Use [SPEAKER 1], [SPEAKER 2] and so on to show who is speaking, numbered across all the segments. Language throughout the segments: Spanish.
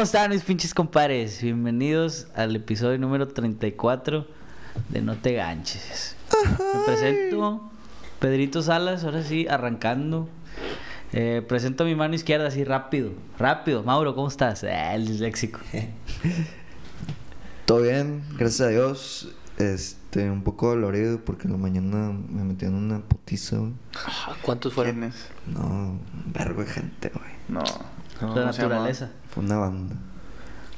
[SPEAKER 1] están mis pinches compadres? Bienvenidos al episodio número 34 de No te ganches. Me presento, Pedrito Salas, ahora sí, arrancando. Eh, presento mi mano izquierda así rápido, rápido. Mauro, ¿cómo estás? Ah, el disléxico.
[SPEAKER 2] Todo bien, gracias a Dios. Este, un poco dolorido porque en la mañana me metieron una putiza, güey.
[SPEAKER 3] Ah, ¿Cuántos fueron?
[SPEAKER 4] ¿Quién es?
[SPEAKER 2] No, un vergo de gente, güey.
[SPEAKER 4] No.
[SPEAKER 3] No,
[SPEAKER 1] La
[SPEAKER 4] ¿cómo se llama?
[SPEAKER 1] naturaleza.
[SPEAKER 2] Fue una banda.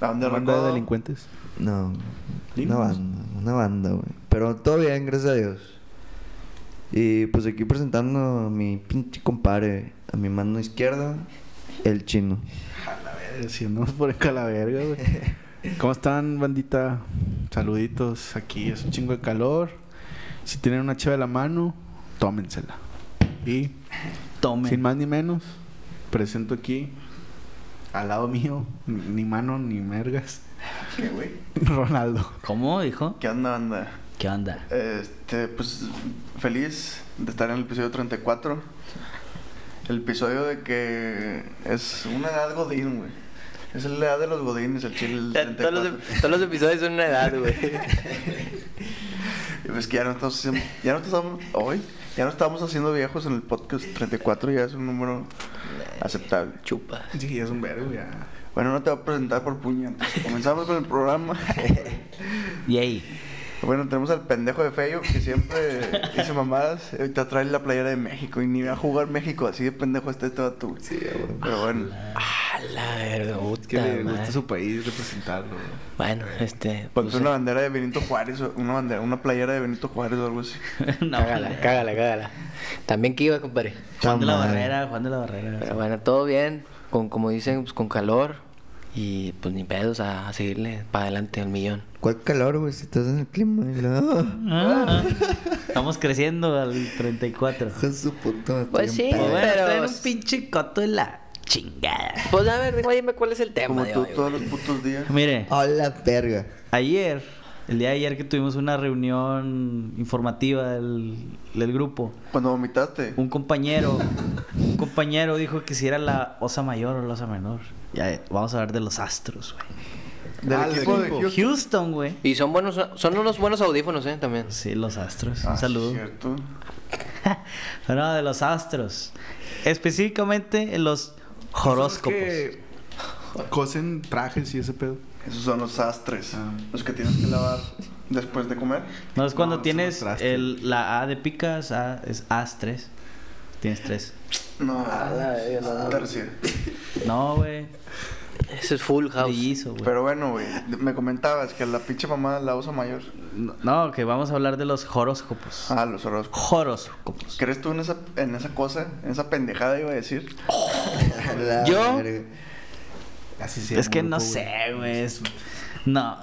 [SPEAKER 4] La banda de
[SPEAKER 3] ¿Banda de
[SPEAKER 4] recodo.
[SPEAKER 3] delincuentes?
[SPEAKER 2] No, una
[SPEAKER 3] Dinos.
[SPEAKER 2] banda, una banda, güey. Pero todo bien, gracias a Dios. Y pues aquí presentando a mi pinche compadre, a mi mano izquierda, el chino.
[SPEAKER 3] Si no, por acá la verga, güey. ¿Cómo están, bandita? Saluditos. Aquí es un chingo de calor. Si tienen una chave de la mano, tómensela. Y,
[SPEAKER 1] Tomen.
[SPEAKER 3] sin más ni menos, presento aquí, al lado mío, ni mano ni mergas,
[SPEAKER 4] ¿Qué, güey?
[SPEAKER 3] Ronaldo.
[SPEAKER 1] ¿Cómo, dijo?
[SPEAKER 4] ¿Qué onda, banda?
[SPEAKER 1] ¿Qué onda?
[SPEAKER 4] Este, pues feliz de estar en el episodio 34. El episodio de que es una edad godín, güey. Es la edad de los godines, el chile el
[SPEAKER 5] Ya, Todos
[SPEAKER 4] 34.
[SPEAKER 5] los, todos los episodios son una edad, güey.
[SPEAKER 4] Y pues que ya no estamos haciendo- ya no estamos hoy, ya no estamos haciendo viejos en el podcast 34, ya es un número aceptable.
[SPEAKER 5] Chupa.
[SPEAKER 3] Sí, es un vergo, ya.
[SPEAKER 4] Bueno, no te voy a presentar por puñetas. Comenzamos con el programa.
[SPEAKER 1] Yay.
[SPEAKER 4] Bueno, tenemos al pendejo de Feyo que siempre dice mamadas. Ahorita trae la playera de México y ni va a jugar México. Así de pendejo está este vato. güey. Pero bueno,
[SPEAKER 5] A la verga, puta
[SPEAKER 3] Que le
[SPEAKER 5] madre.
[SPEAKER 3] gusta su país representarlo. güey.
[SPEAKER 5] Bueno, este. pues,
[SPEAKER 4] ponte una bandera de Benito Juárez, o una bandera, una playera de Benito Juárez o algo así.
[SPEAKER 1] no,
[SPEAKER 5] Cágala, cágala, cágala. También que iba, compadre.
[SPEAKER 1] Juan de la
[SPEAKER 2] Madre.
[SPEAKER 1] Barrera, Juan de la Barrera.
[SPEAKER 3] Ah.
[SPEAKER 5] Pero bueno, todo bien. Con, como dicen, pues con calor. Y pues ni pedos a, a seguirle para adelante al millón.
[SPEAKER 2] ¿Cuál calor, güey? Si estás en el clima, no.
[SPEAKER 1] Ah, estamos creciendo al 34.
[SPEAKER 2] Hijo de su puta madre,
[SPEAKER 5] Pues
[SPEAKER 2] estoy en
[SPEAKER 5] sí,
[SPEAKER 1] Pues
[SPEAKER 2] pedo.
[SPEAKER 1] bueno,
[SPEAKER 5] Pero-
[SPEAKER 1] traen un pinche coto de la chingada.
[SPEAKER 5] Pues a ver, dime cuál es el tema.
[SPEAKER 4] Como
[SPEAKER 5] de
[SPEAKER 4] tú
[SPEAKER 5] hoy,
[SPEAKER 4] todos
[SPEAKER 5] güey.
[SPEAKER 4] los putos días.
[SPEAKER 1] Mire,
[SPEAKER 2] A la verga.
[SPEAKER 1] ayer, el día de ayer que tuvimos una reunión informativa del, del grupo,
[SPEAKER 4] Cuando vomitaste.
[SPEAKER 1] un compañero, un compañero dijo que si era la osa mayor o la osa menor. Ya, eh, vamos a hablar de los astros, güey.
[SPEAKER 4] Del
[SPEAKER 3] Ah, del
[SPEAKER 4] equipo de
[SPEAKER 3] equipo.
[SPEAKER 4] Houston.
[SPEAKER 1] Houston, güey.
[SPEAKER 5] Y son buenos, son unos buenos audífonos, eh, también.
[SPEAKER 1] Sí, los astros.
[SPEAKER 4] Ah,
[SPEAKER 1] Un
[SPEAKER 4] sí,
[SPEAKER 1] saludo.
[SPEAKER 4] cierto.
[SPEAKER 1] No, de los astros. Específicamente en los
[SPEAKER 4] Pues,
[SPEAKER 1] horóscopos.
[SPEAKER 3] Es que Cosen trajes y ese pedo.
[SPEAKER 4] Esos son los astres.
[SPEAKER 3] Ah.
[SPEAKER 4] Los que tienes que lavar después de comer.
[SPEAKER 1] No es cuando
[SPEAKER 3] No, son los
[SPEAKER 1] tienes
[SPEAKER 3] trastes.
[SPEAKER 1] el, la A de picas, A es astres. Tienes tres.
[SPEAKER 4] No,
[SPEAKER 5] verga,
[SPEAKER 4] tercia.
[SPEAKER 1] No, güey.
[SPEAKER 5] Ese es Full House.
[SPEAKER 1] Bellizo, güey.
[SPEAKER 4] Pero bueno, güey, me comentabas que la pinche mamá la usa mayor.
[SPEAKER 1] No, que vamos a hablar de los horóscopos.
[SPEAKER 4] Ah, los horóscopos.
[SPEAKER 1] Horóscopos.
[SPEAKER 4] ¿Crees tú en esa, en esa cosa? En esa pendejada iba a decir.
[SPEAKER 2] A la
[SPEAKER 5] Yo-
[SPEAKER 2] verga.
[SPEAKER 3] Así se
[SPEAKER 1] Es
[SPEAKER 3] llama,
[SPEAKER 1] que no
[SPEAKER 3] loco, güey.
[SPEAKER 1] sé, güey. es- No.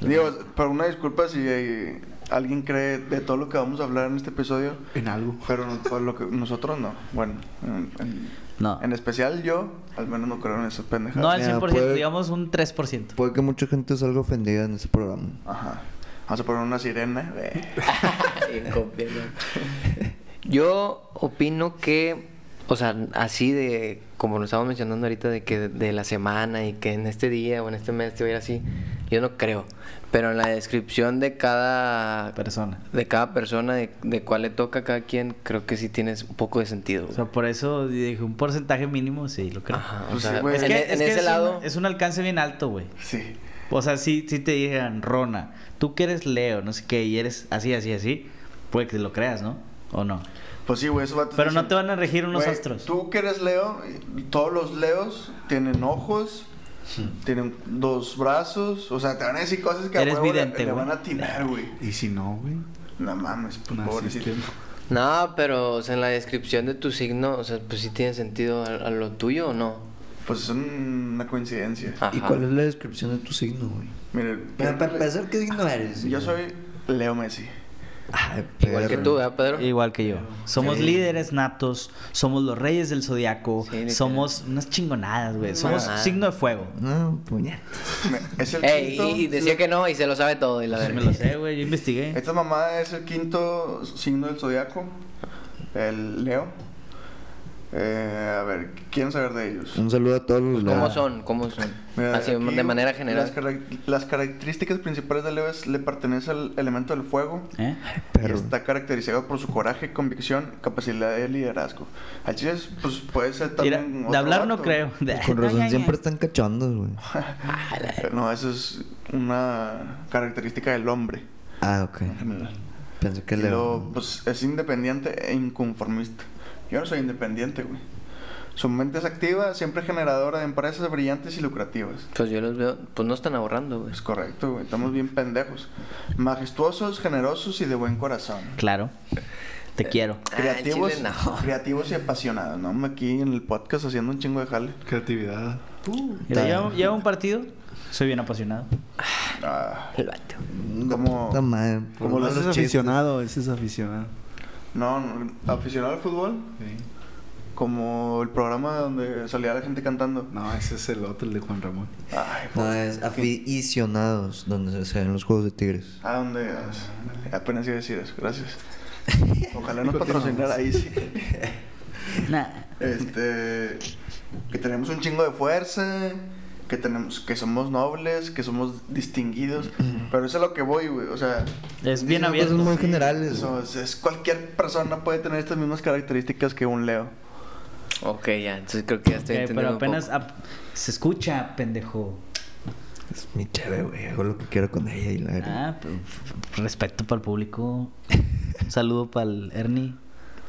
[SPEAKER 4] Digo, pero una disculpa si eh, alguien cree de todo lo que vamos a hablar en este episodio,
[SPEAKER 3] En algo.
[SPEAKER 4] pero no todo lo que nosotros no. Bueno, en, en-
[SPEAKER 1] No.
[SPEAKER 4] en especial yo, al menos no creo en esas pendejadas.
[SPEAKER 1] No al
[SPEAKER 2] Mira,
[SPEAKER 1] 100%,
[SPEAKER 2] puede-
[SPEAKER 1] digamos un 3%.
[SPEAKER 2] Puede que mucha gente salga ofendida en ese programa.
[SPEAKER 4] Ajá. Vamos a poner una sirena. eh.
[SPEAKER 5] Yo opino que, o sea, así de, como lo estábamos mencionando ahorita, de que de la semana y que en este día o en este mes te voy a ir así, yo no creo. Pero en la descripción de cada,
[SPEAKER 1] Persona.
[SPEAKER 5] de cada persona, de, de cuál le toca a cada quien, creo que sí tienes un poco de sentido.
[SPEAKER 1] O
[SPEAKER 5] güey.
[SPEAKER 1] sea, por eso dije un porcentaje mínimo, sí, lo creo.
[SPEAKER 5] Ajá, o
[SPEAKER 4] Pues sí,
[SPEAKER 5] sea,
[SPEAKER 4] güey.
[SPEAKER 5] en, e-
[SPEAKER 1] Es que,
[SPEAKER 5] en
[SPEAKER 1] es, que
[SPEAKER 5] ese
[SPEAKER 1] es un-
[SPEAKER 5] lado,
[SPEAKER 1] es un alcance bien alto, güey.
[SPEAKER 4] Sí.
[SPEAKER 1] O sea, si, si te dijeran, Rona, tú que eres Leo, no sé qué, y eres así, así, así, puede que lo creas, ¿no? ¿O no?
[SPEAKER 4] Pues sí, güey, eso va
[SPEAKER 1] Pero no te van a regir unos
[SPEAKER 4] Güey,
[SPEAKER 1] astros.
[SPEAKER 4] Tú que eres Leo, todos los Leos tienen ojos, tienen dos brazos, o sea, te van a decir cosas que a
[SPEAKER 1] Eres
[SPEAKER 4] huevo le-
[SPEAKER 1] vidente,
[SPEAKER 4] le,
[SPEAKER 1] güey.
[SPEAKER 4] van a atinar, güey.
[SPEAKER 3] Y si no, güey.
[SPEAKER 4] No mames, pues, pobrecito.
[SPEAKER 3] Naciste.
[SPEAKER 5] no, pero o sea, en la descripción de tu signo, o sea, pues sí tiene sentido a, a lo tuyo o no.
[SPEAKER 4] Pues es un- una coincidencia.
[SPEAKER 5] Ajá.
[SPEAKER 2] ¿Y cuál es la descripción de tu signo, güey?
[SPEAKER 4] Mire,
[SPEAKER 2] Para, para empezar, ¿qué signo eres?
[SPEAKER 4] pues, yo soy Leo Messi.
[SPEAKER 2] Ay,
[SPEAKER 5] Igual que
[SPEAKER 2] perro.
[SPEAKER 5] tú, ¿verdad, Pedro?
[SPEAKER 1] Igual que yo. Somos
[SPEAKER 2] Sí.
[SPEAKER 1] líderes natos, somos los reyes del zodiaco,
[SPEAKER 5] Sí, de
[SPEAKER 1] somos unas chingonadas, güey. Somos
[SPEAKER 5] Ajá.
[SPEAKER 1] signo de fuego.
[SPEAKER 2] No, pues puñetas.
[SPEAKER 4] Me- Es el
[SPEAKER 5] Ey,
[SPEAKER 4] quinto.
[SPEAKER 5] y, y decía que no y se lo sabe todo y la
[SPEAKER 1] Me
[SPEAKER 5] verga.
[SPEAKER 1] lo sé, güey, yo investigué.
[SPEAKER 4] Esta mamada es el quinto signo del zodiaco, el Leo. Eh, a ver, quieren saber de ellos.
[SPEAKER 2] Un saludo a todos los
[SPEAKER 4] Pues,
[SPEAKER 5] ¿Cómo
[SPEAKER 2] Leones.
[SPEAKER 5] son? ¿Cómo son?
[SPEAKER 4] Mira,
[SPEAKER 5] Así,
[SPEAKER 4] aquí
[SPEAKER 5] Mm. Ah, de manera
[SPEAKER 4] Las,
[SPEAKER 5] general.
[SPEAKER 4] carac- las características principales del Leves le pertenece al elemento del fuego.
[SPEAKER 1] ¿Eh?
[SPEAKER 2] Perro.
[SPEAKER 4] Y está caracterizado por su coraje, convicción, capacidad de liderazgo. Al chile, es, pues puede ser
[SPEAKER 1] Mira,
[SPEAKER 4] también.
[SPEAKER 1] de
[SPEAKER 4] otro
[SPEAKER 1] hablar no
[SPEAKER 4] vato.
[SPEAKER 1] creo.
[SPEAKER 2] Pues, Con razón siempre están cachondos, güey.
[SPEAKER 4] No, eso es una característica del hombre
[SPEAKER 2] Ah,
[SPEAKER 4] en
[SPEAKER 2] ok.
[SPEAKER 4] general.
[SPEAKER 2] Pensé que
[SPEAKER 4] Y luego,
[SPEAKER 2] Leo.
[SPEAKER 4] pues es independiente e inconformista. Yo no soy independiente, güey. Su mente es activa, siempre generadora de empresas brillantes y lucrativas.
[SPEAKER 5] Pues yo los veo, pues no están ahorrando, güey.
[SPEAKER 4] Es correcto, güey. Estamos bien pendejos. Majestuosos, generosos y de buen corazón.
[SPEAKER 1] Claro. Te quiero.
[SPEAKER 5] Ah,
[SPEAKER 4] Creativos,
[SPEAKER 5] chile, no.
[SPEAKER 4] creativos y apasionados, ¿no? Hombre, Aquí en el podcast haciendo un chingo de jale.
[SPEAKER 3] Creatividad.
[SPEAKER 1] Mira, llevo, llevo un partido. Soy bien apasionado.
[SPEAKER 4] Ah,
[SPEAKER 5] El vato.
[SPEAKER 4] como-
[SPEAKER 2] Puta madre.
[SPEAKER 4] Como los
[SPEAKER 3] es
[SPEAKER 4] chistes.
[SPEAKER 3] aficionado, ese es aficionado.
[SPEAKER 4] no, no, aficionado al fútbol, como el programa donde salía la gente cantando.
[SPEAKER 3] No, ese es el otro, el de Juan Ramón.
[SPEAKER 4] Ay,
[SPEAKER 2] No, es aficionados, donde se ven los juegos de tigres.
[SPEAKER 4] ¿A dónde? Apenas iba a decir eso, gracias. Ojalá nos patrocinara ahí sí.
[SPEAKER 1] Nah.
[SPEAKER 4] Este, que tenemos un chingo de fuerza, que tenemos, que somos nobles, que somos distinguidos. Pero eso es a lo que voy, güey. O sea,
[SPEAKER 1] Es bien
[SPEAKER 2] Son
[SPEAKER 1] abierto.
[SPEAKER 2] cosas muy generales.
[SPEAKER 4] eso
[SPEAKER 2] güey.
[SPEAKER 4] es, es cualquier persona puede tener estas mismas características que un Leo.
[SPEAKER 5] Ok, ya, entonces creo que ya estoy
[SPEAKER 1] Ok, eh, pero
[SPEAKER 5] entendiendo. un
[SPEAKER 1] apenas
[SPEAKER 5] poco.
[SPEAKER 1] ap- se escucha, pendejo.
[SPEAKER 2] Es mi chévere, güey. Hago lo que quiero con ella y la verga.
[SPEAKER 1] Ah, p- p- respeto para el público. Un saludo para el Ernie.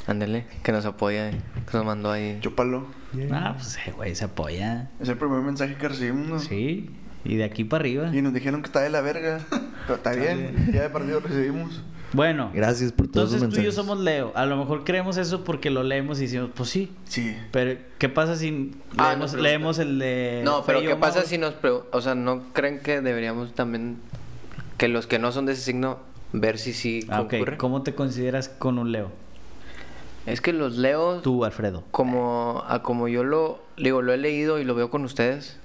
[SPEAKER 5] Ándale, que nos apoya, eh, que nos mandó ahí.
[SPEAKER 4] Chúpalo.
[SPEAKER 1] Ah, pues eh, güey, se apoya.
[SPEAKER 4] Es el primer mensaje que recibimos. ¿no?
[SPEAKER 1] Sí. Y de aquí para arriba.
[SPEAKER 4] Y nos dijeron que está de la verga. Pero está bien, ya de partido recibimos.
[SPEAKER 1] Bueno.
[SPEAKER 2] Gracias por todos
[SPEAKER 1] Ah. Entonces
[SPEAKER 2] sus
[SPEAKER 1] tú y yo
[SPEAKER 2] mensajes.
[SPEAKER 1] somos Leo. A lo mejor creemos eso porque lo leemos y decimos, pues sí.
[SPEAKER 4] Sí.
[SPEAKER 1] Pero, ¿qué pasa si
[SPEAKER 5] Ah,
[SPEAKER 1] leemos,
[SPEAKER 5] no, pero-
[SPEAKER 1] leemos el de...
[SPEAKER 5] No, pero
[SPEAKER 1] Feyo
[SPEAKER 5] ¿qué pasa
[SPEAKER 1] Mauro?
[SPEAKER 5] si nos preguntan? O sea, ¿no creen que deberíamos también. que los que no son de ese signo, ver si sí
[SPEAKER 1] Ah, ok.
[SPEAKER 5] concurre?
[SPEAKER 1] ¿Cómo te consideras con un Leo?
[SPEAKER 5] Es que los leos.
[SPEAKER 1] Tú, Alfredo.
[SPEAKER 5] como a como yo lo digo lo he leído y lo veo con ustedes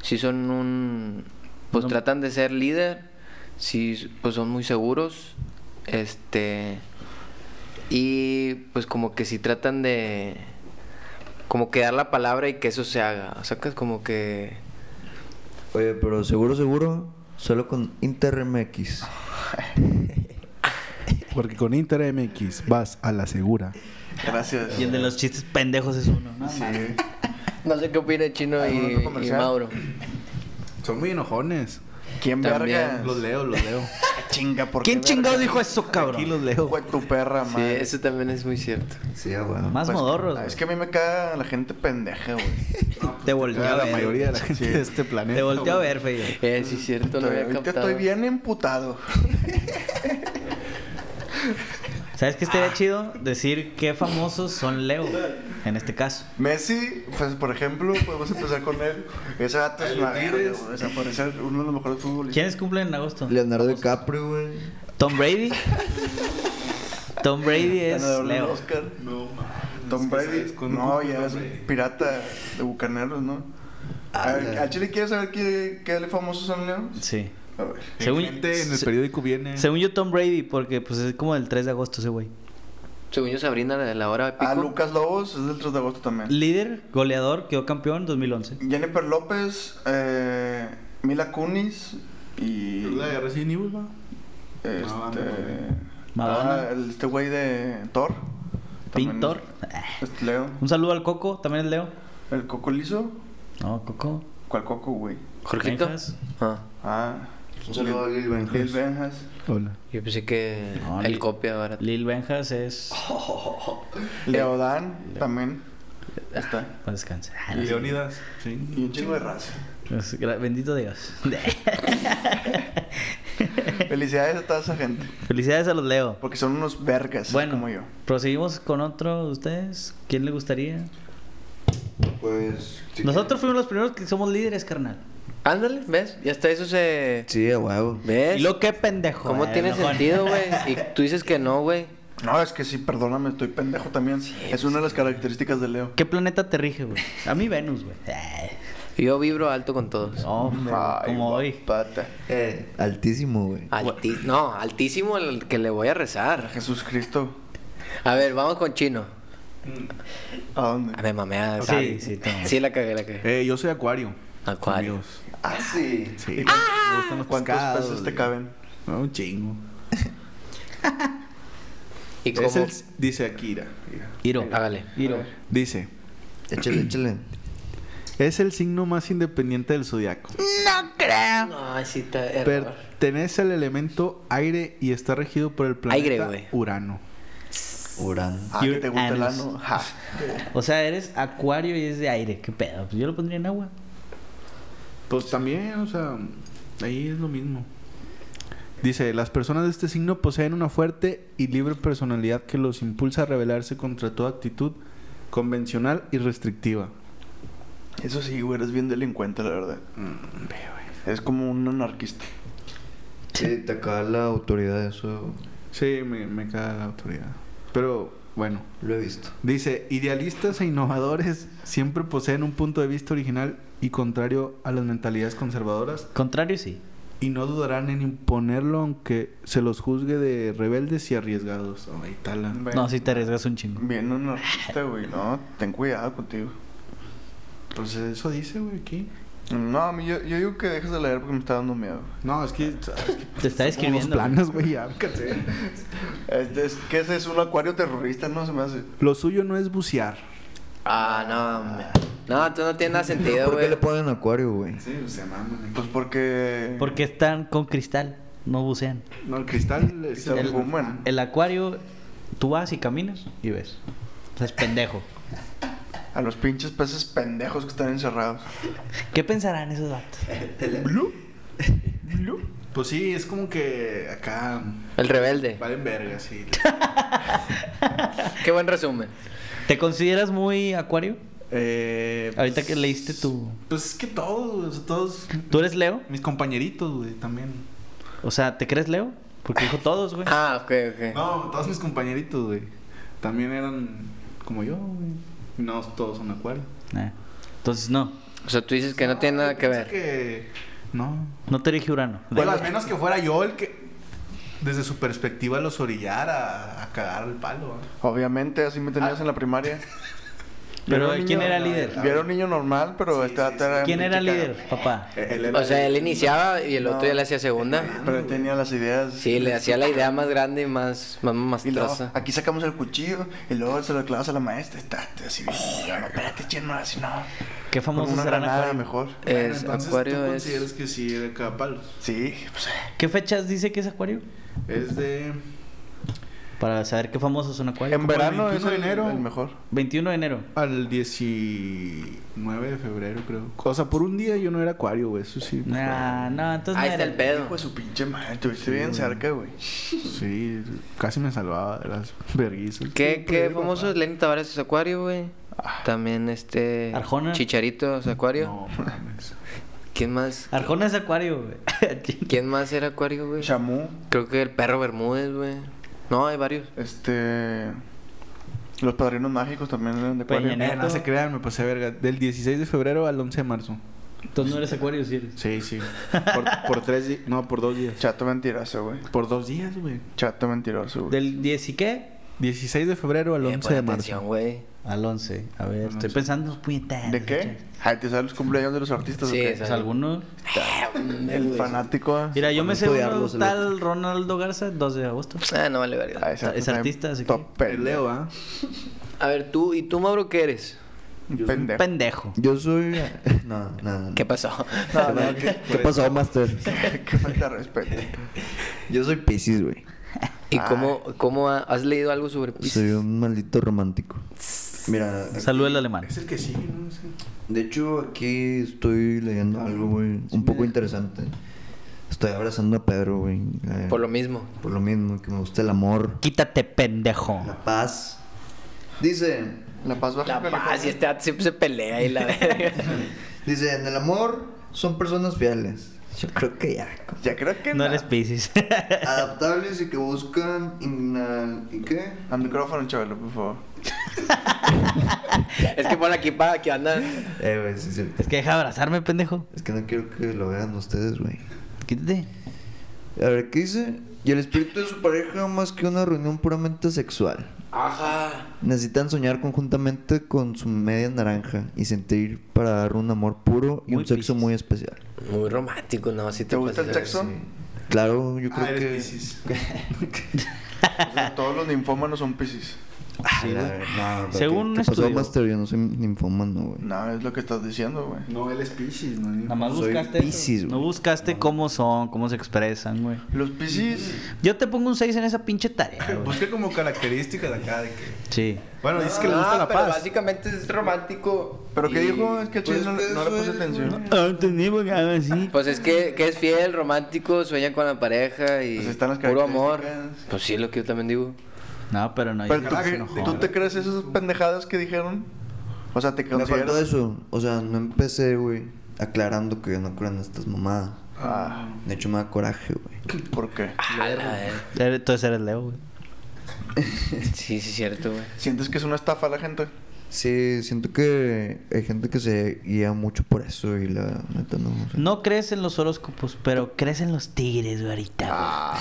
[SPEAKER 5] si son un pues
[SPEAKER 1] No.
[SPEAKER 5] tratan de ser líder si pues son muy seguros este y pues como que si tratan de como que dar la palabra y que eso se haga o sea que es como que
[SPEAKER 2] Oye, pero seguro, seguro, solo con Inter MX.
[SPEAKER 1] Ah.
[SPEAKER 3] Porque con Inter MX vas a la segura.
[SPEAKER 4] Gracias.
[SPEAKER 1] Y el de los chistes pendejos es uno, ¿no?
[SPEAKER 4] Sí.
[SPEAKER 5] no sé qué opina Chino
[SPEAKER 4] ¿Algún otro
[SPEAKER 5] y, y
[SPEAKER 4] comercial?
[SPEAKER 5] Mauro
[SPEAKER 3] Son muy enojones.
[SPEAKER 4] ¿Quién
[SPEAKER 5] También.
[SPEAKER 4] verga? Ah,
[SPEAKER 3] Los leo, los leo.
[SPEAKER 4] Chinga, ¿por
[SPEAKER 1] ¿Quién
[SPEAKER 4] qué
[SPEAKER 1] chingado
[SPEAKER 4] verga?
[SPEAKER 1] dijo eso,
[SPEAKER 3] Aquí
[SPEAKER 1] cabrón?
[SPEAKER 3] los leo.
[SPEAKER 4] Güey, tu perra,
[SPEAKER 5] sí
[SPEAKER 4] madre.
[SPEAKER 5] eso también es muy cierto
[SPEAKER 2] Sí, ah, güey.
[SPEAKER 1] Más
[SPEAKER 4] Pues,
[SPEAKER 1] modorros.
[SPEAKER 4] ah, Es
[SPEAKER 1] güey.
[SPEAKER 4] que a mí me caga la gente pendeja, güey.
[SPEAKER 1] te volteó a
[SPEAKER 3] la
[SPEAKER 1] ver.
[SPEAKER 3] mayoría de la gente
[SPEAKER 4] Sí.
[SPEAKER 3] de este planeta.
[SPEAKER 1] Te volteó a
[SPEAKER 3] güey.
[SPEAKER 1] ver, Feyo.
[SPEAKER 5] eh, sí es cierto no
[SPEAKER 4] Estoy-
[SPEAKER 5] había
[SPEAKER 4] ahorita
[SPEAKER 5] captado
[SPEAKER 4] estoy bien emputado.
[SPEAKER 1] ¿Sabes qué estaría chido? Decir qué famosos son Leo, en este caso.
[SPEAKER 4] Messi, pues por ejemplo, podemos empezar con él. Ese gato es una verga, güey. O sea, puede ser uno de los mejores futbolistas.
[SPEAKER 1] ¿Quiénes cumplen en agosto?
[SPEAKER 2] Leonardo DiCaprio, güey.
[SPEAKER 1] Tom Brady. Tom Brady es
[SPEAKER 4] Ganador del
[SPEAKER 1] Leo.
[SPEAKER 4] Oscar. No, Tom Brady. No, ya es pirata de bucaneros, ¿no? A ver, ¿Al Chile quieres saber qué, qué famosos son Leo?
[SPEAKER 1] Sí.
[SPEAKER 4] A ver.
[SPEAKER 1] Según-
[SPEAKER 3] Gente en el
[SPEAKER 1] se-
[SPEAKER 3] periódico viene.
[SPEAKER 1] Según yo, Tom Brady, porque pues es como del 3 de agosto ese güey.
[SPEAKER 5] según yo Sabrina la de la hora de pico
[SPEAKER 4] A Lucas Lobos es del 3 de agosto también.
[SPEAKER 1] Líder, goleador, quedó campeón 2011.
[SPEAKER 4] Jennifer López, eh, Mila Kunis y.
[SPEAKER 3] La de Resident Evil, ¿no?
[SPEAKER 4] Este.
[SPEAKER 1] Madonna.
[SPEAKER 4] ah, el- este güey de Thor.
[SPEAKER 1] Pink
[SPEAKER 4] También
[SPEAKER 1] Thor.
[SPEAKER 4] es- es Leo.
[SPEAKER 1] Un saludo al Coco, también es Leo.
[SPEAKER 4] El Coco Liso.
[SPEAKER 1] No, Coco.
[SPEAKER 4] ¿Cuál Coco, güey?
[SPEAKER 5] Jorgito
[SPEAKER 1] Benjas.
[SPEAKER 5] ah
[SPEAKER 4] Ah.
[SPEAKER 2] Un saludo a Lil Benjas.
[SPEAKER 4] Lil Benjas.
[SPEAKER 3] Hola.
[SPEAKER 5] Yo pensé que
[SPEAKER 1] No,
[SPEAKER 5] el
[SPEAKER 1] ni-
[SPEAKER 5] copia ahora.
[SPEAKER 1] Lil Benjas es.
[SPEAKER 4] Leodan también. Está.
[SPEAKER 1] Pues descansa. Ah, no.
[SPEAKER 3] Leonidas.
[SPEAKER 4] Y un chingo de raza.
[SPEAKER 1] Pues, gra- Bendito Dios.
[SPEAKER 4] Felicidades a toda esa gente.
[SPEAKER 1] Felicidades a los Leo.
[SPEAKER 4] Porque son unos vergas
[SPEAKER 1] Bueno,
[SPEAKER 4] como yo.
[SPEAKER 1] proseguimos con otro de ustedes. ¿Quién le gustaría?
[SPEAKER 2] Pues. sí.
[SPEAKER 1] Nosotros fuimos los primeros que somos líderes, carnal.
[SPEAKER 5] Ándale, ¿ves? Y hasta eso se...
[SPEAKER 2] Sí, a huevo.
[SPEAKER 5] ¿Ves?
[SPEAKER 1] Y lo que pendejo.
[SPEAKER 5] ¿Cómo
[SPEAKER 1] eh,
[SPEAKER 5] tiene
[SPEAKER 1] enojón.
[SPEAKER 5] sentido, güey? Y tú dices que no, güey.
[SPEAKER 4] No, es que sí, perdóname, estoy pendejo también. es una de las características de Leo.
[SPEAKER 1] ¿Qué planeta te rige, güey? A mí Venus, güey. Ay,
[SPEAKER 5] Yo vibro alto con todos.
[SPEAKER 1] Hombre, güey,
[SPEAKER 4] Ay,
[SPEAKER 1] como hoy.
[SPEAKER 4] guapata.
[SPEAKER 2] Eh, altísimo, güey.
[SPEAKER 5] Alti- No, altísimo el que le voy a rezar.
[SPEAKER 4] Jesús Cristo.
[SPEAKER 5] A ver, vamos con Chino.
[SPEAKER 4] ¿A dónde?
[SPEAKER 5] Ah, Me mamé a
[SPEAKER 1] Sí,
[SPEAKER 5] Gaby.
[SPEAKER 1] sí, toma.
[SPEAKER 5] Sí, la cagué, la cagué.
[SPEAKER 3] Eh, yo soy acuario.
[SPEAKER 5] Acuario.
[SPEAKER 3] amigos.
[SPEAKER 4] Ah, sí.
[SPEAKER 3] Sí.
[SPEAKER 4] Ah.
[SPEAKER 3] Me gustan los
[SPEAKER 4] ¿Cuántos
[SPEAKER 3] pescados,
[SPEAKER 4] peces te
[SPEAKER 3] güey.
[SPEAKER 4] caben?
[SPEAKER 3] No, un chingo.
[SPEAKER 5] ¿Y cómo?
[SPEAKER 3] Es el- dice Akira. mira.
[SPEAKER 1] Iro.
[SPEAKER 5] Hágale.
[SPEAKER 1] Iro.
[SPEAKER 3] Dice,
[SPEAKER 2] Échale, échale.
[SPEAKER 3] es el signo más independiente del zodiaco.
[SPEAKER 5] No, sí está error.
[SPEAKER 3] Pertenece al elemento aire y está regido por el planeta
[SPEAKER 5] Aire, güey.
[SPEAKER 3] Urano.
[SPEAKER 2] Urán.
[SPEAKER 4] Ah, que te gusta el
[SPEAKER 1] Uranus.
[SPEAKER 4] ano. Ja.
[SPEAKER 1] O sea, eres acuario y es de aire. ¿Qué pedo? Pues yo lo pondría en agua.
[SPEAKER 3] Pues también, o sea, ahí es lo mismo. Dice, las personas de este signo poseen una fuerte y libre personalidad que los impulsa a rebelarse contra toda actitud convencional y restrictiva.
[SPEAKER 4] Eso sí, güey, eres bien delincuente, la verdad.
[SPEAKER 3] Mm,
[SPEAKER 4] Es como un anarquista.
[SPEAKER 2] Sí, te acaba la autoridad, eso
[SPEAKER 3] Sí, me, me caga la autoridad. Pero bueno,
[SPEAKER 2] lo he visto.
[SPEAKER 3] dice, idealistas e innovadores siempre poseen un punto de vista original y contrario a las mentalidades conservadoras
[SPEAKER 1] Contrario, sí.
[SPEAKER 3] y no dudarán en imponerlo aunque se los juzgue de rebeldes y arriesgados. Ahí está la-
[SPEAKER 1] No, si te arriesgas un chingo.
[SPEAKER 4] Bien anarquista, güey. No, ten cuidado contigo.
[SPEAKER 3] Pues eso dice, güey, aquí.
[SPEAKER 4] No, a mí yo, yo digo que dejes de leer porque me está dando miedo. güey.
[SPEAKER 3] No, es que.
[SPEAKER 1] Te está
[SPEAKER 3] Los
[SPEAKER 1] escribiendo.
[SPEAKER 3] planos, güey, ya, cállate.
[SPEAKER 4] Este es, ¿Qué es eso? ¿Un acuario terrorista? No se me hace.
[SPEAKER 3] Lo suyo no es bucear.
[SPEAKER 5] Ah, no, hombre. No, tú no tienes nada sentido,
[SPEAKER 2] ¿Por qué
[SPEAKER 5] güey.
[SPEAKER 2] le ponen acuario, güey?
[SPEAKER 3] Sí, se maman. ¿eh?
[SPEAKER 4] Pues porque.
[SPEAKER 1] Porque están con cristal, no bucean.
[SPEAKER 3] No, el cristal es
[SPEAKER 4] El-
[SPEAKER 3] humano.
[SPEAKER 1] El acuario, tú vas y caminas y ves. O sea, es pendejo.
[SPEAKER 4] A los pinches peces pendejos que están encerrados.
[SPEAKER 1] ¿Qué pensarán esos datos?
[SPEAKER 3] Pues sí, es como que acá.
[SPEAKER 5] El rebelde.
[SPEAKER 3] Valen verga, sí.
[SPEAKER 5] Qué buen resumen.
[SPEAKER 1] ¿Te consideras muy acuario?
[SPEAKER 3] eh,
[SPEAKER 1] Ahorita
[SPEAKER 3] pues-
[SPEAKER 1] que leíste tu...
[SPEAKER 3] Pues es que todos, o sea, todos.
[SPEAKER 1] ¿Tú eres Leo?
[SPEAKER 3] Mis compañeritos, güey, también.
[SPEAKER 1] O sea, ¿te crees Leo? Porque dijo todos, güey.
[SPEAKER 5] Ah, ok, ok.
[SPEAKER 3] No, todos mis compañeritos, güey. También eran como yo, güey. No todos son acuario.
[SPEAKER 1] Ah, Entonces, no.
[SPEAKER 5] O sea, tú dices que no tiene nada que
[SPEAKER 3] Pienso
[SPEAKER 5] ver.
[SPEAKER 3] que- No.
[SPEAKER 1] No te elige Urano.
[SPEAKER 3] Bueno, al menos que fuera yo el que desde su perspectiva los orillara a, a cagar el palo. ¿eh?
[SPEAKER 4] Obviamente, así me
[SPEAKER 3] Ah.
[SPEAKER 4] tenías en la primaria.
[SPEAKER 1] Pero,
[SPEAKER 4] Yo era un
[SPEAKER 1] ¿quién
[SPEAKER 4] niño-
[SPEAKER 1] era líder?
[SPEAKER 4] Yo era un niño normal, pero
[SPEAKER 3] Sí, sí,
[SPEAKER 4] este vato era.
[SPEAKER 1] ¿Quién
[SPEAKER 4] un
[SPEAKER 1] era
[SPEAKER 4] pinche
[SPEAKER 1] líder, papá?
[SPEAKER 5] O sea, él iniciaba y el otro ya le hacía
[SPEAKER 4] cagado.
[SPEAKER 5] segunda.
[SPEAKER 4] Pero él tenía las ideas.
[SPEAKER 5] Sí, le hacía la idea más grande y más, más, más
[SPEAKER 4] Y luego,
[SPEAKER 5] traza.
[SPEAKER 4] aquí sacamos el cuchillo y luego se lo clavas a la maestra. Está está así bien. Y yo, no, espérate, chino, así no.
[SPEAKER 1] ¿Qué
[SPEAKER 4] Con
[SPEAKER 1] famosos
[SPEAKER 4] una
[SPEAKER 1] serán
[SPEAKER 4] granada
[SPEAKER 1] acuario?
[SPEAKER 4] mejor.
[SPEAKER 5] Es, Acuario
[SPEAKER 3] ¿tú
[SPEAKER 5] es.
[SPEAKER 3] consideras que sí era cagar palos?
[SPEAKER 4] Sí, pues. eh.
[SPEAKER 1] ¿Qué fechas dice que es acuario?
[SPEAKER 3] Es de...
[SPEAKER 1] Para saber qué famosos son acuario.
[SPEAKER 4] En
[SPEAKER 3] Como el
[SPEAKER 4] verano es
[SPEAKER 3] 21
[SPEAKER 4] el,
[SPEAKER 3] de enero.
[SPEAKER 4] el mejor.
[SPEAKER 1] 21 de enero.
[SPEAKER 3] Al 19 de febrero, creo. O sea, por un día yo no era acuario, güey. Eso sí. me
[SPEAKER 1] Nah, no, entonces
[SPEAKER 5] Ahí
[SPEAKER 1] no
[SPEAKER 5] está
[SPEAKER 1] era.
[SPEAKER 5] el pedo.
[SPEAKER 4] Hijo de su pinche madre. Estuviste bien cerca, güey.
[SPEAKER 3] acuerdo. Sí, casi me salvaba de las verguizas.
[SPEAKER 5] ¿Qué,
[SPEAKER 3] Sí,
[SPEAKER 5] qué
[SPEAKER 3] pero,
[SPEAKER 5] famoso es
[SPEAKER 3] papá.
[SPEAKER 5] Lenny Tavares es Acuario, güey? También este.
[SPEAKER 1] Arjona.
[SPEAKER 5] Chicharito es Acuario.
[SPEAKER 3] No, mames.
[SPEAKER 5] ¿Quién más?
[SPEAKER 1] Arjona es acuario, güey.
[SPEAKER 5] ¿Quién más era Acuario, güey?
[SPEAKER 4] Shamu,
[SPEAKER 5] Creo que el perro Bermúdez, güey. No, hay varios.
[SPEAKER 4] este. Los padrinos mágicos también eran de
[SPEAKER 1] Peña
[SPEAKER 4] acuario.
[SPEAKER 1] Nieto.
[SPEAKER 3] Eh, no se crean, me pasé verga. Del 16 de febrero al 11 de marzo.
[SPEAKER 1] Entonces no eres acuario, si eres.
[SPEAKER 3] Sí, sí. Por, por tres días. No, por dos días.
[SPEAKER 4] Chato mentiroso, güey.
[SPEAKER 3] Por dos días, güey.
[SPEAKER 4] Chato mentiroso, güey.
[SPEAKER 1] ¿Del 10 y qué?
[SPEAKER 3] 16 de febrero al
[SPEAKER 5] Eh,
[SPEAKER 3] 11
[SPEAKER 5] pon
[SPEAKER 3] de
[SPEAKER 5] atención,
[SPEAKER 3] marzo.
[SPEAKER 5] güey.
[SPEAKER 1] Al 11. A ver, estoy pensando. puñetas.
[SPEAKER 4] ¿De qué? Ay, ¿te sabes los cumpleaños de los artistas?
[SPEAKER 5] Sí,
[SPEAKER 4] o qué?
[SPEAKER 5] esa-
[SPEAKER 1] Pues algunos.
[SPEAKER 5] Eh,
[SPEAKER 4] El fanático. ah.
[SPEAKER 1] Mira, yo me sé uno
[SPEAKER 2] Estudiarlos, el
[SPEAKER 1] tal Ronaldo Garza, 2 de agosto.
[SPEAKER 5] Ah, no vale
[SPEAKER 4] Ah,
[SPEAKER 5] verga.
[SPEAKER 4] ese
[SPEAKER 1] es
[SPEAKER 4] también
[SPEAKER 1] artista, así
[SPEAKER 4] top
[SPEAKER 3] El Leo,
[SPEAKER 4] pendejo.
[SPEAKER 3] ¿ah?
[SPEAKER 5] A ver, tú, ¿y tú, Mauro, qué eres?
[SPEAKER 4] Pendejo.
[SPEAKER 1] Pendejo.
[SPEAKER 2] Yo soy. No, no, no.
[SPEAKER 5] ¿Qué pasó?
[SPEAKER 4] No, no,
[SPEAKER 2] ¿Qué,
[SPEAKER 4] que-
[SPEAKER 2] qué pasó, Master?
[SPEAKER 4] que falta de respeto.
[SPEAKER 2] Yo soy Pisces, güey.
[SPEAKER 5] ¿Y cómo, cómo ha- has leído algo sobre
[SPEAKER 2] Soy un maldito romántico. Mira,
[SPEAKER 1] Salud al alemán.
[SPEAKER 3] Es el que sigue, ¿no? Sí.
[SPEAKER 2] de hecho aquí estoy leyendo algo, güey, un poco interesante. Estoy abrazando a Pedro, güey. eh,
[SPEAKER 5] Por lo mismo.
[SPEAKER 2] por lo mismo, que me gusta el amor,
[SPEAKER 1] Quítate, pendejo.
[SPEAKER 2] la paz. Dice,
[SPEAKER 4] La paz baja.
[SPEAKER 5] La paz, y
[SPEAKER 4] California.
[SPEAKER 5] este vato siempre se pelea y la verga.
[SPEAKER 2] dice, en el amor son personas fieles. Yo creo que ya.
[SPEAKER 4] Ya creo que
[SPEAKER 1] No eres Pisces.
[SPEAKER 2] Adaptables y que buscan... inal- ¿Y qué?
[SPEAKER 4] Al micrófono, Chabelo, por favor.
[SPEAKER 5] es que por aquí para que anda.
[SPEAKER 2] Eh, güey, sí, sí.
[SPEAKER 1] es que deja abrazarme, pendejo.
[SPEAKER 2] Es que no quiero que lo vean ustedes, güey.
[SPEAKER 1] Quítate.
[SPEAKER 2] A ver, ¿qué dice? Y el espíritu de su pareja más que una reunión puramente sexual.
[SPEAKER 5] Ajá.
[SPEAKER 2] Necesitan soñar conjuntamente con su media naranja y sentir para dar un amor puro y
[SPEAKER 1] Muy
[SPEAKER 2] un sexo
[SPEAKER 1] Piscis.
[SPEAKER 2] muy especial.
[SPEAKER 5] Muy romántico, no, si
[SPEAKER 4] ¿Te gusta el sexo?
[SPEAKER 2] Claro,
[SPEAKER 1] Ah,
[SPEAKER 2] yo
[SPEAKER 3] Ah,
[SPEAKER 2] creo que.
[SPEAKER 4] O sea, todos los ninfómanos son piscis.
[SPEAKER 2] Ah, la- no,
[SPEAKER 1] Según
[SPEAKER 2] ¿qué-
[SPEAKER 1] un
[SPEAKER 2] qué pasó,
[SPEAKER 1] estudio.
[SPEAKER 2] Master? Yo no soy ninfómano, güey.
[SPEAKER 4] No, es lo que estás diciendo, güey.
[SPEAKER 3] No, él es Pisces, no.
[SPEAKER 1] Nada más
[SPEAKER 2] Soy
[SPEAKER 1] buscaste. eso.
[SPEAKER 2] Piscis, güey.
[SPEAKER 1] no buscaste cómo son, cómo se expresan, güey.
[SPEAKER 4] Los piscis.
[SPEAKER 1] Yo te pongo un 6 en esa pinche tarea, güey.
[SPEAKER 3] Busca Pues como características acá de que.
[SPEAKER 1] Sí.
[SPEAKER 3] Bueno, dices que le gusta la
[SPEAKER 5] pero
[SPEAKER 3] paz.
[SPEAKER 5] básicamente es romántico.
[SPEAKER 4] ¿Pero qué
[SPEAKER 5] y-
[SPEAKER 4] dijo? Es que al chile no, no le puse atención.
[SPEAKER 2] Ah,
[SPEAKER 1] así.
[SPEAKER 5] Pues es que, que es fiel, romántico, sueña con la pareja y
[SPEAKER 4] Pues están las
[SPEAKER 5] puro amor.
[SPEAKER 4] características.
[SPEAKER 5] Pues sí, es lo que yo también digo.
[SPEAKER 1] No, pero no.
[SPEAKER 4] Pero
[SPEAKER 1] yo-
[SPEAKER 4] tú,
[SPEAKER 3] se
[SPEAKER 4] qué-
[SPEAKER 3] enojó.
[SPEAKER 4] ¿tú te crees esas pendejadas que dijeron? O sea, te
[SPEAKER 2] Me faltó
[SPEAKER 4] consideras...
[SPEAKER 2] eso. O sea, no empecé, güey, aclarando que no creo en estas mamadas.
[SPEAKER 4] Ah,
[SPEAKER 2] De hecho, me da coraje, güey.
[SPEAKER 4] ¿por qué?
[SPEAKER 5] Ala, eh.
[SPEAKER 1] Eres- Entonces eres Leo, güey.
[SPEAKER 5] Sí, sí, es cierto, güey.
[SPEAKER 4] ¿Sientes que es una estafa la gente?
[SPEAKER 2] Sí, siento que hay gente que se guía mucho por eso y la neta no. o sea,
[SPEAKER 1] No crees en los horóscopos, pero crees en los tigres, güey, ahorita,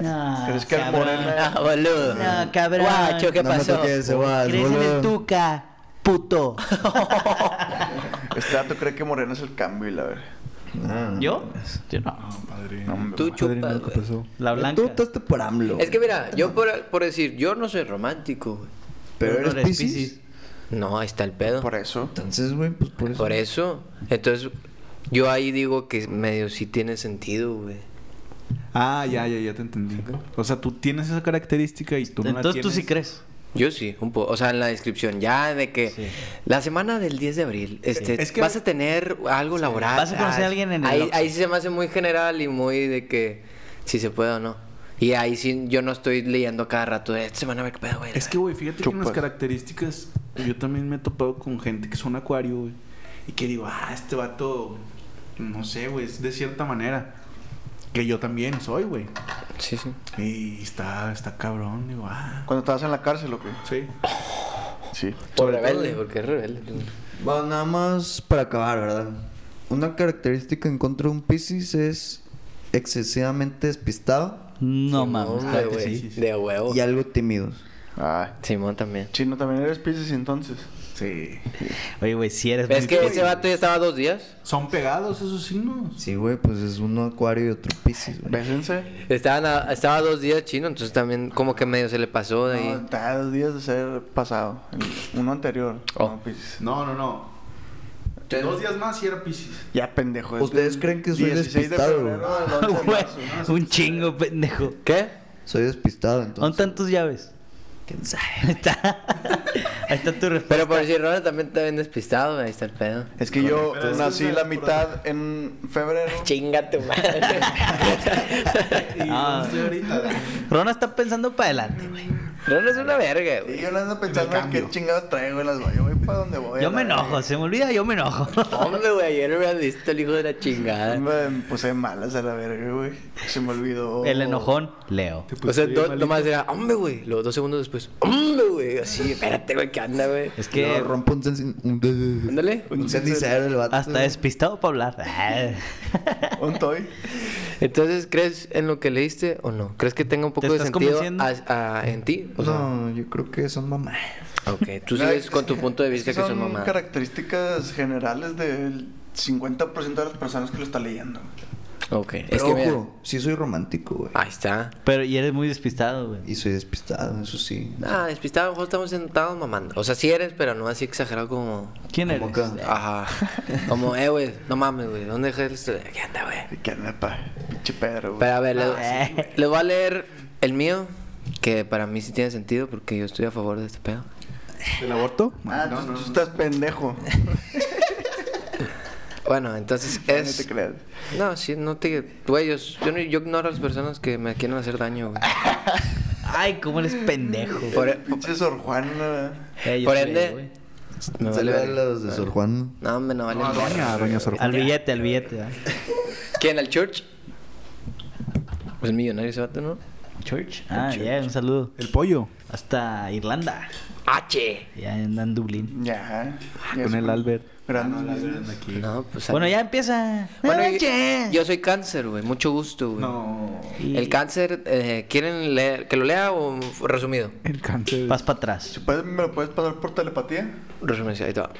[SPEAKER 1] güey. No,
[SPEAKER 4] ¿Crees que al
[SPEAKER 1] cabrón.
[SPEAKER 4] Morena-
[SPEAKER 5] Ah, boludo.
[SPEAKER 1] No, cabrón.
[SPEAKER 5] Guacho, ¿qué
[SPEAKER 2] no
[SPEAKER 5] pasó?
[SPEAKER 2] me toques, Sebas,
[SPEAKER 1] Crees en el
[SPEAKER 2] boludo.
[SPEAKER 1] tuca, puto.
[SPEAKER 4] Este dato cree que Morena es el cambio y la verdad.
[SPEAKER 2] Ah, No, no.
[SPEAKER 1] ¿Yo? Yo no.
[SPEAKER 3] padre.
[SPEAKER 4] No, hombre,
[SPEAKER 5] Tú chupas,
[SPEAKER 3] ¿qué
[SPEAKER 5] güey.
[SPEAKER 3] pasó?
[SPEAKER 1] La
[SPEAKER 2] Tú
[SPEAKER 1] blanca.
[SPEAKER 2] estás por AMLO.
[SPEAKER 5] Es que mira, yo por, por decir, yo no soy romántico, güey.
[SPEAKER 2] Pero
[SPEAKER 1] Tú no
[SPEAKER 2] eres Pisces.
[SPEAKER 1] Piscis.
[SPEAKER 5] No, ahí está el pedo.
[SPEAKER 4] por eso.
[SPEAKER 2] Entonces, güey, pues por eso.
[SPEAKER 5] Por eso. Entonces, yo ahí digo que medio sí tiene sentido, güey.
[SPEAKER 3] Ah, ya, ya, ya te entendí. O sea, tú tienes esa característica y tú no la
[SPEAKER 1] Entonces tú
[SPEAKER 3] tienes.
[SPEAKER 1] sí crees.
[SPEAKER 5] Yo sí, un poco. O sea, en la descripción, ya de que
[SPEAKER 1] Sí.
[SPEAKER 5] la semana del 10 de abril, este,
[SPEAKER 3] Es que-
[SPEAKER 5] vas a tener algo laboral.
[SPEAKER 1] Vas a conocer a
[SPEAKER 5] Ah,
[SPEAKER 1] alguien en el
[SPEAKER 5] ahí,
[SPEAKER 1] Oxxo.
[SPEAKER 5] ahí sí se me hace muy general y muy de que si se puede o no. Y ahí sí yo no estoy leyendo cada rato, esta semana a ver qué pedo, güey.
[SPEAKER 3] Es que, güey, fíjate que en las
[SPEAKER 4] Chupas.
[SPEAKER 3] características, yo también me he topado con gente que son acuario, güey. Y que digo, ah, este vato, no sé, güey, es de cierta manera. Que yo también soy, güey.
[SPEAKER 5] Sí, sí.
[SPEAKER 3] Y está, está cabrón, digo, ah.
[SPEAKER 4] Cuando estabas en la cárcel, ¿o qué?
[SPEAKER 3] Sí.
[SPEAKER 4] Sí.
[SPEAKER 5] Por
[SPEAKER 3] Sobre todo-
[SPEAKER 5] rebelde, porque es rebelde.
[SPEAKER 2] Bueno, nada más para acabar, ¿verdad? Una característica en contra de un Piscis es excesivamente despistado
[SPEAKER 1] No
[SPEAKER 5] Sí,
[SPEAKER 1] mames,
[SPEAKER 5] hombre,
[SPEAKER 1] claro que
[SPEAKER 5] güey,
[SPEAKER 1] sí.
[SPEAKER 5] De huevo.
[SPEAKER 2] y algo tímidos.
[SPEAKER 4] Ay.
[SPEAKER 5] Simón también.
[SPEAKER 4] Chino, también eres Pisces entonces.
[SPEAKER 3] Sí.
[SPEAKER 1] Oye, güey, si eres
[SPEAKER 5] ¿Ves
[SPEAKER 1] muy-
[SPEAKER 5] que ese vato ya estaba dos días?
[SPEAKER 3] Son pegados esos signos.
[SPEAKER 2] Sí, güey, pues es uno acuario y otro Piscis, güey.
[SPEAKER 4] Bésense.
[SPEAKER 5] Estaban a- estaba dos días chino, entonces también como que medio se le pasó de ahí.
[SPEAKER 4] No, está dos días de ser pasado. El- uno anterior.
[SPEAKER 5] Oh.
[SPEAKER 4] No, Pisces.
[SPEAKER 3] No, no, no. Dos días más y era Pisces.
[SPEAKER 4] Ya pendejo.
[SPEAKER 2] ¿Ustedes creen que soy
[SPEAKER 4] 16 de
[SPEAKER 2] despistado,
[SPEAKER 4] febrero
[SPEAKER 2] güey?
[SPEAKER 4] al 11 de
[SPEAKER 1] Güey,
[SPEAKER 4] marzo.
[SPEAKER 1] un chingo, pendejo.
[SPEAKER 5] ¿Qué?
[SPEAKER 2] Soy despistado,
[SPEAKER 1] ¿Dónde
[SPEAKER 2] entonces.
[SPEAKER 1] están tus llaves?
[SPEAKER 2] ¿Quién sabe?
[SPEAKER 1] Ahí está. Ahí está tu respuesta.
[SPEAKER 5] Pero por decir, Ronald también está bien despistado, ahí está el pedo.
[SPEAKER 4] Es que yo
[SPEAKER 3] Pero es que
[SPEAKER 4] nací
[SPEAKER 3] es
[SPEAKER 4] la
[SPEAKER 3] pura-
[SPEAKER 4] mitad en febrero.
[SPEAKER 5] Chinga tu madre.
[SPEAKER 3] Y
[SPEAKER 1] Ah.
[SPEAKER 3] estoy ahorita.
[SPEAKER 1] Rona está pensando para adelante, güey.
[SPEAKER 5] Ronald es una verga,
[SPEAKER 4] Y
[SPEAKER 5] güey.
[SPEAKER 4] yo no ando pensando
[SPEAKER 3] En el
[SPEAKER 4] en qué
[SPEAKER 3] cambio.
[SPEAKER 4] chingados traigo en las Yo voy para donde voy.
[SPEAKER 1] Yo
[SPEAKER 4] a la
[SPEAKER 1] me enojo, se me olvida, yo me enojo.
[SPEAKER 5] Hombre, güey, ayer me habían visto el hijo de la chingada.
[SPEAKER 4] verga. Me puse malas a la verga, güey. Se me olvidó.
[SPEAKER 1] El enojón, Leo.
[SPEAKER 5] O sea, do- nomás era, hombre, güey. Luego dos segundos después, hombre, güey. Así, espérate, güey, ¿qué anda, güey?
[SPEAKER 1] Es que
[SPEAKER 2] Que rompo un sensin... Un
[SPEAKER 5] Ándale.
[SPEAKER 2] un cenicero el vato.
[SPEAKER 1] hasta
[SPEAKER 2] güey.
[SPEAKER 1] despistado para hablar.
[SPEAKER 4] Un toy.
[SPEAKER 5] Entonces, ¿crees en lo que leíste o no? ¿Crees que tenga un poco
[SPEAKER 1] ¿Te
[SPEAKER 5] de
[SPEAKER 1] estás
[SPEAKER 5] sentido
[SPEAKER 1] convenciendo?
[SPEAKER 5] a- a- en ti? O sea,
[SPEAKER 2] No, yo creo que son mamás.
[SPEAKER 5] Ok, tú
[SPEAKER 4] No,
[SPEAKER 5] sigues
[SPEAKER 4] es-
[SPEAKER 5] con tu punto de
[SPEAKER 4] es
[SPEAKER 5] vista que
[SPEAKER 4] son
[SPEAKER 5] son mamadas.
[SPEAKER 4] características generales del 50% de las personas que lo está leyendo.
[SPEAKER 5] Ok, es
[SPEAKER 2] Pero
[SPEAKER 5] que mira,
[SPEAKER 2] ojo, sí soy romántico, güey.
[SPEAKER 5] Ahí está.
[SPEAKER 1] Pero, y eres muy despistado, güey.
[SPEAKER 2] Y soy despistado, eso sí.
[SPEAKER 5] Ah, despistado, a lo mejor estamos sentados mamando. O sea, sí eres, pero no así exagerado como.
[SPEAKER 1] ¿Quién eres?
[SPEAKER 2] Como acá.
[SPEAKER 5] Ajá. Como, eh, güey, no mames, güey. ¿Dónde dejé el estudio? ¿Qué anda, güey?
[SPEAKER 4] ¿Y qué onda, pa? Pinche Pedro, güey.
[SPEAKER 5] Pero a ver, le,
[SPEAKER 1] Ah, sí, güey.
[SPEAKER 5] le voy a leer el mío, que para mí sí tiene sentido porque yo estoy a favor de este pedo.
[SPEAKER 3] ¿El aborto?
[SPEAKER 4] Ah,
[SPEAKER 3] no,
[SPEAKER 4] tú,
[SPEAKER 3] no,
[SPEAKER 4] tú
[SPEAKER 3] no.
[SPEAKER 4] estás pendejo.
[SPEAKER 5] Bueno, entonces
[SPEAKER 4] No te
[SPEAKER 5] es.
[SPEAKER 4] creas.
[SPEAKER 5] No, sí, no te. Güey, yo, yo, no- yo ignoro a las personas que me quieren hacer daño, güey.
[SPEAKER 1] Ay, cómo eres pendejo.
[SPEAKER 5] Por-
[SPEAKER 3] e-
[SPEAKER 4] El pinche Sor Juana.
[SPEAKER 1] Eh, yo
[SPEAKER 5] por
[SPEAKER 1] soy,
[SPEAKER 5] ende-
[SPEAKER 1] güey.
[SPEAKER 5] Me vale
[SPEAKER 2] Saludos a
[SPEAKER 5] verga.
[SPEAKER 2] los de Sor Juan.
[SPEAKER 5] No, hombre, no vale.
[SPEAKER 3] No,
[SPEAKER 5] verga.
[SPEAKER 3] doña, doña Sor
[SPEAKER 1] Al
[SPEAKER 3] Juana.
[SPEAKER 1] billete, al billete. ¿verdad?
[SPEAKER 5] ¿Quién? ¿Al church? Pues millonario ese vato, ¿no?
[SPEAKER 1] Church. Ah, ya, un saludo.
[SPEAKER 3] El pollo.
[SPEAKER 1] Hasta Irlanda.
[SPEAKER 5] ¡H!
[SPEAKER 1] Ya anda en Dublín.
[SPEAKER 4] Ya.
[SPEAKER 3] Ah, Con el Albert.
[SPEAKER 4] Grandes
[SPEAKER 3] las
[SPEAKER 4] business.
[SPEAKER 3] venden aquí.
[SPEAKER 5] No, pues.
[SPEAKER 1] Bueno,
[SPEAKER 5] ahí-
[SPEAKER 1] ya empieza.
[SPEAKER 5] Bueno,
[SPEAKER 1] No
[SPEAKER 5] yo,
[SPEAKER 1] manches.
[SPEAKER 5] yo soy cáncer, güey. Mucho gusto, güey.
[SPEAKER 3] No.
[SPEAKER 1] Y
[SPEAKER 5] El cáncer, eh, ¿quieren leer- que lo lea o resumido?
[SPEAKER 1] Eh.
[SPEAKER 3] El cáncer.
[SPEAKER 1] Vas para atrás.
[SPEAKER 4] Si puedes, ¿Me lo puedes pasar por telepatía?
[SPEAKER 5] Resumido, ahí te va.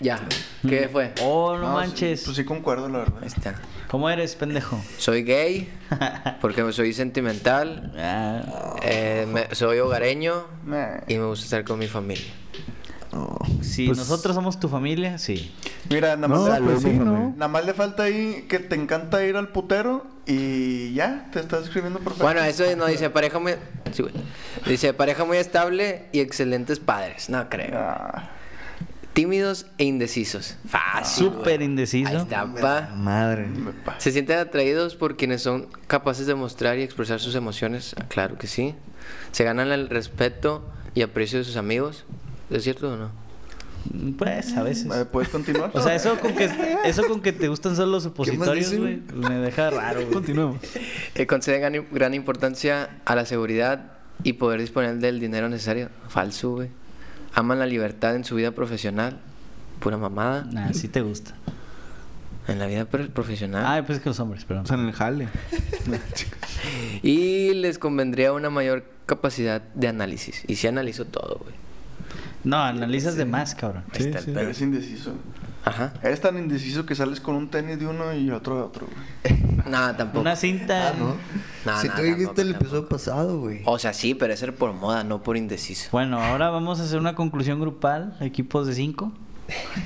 [SPEAKER 5] Ya. ¿Qué fue?
[SPEAKER 1] Oh, no,
[SPEAKER 4] sí,
[SPEAKER 1] manches.
[SPEAKER 4] Pues sí concuerdo, la
[SPEAKER 5] Ahí
[SPEAKER 4] verdad.
[SPEAKER 5] está.
[SPEAKER 1] ¿Cómo eres, pendejo?
[SPEAKER 5] Soy gay porque soy sentimental,
[SPEAKER 1] Ah,
[SPEAKER 5] eh, me- soy hogareño
[SPEAKER 4] Nah.
[SPEAKER 5] y
[SPEAKER 3] Eh,
[SPEAKER 5] me gusta estar con mi familia.
[SPEAKER 1] si
[SPEAKER 3] Pues-
[SPEAKER 1] nosotros somos tu familia, sí.
[SPEAKER 4] Mira, nada más,
[SPEAKER 3] No,
[SPEAKER 4] le,
[SPEAKER 3] pues sí,
[SPEAKER 2] Salud,
[SPEAKER 3] ¿no?
[SPEAKER 4] nada más le falta ahí que te encanta ir al putero y ya, te estás escribiendo perfecto.
[SPEAKER 5] Bueno, eso no dice pareja muy. sí, güey. Dice pareja muy estable y excelentes padres. No creo.
[SPEAKER 4] Ah,
[SPEAKER 5] Tímidos e indecisos. Fácil. Ah, güey.
[SPEAKER 1] Ah, Súper indeciso.
[SPEAKER 5] Ahí está, pa.
[SPEAKER 2] Ah, Madre.
[SPEAKER 4] me pa-
[SPEAKER 5] Se sienten atraídos por quienes son capaces de mostrar y expresar sus emociones. Ah, Claro que sí. Se ganan el respeto y aprecio de sus amigos. ¿Es cierto o no?
[SPEAKER 1] Pues a veces.
[SPEAKER 4] Eh, ¿Puedes continuar?
[SPEAKER 1] O sea, eso con que eso con que te gustan solo los supositorios,
[SPEAKER 2] dice,
[SPEAKER 1] güey, me deja raro, güey.
[SPEAKER 3] Continuemos.
[SPEAKER 5] Eh, concede gran, gran importancia a la seguridad y poder disponer del dinero necesario. Falso, güey. Aman la libertad en su vida profesional. Pura mamada.
[SPEAKER 1] Nah, sí te gusta.
[SPEAKER 5] En la vida pro- profesional.
[SPEAKER 1] Ay, pues es que los hombres, perdón.
[SPEAKER 3] O sea, en el jale.
[SPEAKER 5] Y les convendría una mayor capacidad de análisis. Y si analizo todo, güey.
[SPEAKER 1] No, analizas de más, cabrón.
[SPEAKER 5] Ahí está el pedo.
[SPEAKER 4] Eres indeciso.
[SPEAKER 5] Ajá.
[SPEAKER 4] Eres tan indeciso que sales con un tenis de uno y otro de otro, güey.
[SPEAKER 5] Nada, tampoco.
[SPEAKER 1] Una cinta.
[SPEAKER 2] Ah, ¿no?
[SPEAKER 5] No,
[SPEAKER 2] si
[SPEAKER 5] no,
[SPEAKER 2] tú
[SPEAKER 5] no,
[SPEAKER 2] dijiste
[SPEAKER 5] no,
[SPEAKER 2] el
[SPEAKER 5] no,
[SPEAKER 2] episodio
[SPEAKER 5] no. Oh.
[SPEAKER 2] pasado, güey.
[SPEAKER 5] O sea, sí, pero es ser por moda, no por indeciso.
[SPEAKER 1] Bueno, ahora vamos a hacer una conclusión grupal, equipos de cinco.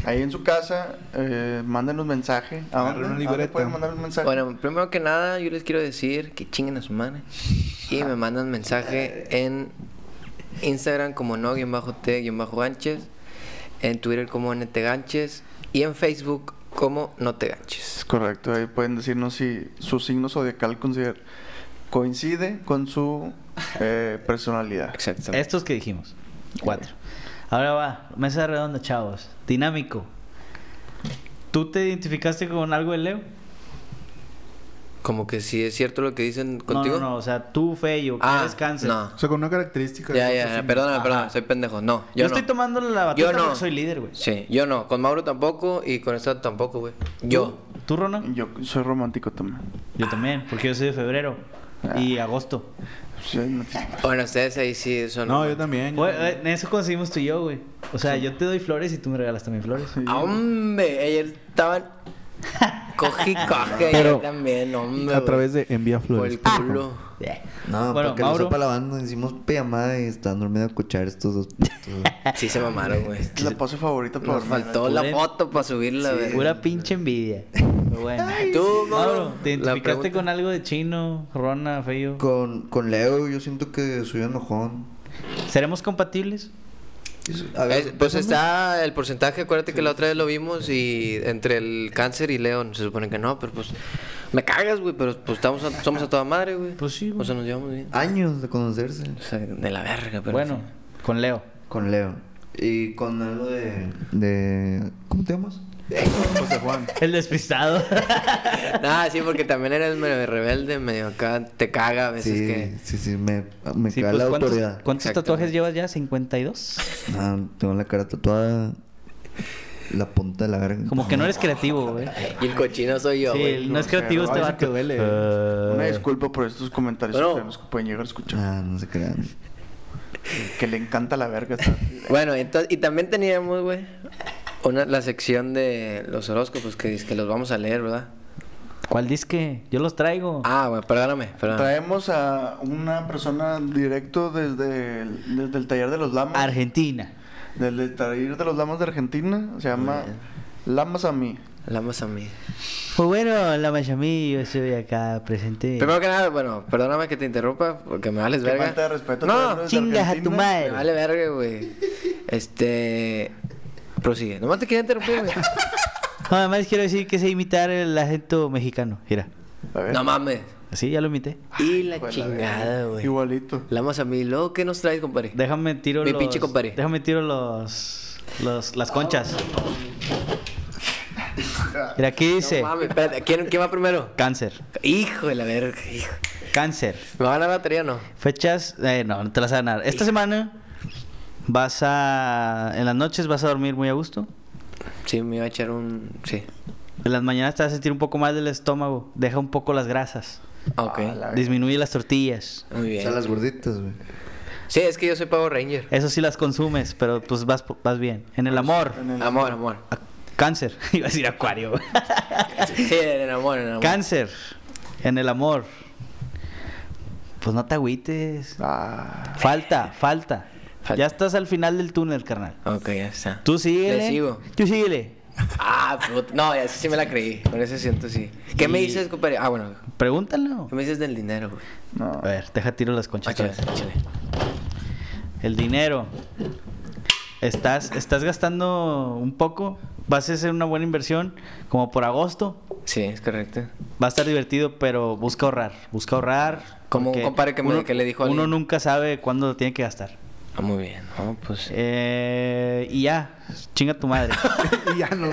[SPEAKER 4] Ahí en su casa, eh, mándenos mensaje. ¿A
[SPEAKER 3] Agarra
[SPEAKER 4] dónde?
[SPEAKER 3] una
[SPEAKER 4] ¿A dónde
[SPEAKER 3] libreta.
[SPEAKER 4] pueden mandar un mensaje?
[SPEAKER 5] Bueno, primero que nada, yo les quiero decir que chinguen a su madre. Y me mandan mensaje en Instagram como no-t-ganches, en Twitter como ntganches y en Facebook como no te ganches.
[SPEAKER 4] Es correcto, ahí pueden decirnos si su signo zodiacal consider- coincide con su eh, personalidad.
[SPEAKER 5] Exacto.
[SPEAKER 1] Estos que dijimos. Cuatro. Ahora va, mesa redonda, chavos. Dinámico. ¿Tú te identificaste con algo de Leo?
[SPEAKER 5] Como que si es cierto lo que dicen contigo.
[SPEAKER 1] No, no, no, o sea, tú, Feyo, que
[SPEAKER 5] Ah,
[SPEAKER 1] eres cáncer.
[SPEAKER 5] no.
[SPEAKER 3] O sea, con una característica.
[SPEAKER 5] Ya,
[SPEAKER 3] de
[SPEAKER 5] ya,
[SPEAKER 3] otro signo.
[SPEAKER 5] perdóname,
[SPEAKER 1] Ajá.
[SPEAKER 5] perdóname, soy pendejo. No, yo,
[SPEAKER 1] Yo, estoy
[SPEAKER 5] no.
[SPEAKER 1] tomando la
[SPEAKER 5] Yo
[SPEAKER 1] batuta
[SPEAKER 5] no.
[SPEAKER 1] porque soy líder, güey.
[SPEAKER 5] Sí, yo no. Con Mauro tampoco y con esto tampoco, güey. Yo.
[SPEAKER 1] ¿Tú, Rona?
[SPEAKER 4] Yo soy romántico también.
[SPEAKER 1] Yo también, porque yo soy de febrero y
[SPEAKER 5] Ah.
[SPEAKER 1] agosto.
[SPEAKER 4] Sí, hay noticia.
[SPEAKER 5] Bueno, ustedes ahí sí son.
[SPEAKER 3] No, yo también. yo
[SPEAKER 1] Güey,
[SPEAKER 3] también.
[SPEAKER 1] eh, en eso coincidimos tú y yo, güey. O sea, yo te doy flores y tú me regalas también flores.
[SPEAKER 5] Ah, Hombre, ayer estaban. Cogí, coge,
[SPEAKER 3] Pero-
[SPEAKER 5] ayer también, hombre.
[SPEAKER 3] A través de envía
[SPEAKER 5] Por
[SPEAKER 3] flores.
[SPEAKER 5] el culo.
[SPEAKER 1] Eh.
[SPEAKER 2] No,
[SPEAKER 1] Bueno,
[SPEAKER 2] porque
[SPEAKER 1] Mauro.
[SPEAKER 2] no sepa la banda, hicimos pijamada y están durmiendo a escuchar estos dos putos, güey.
[SPEAKER 5] Sí, se mamaron, güey.
[SPEAKER 4] Es la pose favorita para
[SPEAKER 5] Nos
[SPEAKER 4] dormir.
[SPEAKER 5] faltó la foto para subirla, güey.
[SPEAKER 1] Pura pinche envidia. Pero bueno.
[SPEAKER 5] Tú,
[SPEAKER 1] Mauro, ¿te
[SPEAKER 5] la
[SPEAKER 1] identificaste
[SPEAKER 5] pregunta-
[SPEAKER 1] con algo de chino, Rona, Feyo?
[SPEAKER 2] Con, con Leo yo siento que soy enojón.
[SPEAKER 1] ¿Seremos compatibles?
[SPEAKER 2] A
[SPEAKER 5] Es- pues está el porcentaje, acuérdate que la otra vez lo vimos y entre el cáncer y León se supone que no, pero pues me cagas, güey, pero pues estamos a- somos a toda madre, güey.
[SPEAKER 1] Pues sí, güey.
[SPEAKER 5] O sea, nos llevamos bien.
[SPEAKER 2] Años de conocerse
[SPEAKER 5] O sea, de la verga, pero
[SPEAKER 1] Bueno, con Leo.
[SPEAKER 2] con Leo. Y con algo de... de ¿Cómo te llamas?
[SPEAKER 1] Ah,
[SPEAKER 3] José Juan.
[SPEAKER 1] El despistado.
[SPEAKER 5] sí. Ah, sí, porque también eres medio rebelde, medio acá te caga a veces
[SPEAKER 2] Sí,
[SPEAKER 5] Pues que
[SPEAKER 2] sí, sí, me, me
[SPEAKER 1] Sí,
[SPEAKER 2] cae
[SPEAKER 1] pues,
[SPEAKER 2] la
[SPEAKER 1] ¿cuántos,
[SPEAKER 2] autoridad.
[SPEAKER 1] cuántos
[SPEAKER 5] Exactamente.
[SPEAKER 1] tatuajes llevas ya? ¿52?
[SPEAKER 2] No, tengo la cara tatuada, la punta de la verga.
[SPEAKER 1] Como que no eres creativo, güey.
[SPEAKER 5] y el cochino soy yo,
[SPEAKER 1] Sí,
[SPEAKER 5] güey.
[SPEAKER 1] no es creativo este
[SPEAKER 3] Ay, sí que
[SPEAKER 1] vato. Eh,
[SPEAKER 3] duele.
[SPEAKER 4] Una disculpa por estos comentarios
[SPEAKER 5] Bueno.
[SPEAKER 4] que nos pueden llegar a escuchar.
[SPEAKER 2] Ah, no se crean.
[SPEAKER 4] Que le encanta la verga. está-
[SPEAKER 5] Bueno, entonces, y también teníamos, güey, una, la sección de los horóscopos que, dice que los vamos a leer, ¿verdad?
[SPEAKER 1] ¿Cuál disque? Yo los traigo.
[SPEAKER 5] Ah, güey, perdóname, perdóname.
[SPEAKER 4] Traemos a una persona directo desde el, desde el taller de los lamas.
[SPEAKER 3] Ah,
[SPEAKER 1] Argentina.
[SPEAKER 4] desde el taller de los lamas de Argentina. Se llama Lamas a mí.
[SPEAKER 5] La más a mí.
[SPEAKER 1] Pues bueno, la Miami, yo estoy acá presente.
[SPEAKER 5] Primero que nada, bueno, perdóname que te interrumpa porque me vales
[SPEAKER 4] Qué
[SPEAKER 5] verga.
[SPEAKER 4] falta de respeto.
[SPEAKER 5] No,
[SPEAKER 4] traerlo desde
[SPEAKER 1] chingas a tu
[SPEAKER 4] Argentina.
[SPEAKER 1] madre.
[SPEAKER 5] me vale verga, güey. Este. Prosigue. Nomás te quería interrumpir, güey.
[SPEAKER 1] No, además quiero decir que sé imitar el acento mexicano. Mira.
[SPEAKER 4] A ver.
[SPEAKER 5] No mames.
[SPEAKER 1] Así ya lo imité.
[SPEAKER 5] Y la
[SPEAKER 4] Hijo de la
[SPEAKER 5] chingada,
[SPEAKER 4] verga.
[SPEAKER 5] güey.
[SPEAKER 4] Igualito.
[SPEAKER 5] La más a mí. Luego, ¿qué nos traes, compadre?
[SPEAKER 1] Déjame tiro
[SPEAKER 5] Mi
[SPEAKER 1] los...
[SPEAKER 5] pinche compadre.
[SPEAKER 1] Déjame tiro los... los- las conchas. Mira, aquí dice...
[SPEAKER 5] No mames, espérate. ¿Quién, quién va primero?
[SPEAKER 1] Cáncer.
[SPEAKER 5] Hijo de la verga, hijo.
[SPEAKER 1] Cáncer.
[SPEAKER 5] ¿Me van a dar batería o no?
[SPEAKER 1] Fechas... eh, no, no te las van a dar. Esta semana vas a... En las noches vas a dormir muy a gusto.
[SPEAKER 5] Sí, me iba a echar un. Sí.
[SPEAKER 1] En las mañanas te vas a sentir un poco mal del estómago. Deja un poco las grasas.
[SPEAKER 5] Ah, Ok.
[SPEAKER 4] Ah, la-
[SPEAKER 1] Disminuye las tortillas.
[SPEAKER 5] Muy
[SPEAKER 2] O sea,
[SPEAKER 5] bien.
[SPEAKER 2] las gorditas, güey.
[SPEAKER 5] Sí, es que yo soy Pavo Ranger.
[SPEAKER 1] Eso sí las consumes, pero pues vas, vas bien. En el amor.
[SPEAKER 4] En el-
[SPEAKER 5] Amor, amor.
[SPEAKER 1] a- Cáncer. Iba a decir acuario.
[SPEAKER 5] Sí, en el amor, en el amor.
[SPEAKER 1] Cáncer. En el amor. Pues no te agüites.
[SPEAKER 3] Ah,
[SPEAKER 1] Falta, falta.
[SPEAKER 5] Falta.
[SPEAKER 1] Ya estás al final del túnel, carnal.
[SPEAKER 5] Ok, ya está.
[SPEAKER 1] Tú síguele.
[SPEAKER 5] Le sigo.
[SPEAKER 1] Tú síguele.
[SPEAKER 5] Ah, puta. No, ya sí me la creí. Con ese siento sí. ¿Qué me
[SPEAKER 1] Y-
[SPEAKER 5] dices, compadre? Ah, bueno.
[SPEAKER 1] Pregúntalo.
[SPEAKER 5] ¿Qué me dices del dinero, güey?
[SPEAKER 4] No.
[SPEAKER 1] A ver, deja tiro las conchas.
[SPEAKER 5] Échale,
[SPEAKER 1] otra vez.
[SPEAKER 5] échale.
[SPEAKER 1] El dinero. Estás, estás gastando un poco. Vas a hacer una buena inversión. Como por agosto.
[SPEAKER 5] Sí, es correcto.
[SPEAKER 1] Va a estar divertido, pero busca ahorrar. Busca ahorrar.
[SPEAKER 5] Como un
[SPEAKER 1] porque
[SPEAKER 5] compadre que me-
[SPEAKER 1] uno-
[SPEAKER 5] que le dijo a
[SPEAKER 1] Uno
[SPEAKER 5] alguien.
[SPEAKER 1] nunca sabe cuándo lo tiene que gastar.
[SPEAKER 5] Ah, muy bien. No, pues.
[SPEAKER 1] Eh, y ya, chinga tu madre.
[SPEAKER 3] y ya no. no. No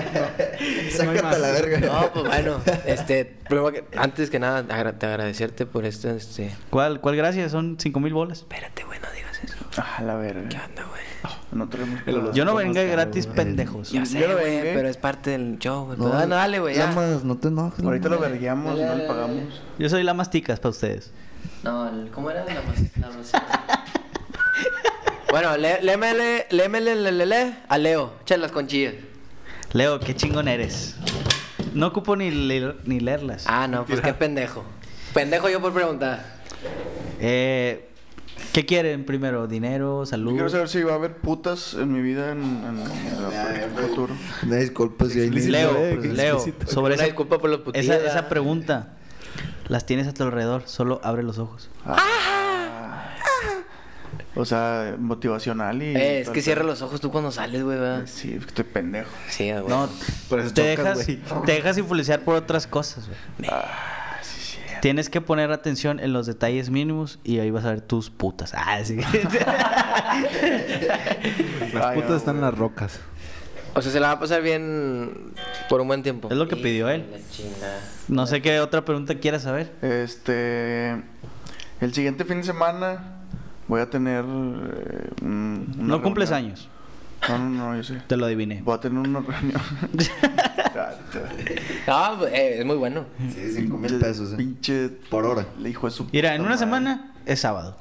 [SPEAKER 3] hay
[SPEAKER 2] Sácate
[SPEAKER 3] más.
[SPEAKER 2] a la verga.
[SPEAKER 5] No, pues bueno. Este, primero que- antes que nada, agra- te agradecerte por esto. Este.
[SPEAKER 1] ¿Cuál, cuál gracias? Son cinco mil bolas.
[SPEAKER 5] Espérate, güey, no digas eso.
[SPEAKER 4] Ah, la
[SPEAKER 5] ¿Qué
[SPEAKER 4] verga. Ah,
[SPEAKER 5] onda, güey?
[SPEAKER 4] No traemos.
[SPEAKER 1] Yo no venga gratis, pendejos.
[SPEAKER 5] Ya sé,
[SPEAKER 4] Yo lo
[SPEAKER 5] güey,
[SPEAKER 4] vengué.
[SPEAKER 5] pero es parte del show, güey. Pero bueno, dale, güey, ya.
[SPEAKER 2] Lamas, no te enojes.
[SPEAKER 4] Ahorita lo
[SPEAKER 2] lamas.
[SPEAKER 4] vergueamos y no le pagamos.
[SPEAKER 1] Yo soy la masticas para ustedes.
[SPEAKER 5] No, el- ¿cómo era la mas- la mas- Bueno, lé- lémele, lémele, le, le, le, a Leo. Echa las conchillas.
[SPEAKER 1] Leo, qué chingón eres. No ocupo ni, leer- ni leerlas.
[SPEAKER 5] Ah, no, pues qué pendejo. Pendejo yo por preguntar.
[SPEAKER 1] Eh, ¿Qué quieren primero? ¿Dinero?
[SPEAKER 4] Yo
[SPEAKER 1] ¿Salud?
[SPEAKER 4] quiero saber si va a haber putas en mi vida en, en, en el futuro.
[SPEAKER 2] Una disculpa si hay niños.
[SPEAKER 1] Leo,
[SPEAKER 3] eh,
[SPEAKER 2] pues,
[SPEAKER 1] Leo,
[SPEAKER 3] explícito.
[SPEAKER 1] sobre
[SPEAKER 5] Una
[SPEAKER 1] esa,
[SPEAKER 5] disculpa por los putillos,
[SPEAKER 1] esa,
[SPEAKER 5] ¿verdad?
[SPEAKER 1] esa pregunta. Las tienes a tu alrededor, solo abre los ojos.
[SPEAKER 4] O sea, motivacional y.
[SPEAKER 5] Eh, es que cierra los ojos tú cuando sales, güey, ¿verdad?
[SPEAKER 4] Sí, es que estoy pendejo.
[SPEAKER 5] Sí, güey.
[SPEAKER 1] No,
[SPEAKER 3] Por eso
[SPEAKER 1] te,
[SPEAKER 3] chocas,
[SPEAKER 1] dejas,
[SPEAKER 3] güey. Ah,
[SPEAKER 1] te dejas influenciar por otras cosas. güey. Tienes que poner atención en los detalles mínimos y ahí vas a ver tus putas. Ah, sí.
[SPEAKER 3] Las
[SPEAKER 4] Ay,
[SPEAKER 3] putas
[SPEAKER 4] no,
[SPEAKER 3] están en
[SPEAKER 4] güey.
[SPEAKER 3] las rocas.
[SPEAKER 5] O sea, se la va a pasar bien por un buen tiempo.
[SPEAKER 1] Es lo que pidió él.
[SPEAKER 5] Hijo de la chingada.
[SPEAKER 1] no sé qué otra pregunta quieras saber.
[SPEAKER 4] Este. El siguiente fin de semana voy a tener. eh, un- una
[SPEAKER 1] No cumples
[SPEAKER 4] reunión.
[SPEAKER 1] años.
[SPEAKER 4] No, no, no, yo sé.
[SPEAKER 1] Te lo adiviné.
[SPEAKER 4] Voy a tener una reunión.
[SPEAKER 5] Ah, pues, eh, es muy bueno.
[SPEAKER 2] Sí, cinco mil pesos. eh.
[SPEAKER 4] Pinche.
[SPEAKER 2] Por hora.
[SPEAKER 4] Le hijo de su.
[SPEAKER 1] Mira, en
[SPEAKER 4] puta
[SPEAKER 1] una
[SPEAKER 4] madre.
[SPEAKER 1] semana es sábado.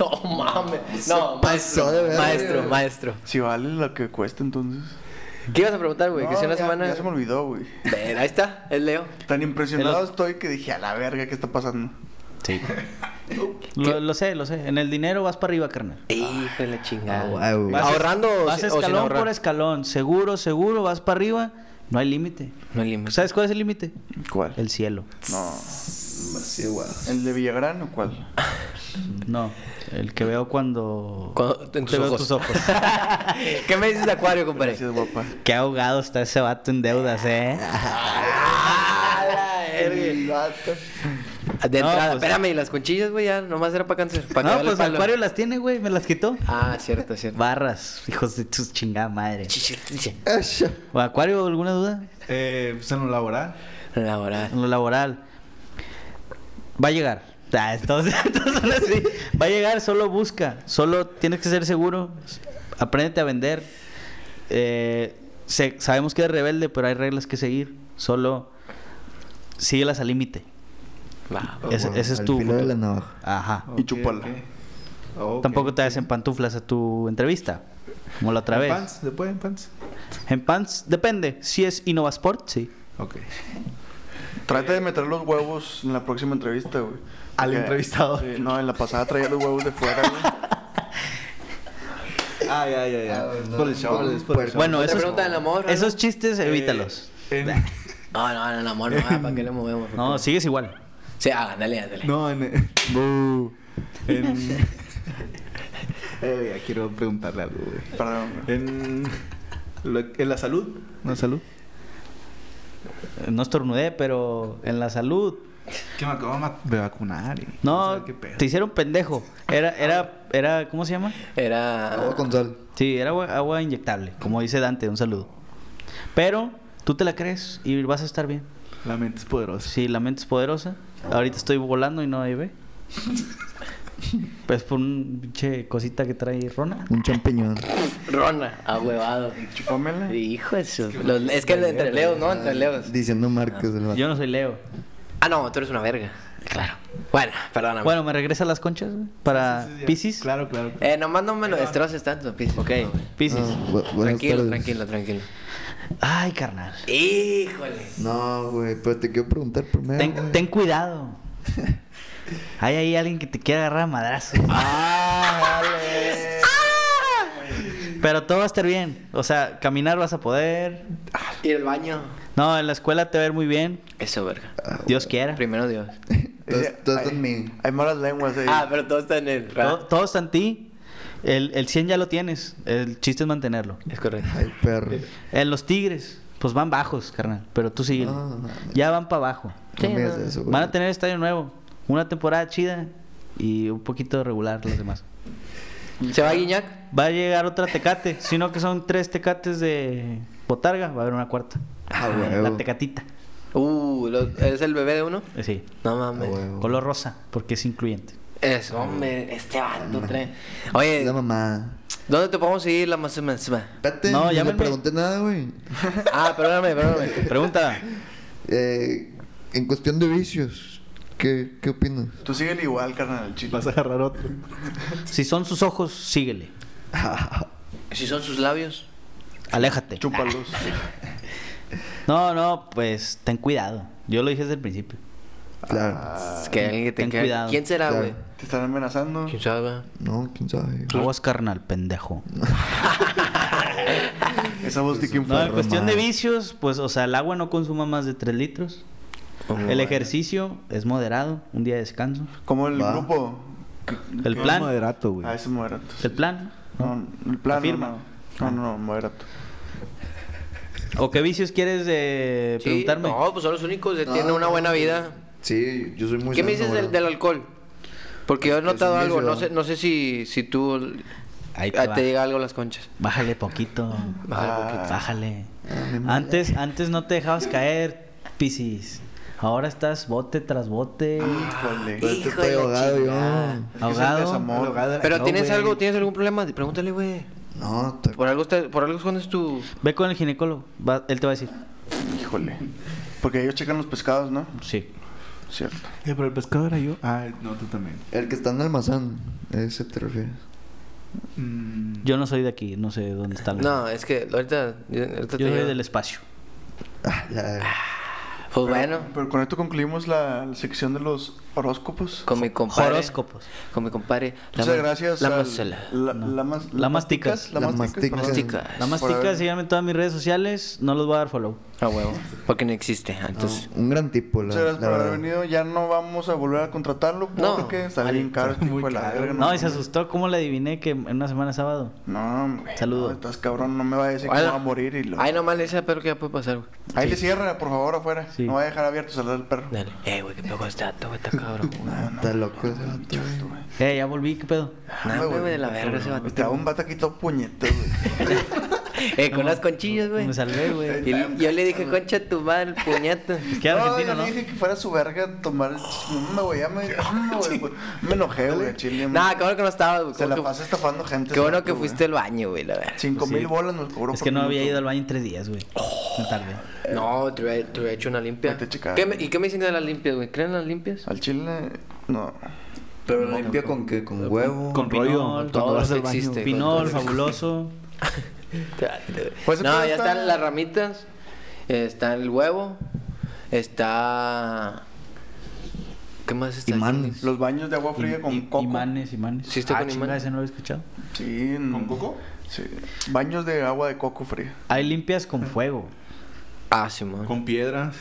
[SPEAKER 5] oh, mames.
[SPEAKER 2] pasó
[SPEAKER 5] No, maestro,
[SPEAKER 2] de verga,
[SPEAKER 5] maestro,
[SPEAKER 2] güey.
[SPEAKER 5] maestro.
[SPEAKER 4] Si vale lo que cuesta entonces.
[SPEAKER 5] ¿Qué ibas a preguntar, güey? que si
[SPEAKER 4] No,
[SPEAKER 5] una
[SPEAKER 4] ya-
[SPEAKER 5] semana...
[SPEAKER 4] Ya se me olvidó, güey.
[SPEAKER 5] Ver, ahí está, es Leo.
[SPEAKER 4] Tan impresionado
[SPEAKER 1] El otro-
[SPEAKER 4] estoy que dije, a la verga, ¿qué está pasando?
[SPEAKER 1] Sí. lo, lo sé, lo sé. En el dinero vas para arriba, carnal.
[SPEAKER 5] Hijo de la chingada.
[SPEAKER 2] Ah, guau, güey.
[SPEAKER 1] Vas es-
[SPEAKER 5] ¿Ahorrando o
[SPEAKER 1] Vas
[SPEAKER 5] si- o sin
[SPEAKER 1] escalón
[SPEAKER 5] ahorrar?
[SPEAKER 1] por escalón. Seguro, seguro, vas para arriba. No hay límite.
[SPEAKER 5] No hay límite.
[SPEAKER 1] ¿Sabes cuál es el límite?
[SPEAKER 4] ¿Cuál?
[SPEAKER 1] El cielo.
[SPEAKER 4] No.
[SPEAKER 2] Sí, guau.
[SPEAKER 4] ¿El de Villagrán o cuál?
[SPEAKER 1] No, el que veo cuando,
[SPEAKER 5] Cuando- en
[SPEAKER 1] te
[SPEAKER 5] tus
[SPEAKER 1] veo
[SPEAKER 5] ojos.
[SPEAKER 1] tus ojos.
[SPEAKER 5] ¿Qué me dices de Acuario, compadre?
[SPEAKER 4] Gracias, guapa.
[SPEAKER 1] Qué ahogado está ese vato en deudas, ¿eh?
[SPEAKER 5] ¡Ah, la verga! Ah, De
[SPEAKER 1] No,
[SPEAKER 5] entrada,
[SPEAKER 1] pues-
[SPEAKER 5] espérame, y las conchillas, güey, ya nomás era para cáncer. Para
[SPEAKER 1] no, pues Acuario las tiene, güey, me las quitó.
[SPEAKER 5] Ah, cierto, cierto.
[SPEAKER 1] Barras, hijos de tus chingada madre.
[SPEAKER 5] Chichiriche.
[SPEAKER 1] ¿O Acuario, alguna duda?
[SPEAKER 3] Eh, pues en lo laboral.
[SPEAKER 5] Laboral.
[SPEAKER 1] En lo laboral. Va a llegar. Ah, entonces, entonces ahora sí. Va a llegar, solo busca. Solo tienes que ser seguro. Apréndete a vender. Eh, se- sabemos que eres rebelde, pero hay reglas que seguir. Solo síguelas al límite.
[SPEAKER 5] Va.
[SPEAKER 3] Oh,
[SPEAKER 1] Ese,
[SPEAKER 2] Guau,
[SPEAKER 1] ese es
[SPEAKER 2] al
[SPEAKER 1] tu.
[SPEAKER 2] filo de la navaja.
[SPEAKER 1] Ajá.
[SPEAKER 4] Y chupala.
[SPEAKER 3] Ah,
[SPEAKER 1] Tampoco te hacen pantuflas a tu entrevista. Como la otra vez.
[SPEAKER 3] ¿En pants? ¿Se puede en pants?
[SPEAKER 1] En pants, depende. Si es Innovasport, sí.
[SPEAKER 3] Ok.
[SPEAKER 4] Trata de meter los huevos en la próxima entrevista, güey.
[SPEAKER 3] Al
[SPEAKER 4] Porque-
[SPEAKER 3] entrevistado.
[SPEAKER 4] Sí, no, en la pasada traía los huevos de fuera, güey.
[SPEAKER 3] Ah, ya, ya, ya. Es por el show, es por el show.
[SPEAKER 1] Bueno,
[SPEAKER 5] te
[SPEAKER 1] esos,
[SPEAKER 5] preguntan el amor, ¿no?
[SPEAKER 1] esos chistes,
[SPEAKER 3] Eh,
[SPEAKER 1] evítalos.
[SPEAKER 3] En-
[SPEAKER 5] No, no, no, no, amor, no, ¿para qué le movemos?
[SPEAKER 1] No, sigues igual.
[SPEAKER 5] Sí, ah, ándale, ándale.
[SPEAKER 3] No, en. Bu. En. Eh, ya quiero preguntarle algo, güey.
[SPEAKER 4] Perdón, güey.
[SPEAKER 3] En. lo- En la salud. ¿La salud?
[SPEAKER 1] Eh, No estornudé, pero en la salud.
[SPEAKER 3] Que me acabo de ma- de vacunar. y-
[SPEAKER 1] No,
[SPEAKER 3] sabe qué pedo.
[SPEAKER 1] te hicieron pendejo. Era, era, era, ¿cómo se llama?
[SPEAKER 5] Era.
[SPEAKER 2] Agua Ah, con sal.
[SPEAKER 1] Sí, era agua, agua inyectable, como dice Dante, un saludo. Pero tú te la crees y vas a estar bien.
[SPEAKER 3] La mente es poderosa.
[SPEAKER 1] Sí, la mente es poderosa. Ahorita estoy volando y no ahí ve. Pues por un pinche cosita que trae Rona.
[SPEAKER 2] Un champiñón.
[SPEAKER 5] Rona, ahuevado.
[SPEAKER 4] Chúpamela.
[SPEAKER 5] Hijo de su... Los- es que entre leos, ¿no? Entre leos.
[SPEAKER 2] Diciendo marcas. el vato.
[SPEAKER 1] Yo no soy Leo.
[SPEAKER 5] Ah, no, tú eres una verga. Claro. Bueno, perdóname.
[SPEAKER 1] Bueno, ¿me regresa las conchas güey? para
[SPEAKER 3] Sí, sí, sí.
[SPEAKER 1] Piscis?
[SPEAKER 3] Claro, claro.
[SPEAKER 5] Eh, nomás no me lo destroces tanto, Pis. Ok.
[SPEAKER 1] Piscis.
[SPEAKER 2] Ah, bu- buenas
[SPEAKER 5] Tranquilo,
[SPEAKER 2] tardes.
[SPEAKER 5] tranquilo, tranquilo.
[SPEAKER 3] Ah.
[SPEAKER 1] Ay, carnal.
[SPEAKER 5] Híjole.
[SPEAKER 2] No, güey, pero te quiero preguntar primero.
[SPEAKER 1] Ten,
[SPEAKER 2] güey.
[SPEAKER 1] ten cuidado. Hay ahí alguien que te quiere agarrar a madrazo.
[SPEAKER 5] Ah,
[SPEAKER 1] Pero todo va a estar bien. O sea, caminar vas a poder.
[SPEAKER 5] Y el baño.
[SPEAKER 1] No, en la escuela te va a ir muy bien.
[SPEAKER 5] Eso, verga.
[SPEAKER 1] Dios quiera.
[SPEAKER 5] Primero Dios.
[SPEAKER 2] Todos- todos son mí.
[SPEAKER 4] Hay malas lenguas eh. ahí.
[SPEAKER 5] Ah, pero todo está en él. ¿verdad?
[SPEAKER 1] Todo, todo está en ti. El, el 100 ya lo tienes. El chiste es mantenerlo.
[SPEAKER 5] Es correcto.
[SPEAKER 2] Ay, perro.
[SPEAKER 1] En los tigres, pues van bajos, carnal. Pero tú sigue.
[SPEAKER 2] Ah,
[SPEAKER 1] ya van para abajo.
[SPEAKER 2] No me digas eso, güey.
[SPEAKER 1] Van a tener estadio nuevo. Una temporada chida y un poquito regular los demás.
[SPEAKER 5] ¿Se va Guiñac?
[SPEAKER 1] Va a llegar otra tecate. Si no, que son tres tecates de botarga, va a haber una cuarta.
[SPEAKER 2] Ah,
[SPEAKER 1] la
[SPEAKER 2] huevo.
[SPEAKER 1] tecatita.
[SPEAKER 5] Uh, lo- ¿es el bebé de uno?
[SPEAKER 1] Eh, Sí.
[SPEAKER 5] No
[SPEAKER 2] Ah,
[SPEAKER 5] mames.
[SPEAKER 2] huevo.
[SPEAKER 1] Color rosa, porque es incluyente.
[SPEAKER 5] Eso, hombre, este vato trae.
[SPEAKER 2] Es
[SPEAKER 5] Oye,
[SPEAKER 2] La mamá.
[SPEAKER 5] ¿dónde te podemos seguir la más más?
[SPEAKER 2] Espérate,
[SPEAKER 1] No,
[SPEAKER 2] no,
[SPEAKER 1] llámenme.
[SPEAKER 2] le pregunté nada, güey.
[SPEAKER 5] Ah, perdóname, perdóname.
[SPEAKER 1] Pregunta.
[SPEAKER 2] Eh, en cuestión de vicios, ¿qué, qué opinas?
[SPEAKER 4] Tú síguele igual, carnal, al chile.
[SPEAKER 3] Vas a agarrar otro.
[SPEAKER 1] Si son sus ojos, síguele.
[SPEAKER 5] Si son sus labios.
[SPEAKER 1] Aléjate.
[SPEAKER 4] Chúpalos.
[SPEAKER 1] No, no, pues ten cuidado. Yo lo dije desde el principio.
[SPEAKER 2] Claro.
[SPEAKER 5] Es que alguien que te
[SPEAKER 1] ten
[SPEAKER 5] queda-
[SPEAKER 1] cuidado.
[SPEAKER 5] ¿Quién será,
[SPEAKER 2] Claro.
[SPEAKER 5] güey?
[SPEAKER 4] Te están amenazando.
[SPEAKER 5] ¿Quién sabe? güey?
[SPEAKER 2] No, quién sabe.
[SPEAKER 1] Aguas carnal, pendejo.
[SPEAKER 4] Esa voz de quién
[SPEAKER 1] No,
[SPEAKER 4] fue.
[SPEAKER 1] en cuestión de vicios, pues, o sea, el agua no consuma más de 3 litros.
[SPEAKER 2] Ah.
[SPEAKER 1] El ejercicio es moderado, un día de descanso.
[SPEAKER 4] Como el
[SPEAKER 2] Va.
[SPEAKER 4] grupo.
[SPEAKER 1] El
[SPEAKER 3] Qué
[SPEAKER 1] plan,
[SPEAKER 3] moderato, güey.
[SPEAKER 4] Ah, ese moderato.
[SPEAKER 1] el Ah. plan.
[SPEAKER 4] No, el plan.
[SPEAKER 1] Afirma.
[SPEAKER 4] no, No, no, no, moderato.
[SPEAKER 1] ¿O qué vicios quieres eh,
[SPEAKER 5] Sí,
[SPEAKER 1] preguntarme?
[SPEAKER 5] No, pues son los únicos que
[SPEAKER 2] No,
[SPEAKER 5] tienen una
[SPEAKER 2] no,
[SPEAKER 5] buena
[SPEAKER 2] no,
[SPEAKER 5] vida.
[SPEAKER 2] Sí, yo soy muy
[SPEAKER 5] ¿Qué me
[SPEAKER 2] sano,
[SPEAKER 5] dices del,
[SPEAKER 2] güey.
[SPEAKER 5] del alcohol? Porque yo he notado
[SPEAKER 2] un
[SPEAKER 5] algo,
[SPEAKER 2] vicio.
[SPEAKER 5] no sé, no sé si, si tú
[SPEAKER 1] Ahí te
[SPEAKER 5] ah,
[SPEAKER 1] va.
[SPEAKER 5] te llega algo a las conchas.
[SPEAKER 1] Bájale poquito.
[SPEAKER 5] Bájale
[SPEAKER 4] Ah.
[SPEAKER 1] Bájale. Antes, antes no te dejabas caer, Piscis. Ahora estás bote tras bote.
[SPEAKER 4] Híjole.
[SPEAKER 2] Pero
[SPEAKER 4] Es
[SPEAKER 2] este
[SPEAKER 5] Hijo de
[SPEAKER 2] estoy
[SPEAKER 5] la
[SPEAKER 2] ahogado
[SPEAKER 5] chingada.
[SPEAKER 2] yo.
[SPEAKER 4] que Ah, es el
[SPEAKER 1] Ahogado.
[SPEAKER 4] desamor.
[SPEAKER 5] Pero
[SPEAKER 3] No,
[SPEAKER 5] tienes
[SPEAKER 3] güey.
[SPEAKER 5] algo, tienes algún problema, pregúntale, güey.
[SPEAKER 2] No, estoy-
[SPEAKER 5] Por algo está- por algo escondes tu
[SPEAKER 1] Ve con el ginecólogo. va- él te va a decir.
[SPEAKER 4] Híjole. Porque ellos checan los pescados, ¿no?
[SPEAKER 1] Sí.
[SPEAKER 4] Cierto.
[SPEAKER 3] Eh, pero el pescado era yo. Ah, no, tú también.
[SPEAKER 2] El que está en el almazán, ¿a ese te refieres?
[SPEAKER 3] Mm,
[SPEAKER 1] Yo no soy de aquí, no sé dónde está. la-
[SPEAKER 5] No, es que ahorita, yo- ahorita
[SPEAKER 1] Yo
[SPEAKER 5] te
[SPEAKER 1] soy
[SPEAKER 5] digo.
[SPEAKER 1] del espacio.
[SPEAKER 2] Ah, la...
[SPEAKER 5] Pues
[SPEAKER 4] Pero-
[SPEAKER 5] bueno,
[SPEAKER 4] Pero con esto concluimos la, la sección de los horóscopos.
[SPEAKER 5] con mi compadre.
[SPEAKER 1] Horóscopos.
[SPEAKER 5] Con mi compadre.
[SPEAKER 4] Muchas
[SPEAKER 5] ma-
[SPEAKER 4] gracias.
[SPEAKER 5] La
[SPEAKER 4] al-
[SPEAKER 5] Marcela.
[SPEAKER 4] La,
[SPEAKER 1] No.
[SPEAKER 4] la, mas-
[SPEAKER 1] La masticas.
[SPEAKER 4] La
[SPEAKER 2] La
[SPEAKER 4] masticas. perdón.
[SPEAKER 2] masticas.
[SPEAKER 5] Mastica.
[SPEAKER 1] La
[SPEAKER 4] Por
[SPEAKER 1] mastica,
[SPEAKER 4] haber-
[SPEAKER 1] síganme en todas mis redes sociales. No los voy a dar follow.
[SPEAKER 5] A huevo. Porque no existe. Entonces,
[SPEAKER 2] Un gran tipo, la,
[SPEAKER 4] Muchas gracias
[SPEAKER 2] la
[SPEAKER 4] por haber
[SPEAKER 2] verdad.
[SPEAKER 4] venido. Ya no vamos a volver a contratarlo
[SPEAKER 5] No.
[SPEAKER 4] porque sale
[SPEAKER 5] Ay,
[SPEAKER 4] bien caro este
[SPEAKER 3] muy
[SPEAKER 4] hijo de la
[SPEAKER 3] caro.
[SPEAKER 4] verga.
[SPEAKER 1] No, y se asustó. ¿Cómo le adiviné que en una semana es sábado?
[SPEAKER 4] No, güey.
[SPEAKER 1] Saludo.
[SPEAKER 4] no, estás cabrón, no me va a decir que
[SPEAKER 5] Bueno.
[SPEAKER 4] va a morir y lo...
[SPEAKER 5] Ay, nomás le dice al perro que ya puede pasar, güey.
[SPEAKER 4] Ahí le cierra, por favor, afuera.
[SPEAKER 1] Sí.
[SPEAKER 4] No va a dejar abierto salir el perro.
[SPEAKER 5] Dale. Eh, güey, qué pedo este dato, güey, está cabrón, güey.
[SPEAKER 2] Ah, Está loco ese vato, güey.
[SPEAKER 1] Eh, ya volví, ¿qué pedo?
[SPEAKER 5] Nada, güey, de la verga ese vato.
[SPEAKER 4] Te hago un vato aquí todo puñeto, güey.
[SPEAKER 5] Eh, con las conchillas, güey.
[SPEAKER 1] Me salvé, güey.
[SPEAKER 5] Y l- yo le dije, concha tu madre, el puñeto.
[SPEAKER 1] Qué argentino,
[SPEAKER 4] yo
[SPEAKER 1] ¿no?
[SPEAKER 4] le dije que fuera su verga a tomar el... No me voy, ya me... no, güey, güey. Me enojé, güey, al chile.
[SPEAKER 5] Nada, qué bueno que no estabas, güey.
[SPEAKER 4] Se
[SPEAKER 5] Qué
[SPEAKER 4] la
[SPEAKER 5] bueno
[SPEAKER 4] pasa estafando gente.
[SPEAKER 5] que- Qué bueno
[SPEAKER 4] ese
[SPEAKER 5] que
[SPEAKER 4] vato, güey.
[SPEAKER 5] fuiste al baño, güey, la verdad.
[SPEAKER 4] Cinco mil bolas nos cobró
[SPEAKER 1] Pues Es
[SPEAKER 4] por
[SPEAKER 1] que no había
[SPEAKER 4] minuto.
[SPEAKER 1] ido al baño en tres días, güey. Me tardé.
[SPEAKER 5] No, te hubiera, te hubiera hecho una limpia.
[SPEAKER 4] Vete a checar.
[SPEAKER 5] ¿Qué me- ¿Y qué me dicen de las limpias, güey? ¿Creen en las limpias?
[SPEAKER 4] Al chile, no.
[SPEAKER 2] Pero lo limpia con qué? Con huevo.
[SPEAKER 3] Con
[SPEAKER 1] Pinol,
[SPEAKER 3] rollo.
[SPEAKER 1] todo
[SPEAKER 3] Cuando
[SPEAKER 5] lo
[SPEAKER 3] vas
[SPEAKER 5] que
[SPEAKER 3] al baño.
[SPEAKER 5] existe.
[SPEAKER 1] Pinol, fabuloso.
[SPEAKER 4] Pues,
[SPEAKER 5] no,
[SPEAKER 4] pero
[SPEAKER 5] ya
[SPEAKER 4] está-
[SPEAKER 5] están las ramitas. eh, Está el huevo. Está. ¿Qué más está?
[SPEAKER 2] Imanes.
[SPEAKER 4] Los baños de agua fría con
[SPEAKER 1] I-
[SPEAKER 4] coco.
[SPEAKER 1] Imanes, imanes.
[SPEAKER 5] Sí, está
[SPEAKER 1] Ah,
[SPEAKER 5] con
[SPEAKER 1] chinga,
[SPEAKER 5] imanes.
[SPEAKER 1] ese no lo he escuchado.
[SPEAKER 4] Sí. ¿Con coco? Sí. Baños de agua de coco fría.
[SPEAKER 1] Hay limpias con fuego.
[SPEAKER 5] Ah, Simón.
[SPEAKER 3] Con piedras.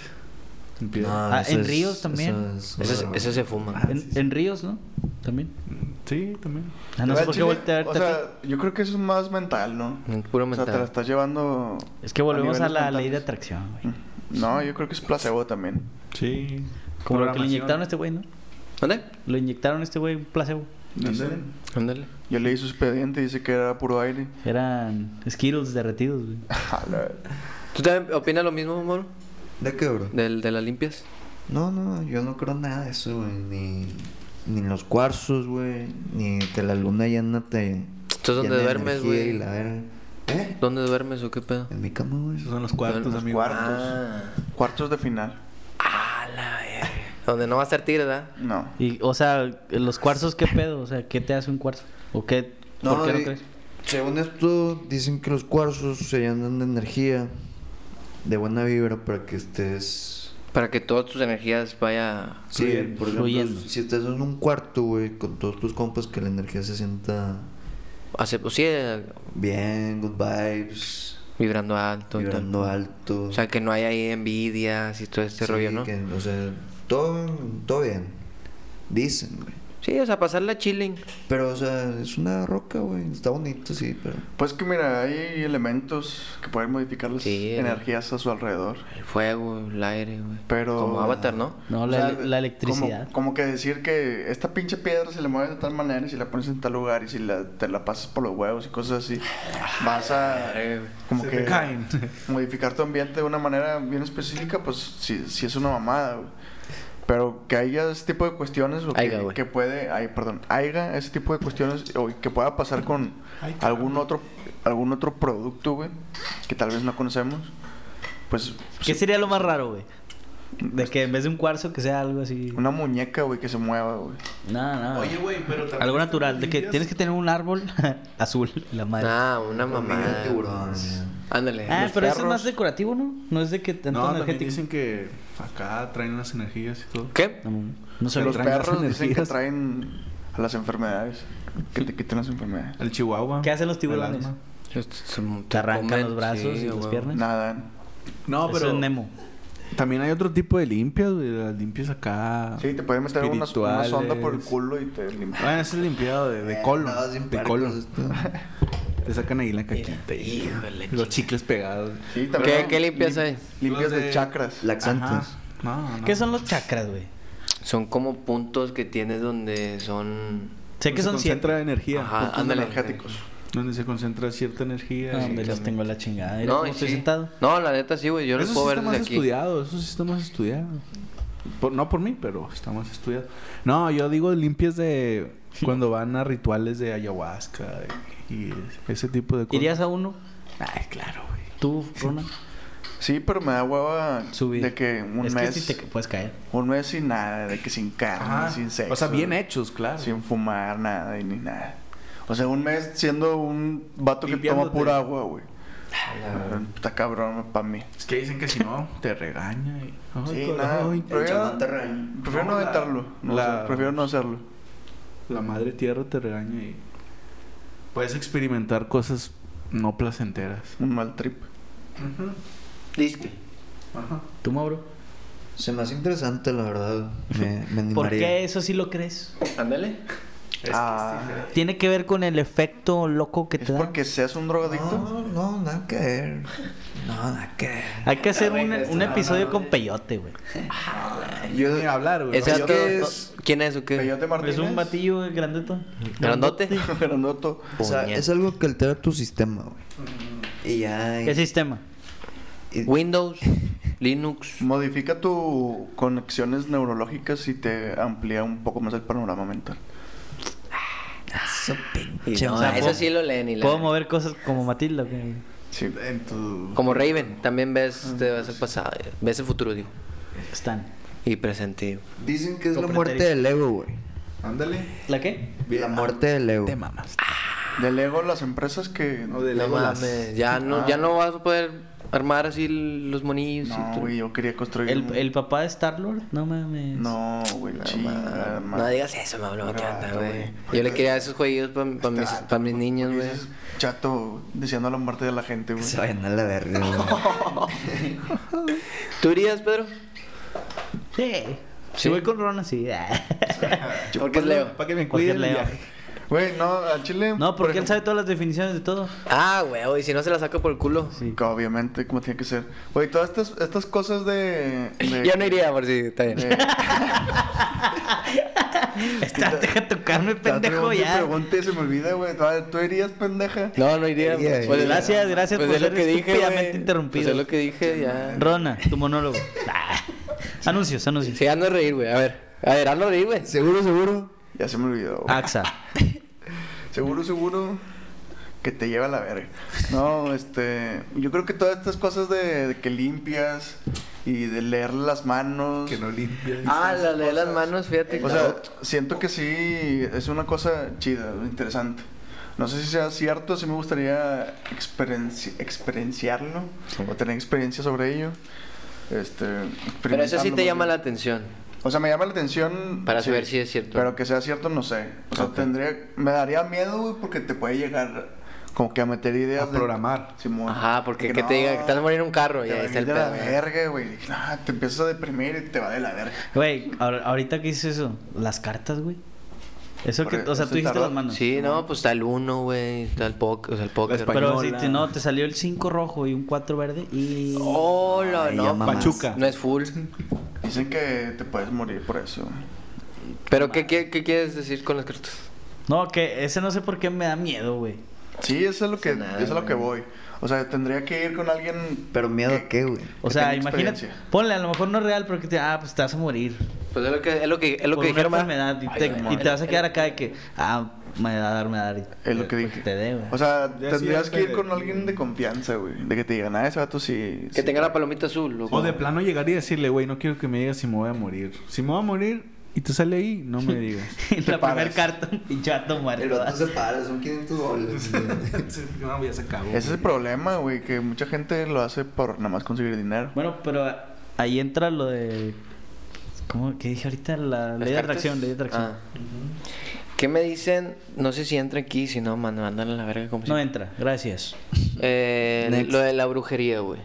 [SPEAKER 3] Con piedras.
[SPEAKER 1] Ah, en ríos también.
[SPEAKER 5] Esas esas se fuman.
[SPEAKER 1] En, en ríos, ¿no? También.
[SPEAKER 3] Mm, Sí, también.
[SPEAKER 1] Ah, no
[SPEAKER 4] Pero
[SPEAKER 1] sé por
[SPEAKER 4] al
[SPEAKER 1] qué
[SPEAKER 4] chile,
[SPEAKER 1] volteé a verte
[SPEAKER 4] O
[SPEAKER 1] a ti.
[SPEAKER 4] sea, yo creo que eso es más mental, ¿no?
[SPEAKER 5] Mm, Puro
[SPEAKER 4] O sea, te la
[SPEAKER 5] mental.
[SPEAKER 4] estás llevando.
[SPEAKER 1] Es que volvemos a,
[SPEAKER 4] niveles
[SPEAKER 1] la
[SPEAKER 4] mentales. Mm.
[SPEAKER 1] ley de atracción, güey.
[SPEAKER 4] No, yo creo que es placebo también.
[SPEAKER 3] Sí.
[SPEAKER 1] Como lo que le
[SPEAKER 3] Programación.
[SPEAKER 1] inyectaron a este güey, ¿no?
[SPEAKER 5] ¿Dónde?
[SPEAKER 1] Lo inyectaron a este güey un placebo.
[SPEAKER 4] Dice-
[SPEAKER 5] Ándale.
[SPEAKER 4] Yo leí su expediente y dice que era puro aire.
[SPEAKER 1] Eran Skittles derretidos, güey.
[SPEAKER 4] A la-
[SPEAKER 5] ¿Tú también opinas lo mismo, Moro?
[SPEAKER 2] ¿De qué, bro?
[SPEAKER 5] Del, de las limpias.
[SPEAKER 2] No, no, yo no creo nada de eso, güey. Ni, ni los cuarzos, güey, ni que la luna llena te.
[SPEAKER 5] Entonces, ¿dónde
[SPEAKER 2] llena de
[SPEAKER 5] duermes,
[SPEAKER 2] energía
[SPEAKER 5] güey?
[SPEAKER 2] y la verga. ¿Eh?
[SPEAKER 5] ¿Dónde duermes o qué pedo?
[SPEAKER 2] En mi cama, güey.
[SPEAKER 3] Esos son los cuartos,
[SPEAKER 5] Los
[SPEAKER 3] amigo.
[SPEAKER 4] cuartos. Cuartos de final.
[SPEAKER 5] Ah, la verga. Donde no va a estar tigre, ¿verdad?
[SPEAKER 4] No.
[SPEAKER 1] Y, o sea, los cuarzos, ¿qué pedo? O sea, ¿qué te hace un cuarzo? ¿O qué? ¿Por qué
[SPEAKER 2] y-
[SPEAKER 1] no crees?
[SPEAKER 2] Según esto, dicen que los cuarzos se llenan de energía, de buena vibra para que estés.
[SPEAKER 5] Para que todas tus energías vaya...
[SPEAKER 2] Sí,
[SPEAKER 3] Fluyendo.
[SPEAKER 2] por ejemplo,
[SPEAKER 1] Fluyendo.
[SPEAKER 2] si estás en un cuarto, güey, con todos tus compas, que la energía se sienta
[SPEAKER 5] a ser- pues sí, eh,
[SPEAKER 2] bien, good vibes,
[SPEAKER 5] vibrando alto y tal.
[SPEAKER 2] vibrando alto.
[SPEAKER 5] O sea, que no haya ahí envidias y todo este
[SPEAKER 2] Sí,
[SPEAKER 5] rollo, ¿no?
[SPEAKER 2] que, o sea, todo, todo bien. Dicen, güey.
[SPEAKER 5] Sí, o sea, pasarla chilling.
[SPEAKER 2] Pero, o sea, es una roca, güey. Está bonito, sí, pero.
[SPEAKER 4] Pues que mira, hay elementos que pueden modificar las
[SPEAKER 5] Sí, eh.
[SPEAKER 4] energías a su alrededor.
[SPEAKER 5] El fuego, el aire, güey.
[SPEAKER 4] Pero-
[SPEAKER 5] Como Avatar, ¿no?
[SPEAKER 1] No,
[SPEAKER 4] O
[SPEAKER 1] la,
[SPEAKER 4] sea,
[SPEAKER 1] la electricidad.
[SPEAKER 4] Como, como que decir que esta pinche piedra se le mueve de tal manera y si la pones en tal lugar y si la, te la pasas por los huevos y cosas así, vas a eh, como
[SPEAKER 3] Se
[SPEAKER 4] que
[SPEAKER 3] te caen.
[SPEAKER 4] modificar tu ambiente de una manera bien específica, pues si, si es una mamada. güey. Pero que haya ese tipo de cuestiones o
[SPEAKER 5] Aiga,
[SPEAKER 4] que,
[SPEAKER 5] güey.
[SPEAKER 4] que puede, ay, perdón, haya ese tipo de cuestiones o que pueda pasar con
[SPEAKER 3] Ay, cabrón.
[SPEAKER 4] algún otro algún otro producto, güey, que tal vez no conocemos, pues
[SPEAKER 1] ¿Qué sería lo más raro, güey? De que en vez de un cuarzo, que sea algo así.
[SPEAKER 4] una muñeca, güey, que se mueva, güey.
[SPEAKER 1] No, no.
[SPEAKER 3] Oye, güey, pero también
[SPEAKER 1] Algo
[SPEAKER 3] están
[SPEAKER 1] natural. De que
[SPEAKER 3] limpias.
[SPEAKER 1] tienes que tener un árbol azul, la madre.
[SPEAKER 5] Ah, una mamá.
[SPEAKER 2] tiburón.
[SPEAKER 5] Ándale.
[SPEAKER 1] Ah,
[SPEAKER 4] los
[SPEAKER 1] pero eso es
[SPEAKER 4] perros.
[SPEAKER 1] más decorativo, ¿no? No es de que tanto
[SPEAKER 3] No, también
[SPEAKER 1] energético.
[SPEAKER 3] dicen que acá traen las energías y todo.
[SPEAKER 5] ¿Qué?
[SPEAKER 1] No, no sé.
[SPEAKER 4] los
[SPEAKER 3] traen las
[SPEAKER 4] perros dicen que
[SPEAKER 3] energías.
[SPEAKER 4] traen a las enfermedades, que te quiten las enfermedades.
[SPEAKER 3] El chihuahua.
[SPEAKER 1] ¿Qué hacen los
[SPEAKER 3] el
[SPEAKER 1] tiburones?
[SPEAKER 3] alma.
[SPEAKER 5] Se- se-
[SPEAKER 1] Te arrancan
[SPEAKER 5] comen,
[SPEAKER 1] los brazos
[SPEAKER 5] sí,
[SPEAKER 1] y las
[SPEAKER 5] güey.
[SPEAKER 1] piernas.
[SPEAKER 4] Nada.
[SPEAKER 3] No,
[SPEAKER 1] Eso
[SPEAKER 3] pero
[SPEAKER 1] es Nemo.
[SPEAKER 3] también hay otro tipo de limpias, güey. Las limpias acá.
[SPEAKER 4] Sí, te pueden meter una, una
[SPEAKER 3] espirituales.
[SPEAKER 4] sonda por el culo y te limpian.
[SPEAKER 3] Ah, ese es limpiado de, de colon.
[SPEAKER 2] Andabas bien
[SPEAKER 3] de
[SPEAKER 2] parcos,
[SPEAKER 3] colon.
[SPEAKER 2] esto.
[SPEAKER 3] Te sacan ahí la caquita. y-
[SPEAKER 5] Híjole,
[SPEAKER 3] Los chicles pegados.
[SPEAKER 4] Sí,
[SPEAKER 5] ¿Qué,
[SPEAKER 4] también
[SPEAKER 5] qué limpias hay?
[SPEAKER 4] Limpias
[SPEAKER 3] Los
[SPEAKER 4] de
[SPEAKER 3] de-
[SPEAKER 4] chakras.
[SPEAKER 2] Laxantes.
[SPEAKER 3] Ajá. No, no.
[SPEAKER 1] ¿Qué son los chakras, güey?
[SPEAKER 5] Son como puntos que tienes donde son...
[SPEAKER 1] Sé que
[SPEAKER 3] Pues se
[SPEAKER 1] son
[SPEAKER 3] concentra
[SPEAKER 1] siete.
[SPEAKER 3] energía.
[SPEAKER 5] Ajá,
[SPEAKER 4] puntos
[SPEAKER 5] ándale.
[SPEAKER 4] energéticos.
[SPEAKER 3] eh. Donde se concentra cierta energía.
[SPEAKER 1] No,
[SPEAKER 3] y-
[SPEAKER 1] hombre, los Ah, tengo a la chingada. Mira
[SPEAKER 5] No,
[SPEAKER 1] cómo
[SPEAKER 5] y
[SPEAKER 1] estoy
[SPEAKER 5] sí.
[SPEAKER 1] sentado.
[SPEAKER 5] No, la neta sí, güey. Yo los
[SPEAKER 3] eso
[SPEAKER 5] puedo
[SPEAKER 3] sí
[SPEAKER 5] ver
[SPEAKER 3] está más
[SPEAKER 5] desde aquí.
[SPEAKER 3] estudiado, eso sí está más estudiado. Por- no por mí, pero está más estudiado. No, yo digo limpias de cuando van a rituales de ayahuasca y, y ese tipo de cosas.
[SPEAKER 1] ¿Irías a uno?
[SPEAKER 3] Ay, claro, güey.
[SPEAKER 1] ¿Tú, Rona?
[SPEAKER 4] Sí, pero me da hueva
[SPEAKER 1] Subir.
[SPEAKER 4] de que un
[SPEAKER 1] es
[SPEAKER 4] mes.
[SPEAKER 1] que si te puedes caer.
[SPEAKER 4] Un mes sin nada, de que sin carne,
[SPEAKER 3] Ajá.
[SPEAKER 4] Ah, sin sexo.
[SPEAKER 3] Ah, O sea, bien ¿eh? hechos, claro.
[SPEAKER 4] Sin fumar nada y ni nada. O sea, un mes siendo un vato que toma
[SPEAKER 3] Limpiándote.
[SPEAKER 4] pura agua, güey. Está cabrón para mí.
[SPEAKER 3] Es que dicen que si no, te regaña. Y... Ay,
[SPEAKER 4] Sí,
[SPEAKER 3] caray,
[SPEAKER 4] nada. Pero
[SPEAKER 2] el
[SPEAKER 4] yo
[SPEAKER 2] chamán te regaña.
[SPEAKER 4] Prefiero no,
[SPEAKER 3] No, la-
[SPEAKER 4] aventarlo. No,
[SPEAKER 3] la-
[SPEAKER 4] o sea, prefiero no hacerlo.
[SPEAKER 3] La madre tierra te regaña y puedes experimentar cosas no placenteras.
[SPEAKER 4] Un mal trip.
[SPEAKER 5] Disque.
[SPEAKER 3] Ajá.
[SPEAKER 1] ¿Tú, Mauro?
[SPEAKER 2] Se me hace interesante, la verdad. Me, me animaría.
[SPEAKER 1] ¿Por qué eso sí lo crees?
[SPEAKER 5] Ándale.
[SPEAKER 4] ah,
[SPEAKER 1] ¿Tiene que ver con el efecto loco que
[SPEAKER 4] es,
[SPEAKER 1] te da?
[SPEAKER 4] porque seas un drogadicto.
[SPEAKER 2] No, no, nada que ver. No, nada que ver.
[SPEAKER 1] Hay que hacer un,
[SPEAKER 5] esto,
[SPEAKER 1] un
[SPEAKER 5] no,
[SPEAKER 1] episodio
[SPEAKER 5] no,
[SPEAKER 1] con peyote, güey.
[SPEAKER 2] Yo,
[SPEAKER 3] Ni hablar, güey.
[SPEAKER 5] Ese
[SPEAKER 2] Pero
[SPEAKER 5] vato-
[SPEAKER 2] yo- es-
[SPEAKER 5] ¿Quién es o qué?
[SPEAKER 4] Peyote Martínez.
[SPEAKER 1] Es Pues un batillo güey, grandote.
[SPEAKER 5] ¿Grandote?
[SPEAKER 4] Grandoto.
[SPEAKER 2] o sea,
[SPEAKER 5] Puñet.
[SPEAKER 2] es algo que altera tu sistema, güey. Y ya. y-
[SPEAKER 1] ¿Qué sistema?
[SPEAKER 2] y-
[SPEAKER 5] Windows, Linux.
[SPEAKER 4] Modifica tus conexiones neurológicas y te amplía un poco más el panorama mental.
[SPEAKER 2] Eso, pinche
[SPEAKER 5] No,
[SPEAKER 2] mamá.
[SPEAKER 5] eso sí lo leen y la-
[SPEAKER 1] ¿Puedo mover cosas como Matilda? o qué?
[SPEAKER 4] Sí.
[SPEAKER 3] En tu...
[SPEAKER 5] Como Raven, también ves, te ves el pasado, ves el futuro, digo.
[SPEAKER 1] Están.
[SPEAKER 5] Y presente. digo.
[SPEAKER 2] Dicen que es la
[SPEAKER 1] Como
[SPEAKER 2] muerte
[SPEAKER 1] pretérito.
[SPEAKER 2] del ego, güey.
[SPEAKER 3] Ándale.
[SPEAKER 1] ¿La qué?
[SPEAKER 2] La muerte del ego.
[SPEAKER 3] ah, Te mamas.
[SPEAKER 4] Del ego, las empresas que.
[SPEAKER 3] No, del
[SPEAKER 5] No
[SPEAKER 3] ego las-
[SPEAKER 5] mames, ya no, ya no vas a poder armar así los monillos y
[SPEAKER 4] No,
[SPEAKER 5] todo.
[SPEAKER 4] güey, yo quería construir.
[SPEAKER 1] ¿El,
[SPEAKER 4] un-
[SPEAKER 1] el papá de Star-Lord? No mames.
[SPEAKER 4] No, güey, la chingada,
[SPEAKER 5] No
[SPEAKER 4] madre.
[SPEAKER 5] digas eso, Pablo, me encanta,
[SPEAKER 4] Rato,
[SPEAKER 5] güey.
[SPEAKER 4] güey.
[SPEAKER 5] Yo le quería esos jueguitos para mis,
[SPEAKER 4] Trato,
[SPEAKER 5] pa' mis niños, güey.
[SPEAKER 4] dices, Chato, deseando la muerte de la gente,
[SPEAKER 2] Que
[SPEAKER 4] güey.
[SPEAKER 2] se vayan a la verga, güey.
[SPEAKER 5] ¿Tú irías, Pedro?
[SPEAKER 1] Sí. Si
[SPEAKER 5] Sí.
[SPEAKER 1] voy con Rona, sí.
[SPEAKER 5] Porque es Leo.
[SPEAKER 3] Pues Para que me
[SPEAKER 1] Porque
[SPEAKER 3] cuide
[SPEAKER 1] es
[SPEAKER 3] el
[SPEAKER 1] Leo.
[SPEAKER 3] viaje.
[SPEAKER 4] Güey, no, al chile.
[SPEAKER 1] No,
[SPEAKER 4] por
[SPEAKER 1] porque él
[SPEAKER 4] ejemplo-
[SPEAKER 1] sabe todas las definiciones de todo.
[SPEAKER 5] Ah, güey, y si no se la saco por el culo.
[SPEAKER 1] Sí.
[SPEAKER 4] Que Obviamente, como tiene que ser. Güey, todas estas, estas cosas de. de-
[SPEAKER 5] Yo no iría, por si está bien.
[SPEAKER 4] de-
[SPEAKER 1] Está, deja tocarme, pendejo,
[SPEAKER 4] Te
[SPEAKER 1] ya.
[SPEAKER 4] pregunté y se me olvida, güey. ¿Tú irías, pendeja?
[SPEAKER 5] No, no
[SPEAKER 2] Iría,
[SPEAKER 5] iría. pues,
[SPEAKER 2] iría.
[SPEAKER 5] pues,
[SPEAKER 1] Gracias, gracias por
[SPEAKER 5] es lo
[SPEAKER 1] ser
[SPEAKER 5] que dije,
[SPEAKER 1] estúpidamente
[SPEAKER 5] güey.
[SPEAKER 1] interrumpido.
[SPEAKER 5] Pues es lo que dije, ya.
[SPEAKER 1] Rona, tu monólogo. Ah. Anuncios, anuncios.
[SPEAKER 5] Se ando a reír, güey. A ver. A ver, hazlo ahí, güey.
[SPEAKER 2] Seguro, seguro.
[SPEAKER 4] Ya se me olvidó.
[SPEAKER 5] Ah.
[SPEAKER 4] güey.
[SPEAKER 1] AXA.
[SPEAKER 4] Seguro, seguro que te lleva a la verga. No, este. Yo creo que todas estas cosas de, de que limpias y de leer las manos.
[SPEAKER 3] Que no limpia.
[SPEAKER 5] Ah, la de las manos, fíjate.
[SPEAKER 4] O sea, siento que sí es una cosa chida, interesante. No sé si sea cierto, sí me gustaría experienci- experienciarlo o tener experiencia sobre ello. Este,
[SPEAKER 5] pero eso sí
[SPEAKER 4] experimentarlo,
[SPEAKER 5] te llama la
[SPEAKER 4] más bien.
[SPEAKER 5] atención.
[SPEAKER 4] O sea, me llama la atención.
[SPEAKER 5] Para saber si es cierto.
[SPEAKER 4] Pero que sea cierto, no sé. O sea,
[SPEAKER 5] Ok.
[SPEAKER 4] tendría. Me daría miedo, güey, porque te puede llegar como que a meter ideas.
[SPEAKER 3] A
[SPEAKER 4] de-
[SPEAKER 3] programar.
[SPEAKER 4] Simón.
[SPEAKER 5] Ajá, porque
[SPEAKER 4] De
[SPEAKER 5] que te diga que te vas a
[SPEAKER 4] no,
[SPEAKER 5] morir en un carro
[SPEAKER 4] te
[SPEAKER 5] y
[SPEAKER 4] va
[SPEAKER 5] ahí
[SPEAKER 4] a
[SPEAKER 5] está el
[SPEAKER 4] ir de la
[SPEAKER 5] pedo.
[SPEAKER 4] verga, güey. Ah, te empiezas a deprimir y te va de la verga.
[SPEAKER 1] Güey, ahor- ahorita que dices eso, las cartas, güey. Eso
[SPEAKER 4] Por
[SPEAKER 1] que,
[SPEAKER 4] eso
[SPEAKER 1] o sea,
[SPEAKER 4] se
[SPEAKER 1] tú dijiste
[SPEAKER 4] tardó.
[SPEAKER 1] las manos.
[SPEAKER 5] Sí, no, pues está el uno, güey, está el poker, o sea, el póker.
[SPEAKER 3] española.
[SPEAKER 1] Pero si
[SPEAKER 3] Española.
[SPEAKER 1] te- no, te salió el 5 rojo y un 4 verde y...
[SPEAKER 5] Oh. Hola,
[SPEAKER 2] Ay, ya
[SPEAKER 5] no,
[SPEAKER 2] mamás.
[SPEAKER 3] Pachuca.
[SPEAKER 5] no es full.
[SPEAKER 4] Dicen que te puedes morir por eso.
[SPEAKER 5] Pero ¿qué, qué, qué quieres decir con las cartas?
[SPEAKER 1] No, que ese no sé por qué me da miedo, güey.
[SPEAKER 4] Sí, eso es lo que,
[SPEAKER 5] nada,
[SPEAKER 4] eso es lo que voy. O sea, tendría que ir con alguien.
[SPEAKER 2] Pero miedo a qué, güey.
[SPEAKER 1] O
[SPEAKER 4] Que
[SPEAKER 1] sea,
[SPEAKER 4] tenga
[SPEAKER 1] imagínate,
[SPEAKER 4] experiencia.
[SPEAKER 1] ponle, a lo mejor no es real, pero que te, ah, pues te vas a morir.
[SPEAKER 5] Pues es lo que, es lo que, es lo
[SPEAKER 1] por
[SPEAKER 5] que
[SPEAKER 1] una
[SPEAKER 5] dijeron. ¿verdad?
[SPEAKER 1] enfermedad y,
[SPEAKER 5] Ay,
[SPEAKER 1] te,
[SPEAKER 5] güey,
[SPEAKER 1] y
[SPEAKER 5] madre.
[SPEAKER 1] te vas a quedar acá de que, ah, me va a dar, me va a dar. y-
[SPEAKER 4] Es lo que
[SPEAKER 1] pues,
[SPEAKER 4] dije.
[SPEAKER 1] Te dé, güey.
[SPEAKER 4] O sea,
[SPEAKER 3] Ya
[SPEAKER 4] tendrías
[SPEAKER 3] sí,
[SPEAKER 4] que ir
[SPEAKER 3] de-
[SPEAKER 4] con alguien de confianza, güey. De que te digan, ah, ese vato sí.
[SPEAKER 5] Que
[SPEAKER 4] sí".
[SPEAKER 5] tenga la palomita azul. loco.
[SPEAKER 3] O de plano llegar y decirle, güey, no quiero que me digas si me voy a morir. Si me voy a morir y te sale ahí, no me digas.
[SPEAKER 1] en
[SPEAKER 4] te
[SPEAKER 1] la primera
[SPEAKER 4] paras.
[SPEAKER 1] carta, un pinche vato
[SPEAKER 2] El
[SPEAKER 1] muerto.
[SPEAKER 2] vato
[SPEAKER 1] ¿verdad?
[SPEAKER 2] se para, son 500 dólares.
[SPEAKER 3] no, ya se acabó.
[SPEAKER 4] Ese es el problema, güey. Que mucha gente lo hace por nada más conseguir dinero.
[SPEAKER 1] Bueno, pero ahí entra lo de. ¿Cómo que dije ahorita? La
[SPEAKER 5] ¿Las
[SPEAKER 1] ley de
[SPEAKER 5] cartas?
[SPEAKER 1] atracción, ley de atracción.
[SPEAKER 5] Ah. ¿Qué me dicen? No sé si entra aquí, si no, man- mándale a la verga como si...
[SPEAKER 1] No entra, gracias.
[SPEAKER 5] Eh,
[SPEAKER 2] Next.
[SPEAKER 5] lo de la brujería, güey.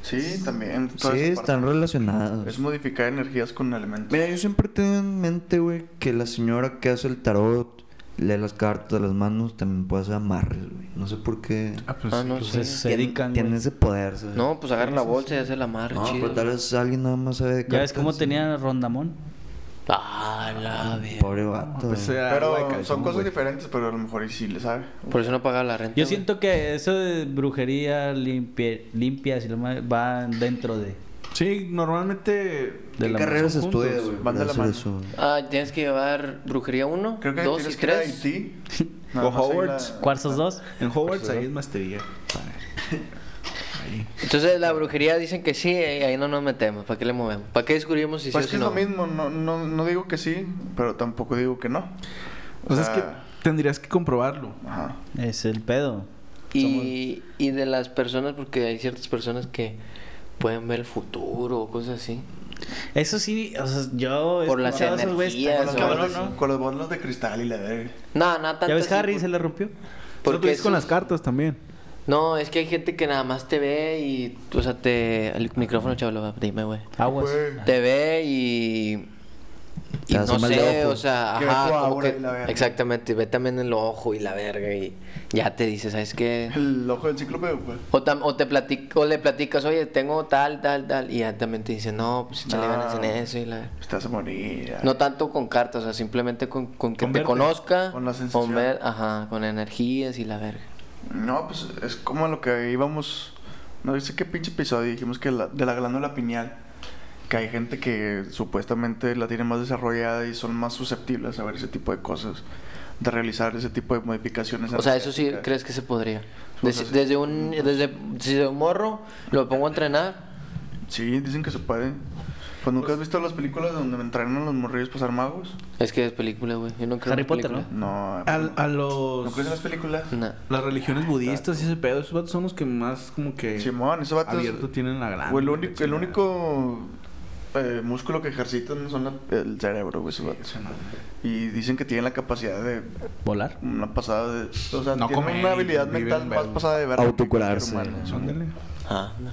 [SPEAKER 4] Sí, también. todas
[SPEAKER 2] sí,
[SPEAKER 4] esas
[SPEAKER 2] están
[SPEAKER 4] partes.
[SPEAKER 2] relacionados.
[SPEAKER 4] Es modificar energías con elementos.
[SPEAKER 2] Mira, yo siempre tengo en mente, güey, que la señora que hace el tarot, lee las cartas, las manos, también puede hacer amarres, güey. No sé por qué.
[SPEAKER 3] Ah, pues
[SPEAKER 5] Ah,
[SPEAKER 3] sí.
[SPEAKER 5] no
[SPEAKER 1] Entonces
[SPEAKER 5] sé.
[SPEAKER 1] se
[SPEAKER 2] Tien-
[SPEAKER 1] dedican.
[SPEAKER 2] Tiene
[SPEAKER 1] güey.
[SPEAKER 2] ese poder, ¿sabes?
[SPEAKER 5] No, pues agarra la bolsa y hace la madre,
[SPEAKER 2] No,
[SPEAKER 5] chido.
[SPEAKER 2] pero tal vez alguien nada más sabe de cartas.
[SPEAKER 1] ¿Ya ves cómo tenía Rondamón?
[SPEAKER 5] Ah, la verga.
[SPEAKER 2] Pobre vato.
[SPEAKER 3] Pues,
[SPEAKER 2] güey.
[SPEAKER 3] eh,
[SPEAKER 4] Pero
[SPEAKER 3] agua de calzón,
[SPEAKER 4] son cosas
[SPEAKER 3] güey.
[SPEAKER 4] diferentes, pero a lo mejor y sí le sabe.
[SPEAKER 5] Por eso no paga la renta.
[SPEAKER 1] Yo
[SPEAKER 5] güey.
[SPEAKER 1] siento que eso de brujería, limpie- limpias y lo más, van dentro de.
[SPEAKER 3] Sí, normalmente.
[SPEAKER 1] de
[SPEAKER 2] ¿Qué
[SPEAKER 1] la
[SPEAKER 2] carrera se
[SPEAKER 3] son
[SPEAKER 2] estudia,
[SPEAKER 3] juntos,
[SPEAKER 2] güey?
[SPEAKER 4] van
[SPEAKER 2] para
[SPEAKER 4] de la
[SPEAKER 2] hacer
[SPEAKER 4] mano.
[SPEAKER 2] eso, güey?
[SPEAKER 5] Ah, tienes que llevar brujería 1,
[SPEAKER 4] Creo que
[SPEAKER 5] 2
[SPEAKER 4] tienes
[SPEAKER 5] y
[SPEAKER 4] que ir a
[SPEAKER 5] 3.
[SPEAKER 4] Haití.
[SPEAKER 3] O
[SPEAKER 4] más ahí
[SPEAKER 3] Hogwarts.
[SPEAKER 1] Cuarzos 2.
[SPEAKER 3] En Hogwarts ahí es maestría. Ahí.
[SPEAKER 5] Entonces la brujería dicen que sí, eh, ahí no nos metemos. ¿Para qué le movemos? ¿Para qué descubrimos si
[SPEAKER 4] Pues
[SPEAKER 5] sí o
[SPEAKER 4] que
[SPEAKER 5] si
[SPEAKER 4] es
[SPEAKER 5] no?
[SPEAKER 4] lo mismo, no, no, no digo que sí, pero tampoco digo que no.
[SPEAKER 3] O sea, es que
[SPEAKER 4] Ah.
[SPEAKER 3] tendrías que comprobarlo.
[SPEAKER 4] Ajá.
[SPEAKER 1] Es el pedo.
[SPEAKER 5] Y, y de las personas, porque hay ciertas personas que pueden ver el futuro o cosas así.
[SPEAKER 1] Eso sí, o sea, yo. he
[SPEAKER 5] Por las
[SPEAKER 1] escuchado a esos güeyes,
[SPEAKER 5] energías,
[SPEAKER 1] tan
[SPEAKER 5] o-
[SPEAKER 1] cabrón, ¿no?
[SPEAKER 4] Con los bolos de cristal y la verga.
[SPEAKER 5] No, no tanto.
[SPEAKER 1] ¿Ya ves
[SPEAKER 5] así, pues.
[SPEAKER 1] Harry?
[SPEAKER 5] por-
[SPEAKER 1] ¿Se le rompió?
[SPEAKER 3] Porque
[SPEAKER 5] porque
[SPEAKER 3] con
[SPEAKER 5] sí.
[SPEAKER 3] las cartas también.
[SPEAKER 5] No, es que hay gente que nada más te ve y. O sea, te. El micrófono, chaval, dime, güey.
[SPEAKER 1] Aguas.
[SPEAKER 4] Güey.
[SPEAKER 5] Te ve y. Y
[SPEAKER 2] Te
[SPEAKER 5] no
[SPEAKER 2] asoma el
[SPEAKER 5] sé,
[SPEAKER 2] ojo.
[SPEAKER 5] o sea,
[SPEAKER 4] Que ve
[SPEAKER 5] ajá,
[SPEAKER 4] tu
[SPEAKER 5] como
[SPEAKER 4] aura
[SPEAKER 5] que-
[SPEAKER 4] y la verga.
[SPEAKER 5] exactamente, ve también el ojo y la verga y ya te dice, ¿sabes qué?
[SPEAKER 4] El ojo del cíclope, pues, güey.
[SPEAKER 5] O, tam- o te platico, o le platicas, oye, tengo tal, tal, tal, y ya también te dice, no, pues échale
[SPEAKER 4] No.
[SPEAKER 5] ganas en eso y la
[SPEAKER 4] Estás a morir. ya.
[SPEAKER 5] No tanto con cartas, o sea, simplemente con, con que
[SPEAKER 3] Con
[SPEAKER 5] te
[SPEAKER 3] verte.
[SPEAKER 5] conozca,
[SPEAKER 4] Con la sensación.
[SPEAKER 5] con ver, ajá, con energías y la verga.
[SPEAKER 4] No, pues es como lo que íbamos. No sé qué pinche episodio dijimos que la- de la glándula pineal. Que hay gente que supuestamente la tiene más desarrollada y son más susceptibles a ver ese tipo de cosas. De realizar ese tipo de modificaciones.
[SPEAKER 5] O sea, eso sí
[SPEAKER 4] energéticas.
[SPEAKER 5] crees que se podría.
[SPEAKER 4] O
[SPEAKER 5] Desde,
[SPEAKER 4] sea, sí.
[SPEAKER 5] desde un, desde, si de un morro, lo pongo a entrenar,
[SPEAKER 4] Sí, dicen que se puede. Pues nunca has visto las películas donde entrenan los morrillos para ser magos.
[SPEAKER 5] es que es película, güey, yo no creo en
[SPEAKER 1] Harry Potter,
[SPEAKER 5] película.
[SPEAKER 4] No.
[SPEAKER 3] Al- a
[SPEAKER 4] ¿No
[SPEAKER 3] los.
[SPEAKER 4] crees en las películas?
[SPEAKER 5] No.
[SPEAKER 3] Las religiones budistas y ese pedo, esos vatos son los que más como que
[SPEAKER 4] Simón, esos vatos.
[SPEAKER 3] abierto tienen la gran.
[SPEAKER 4] Güey, el único, el único eh, músculo que ejercitan son la- el cerebro, güey, esos vatos. Y dicen que tienen la capacidad de
[SPEAKER 1] ¿Volar?
[SPEAKER 4] una pasada de. O sea,
[SPEAKER 3] No
[SPEAKER 4] tienen
[SPEAKER 3] comer,
[SPEAKER 4] una habilidad
[SPEAKER 3] viven
[SPEAKER 4] mental más
[SPEAKER 3] verdes.
[SPEAKER 4] pasada de ver.
[SPEAKER 2] Autocurarse.
[SPEAKER 3] Ándale.
[SPEAKER 5] Ah, no.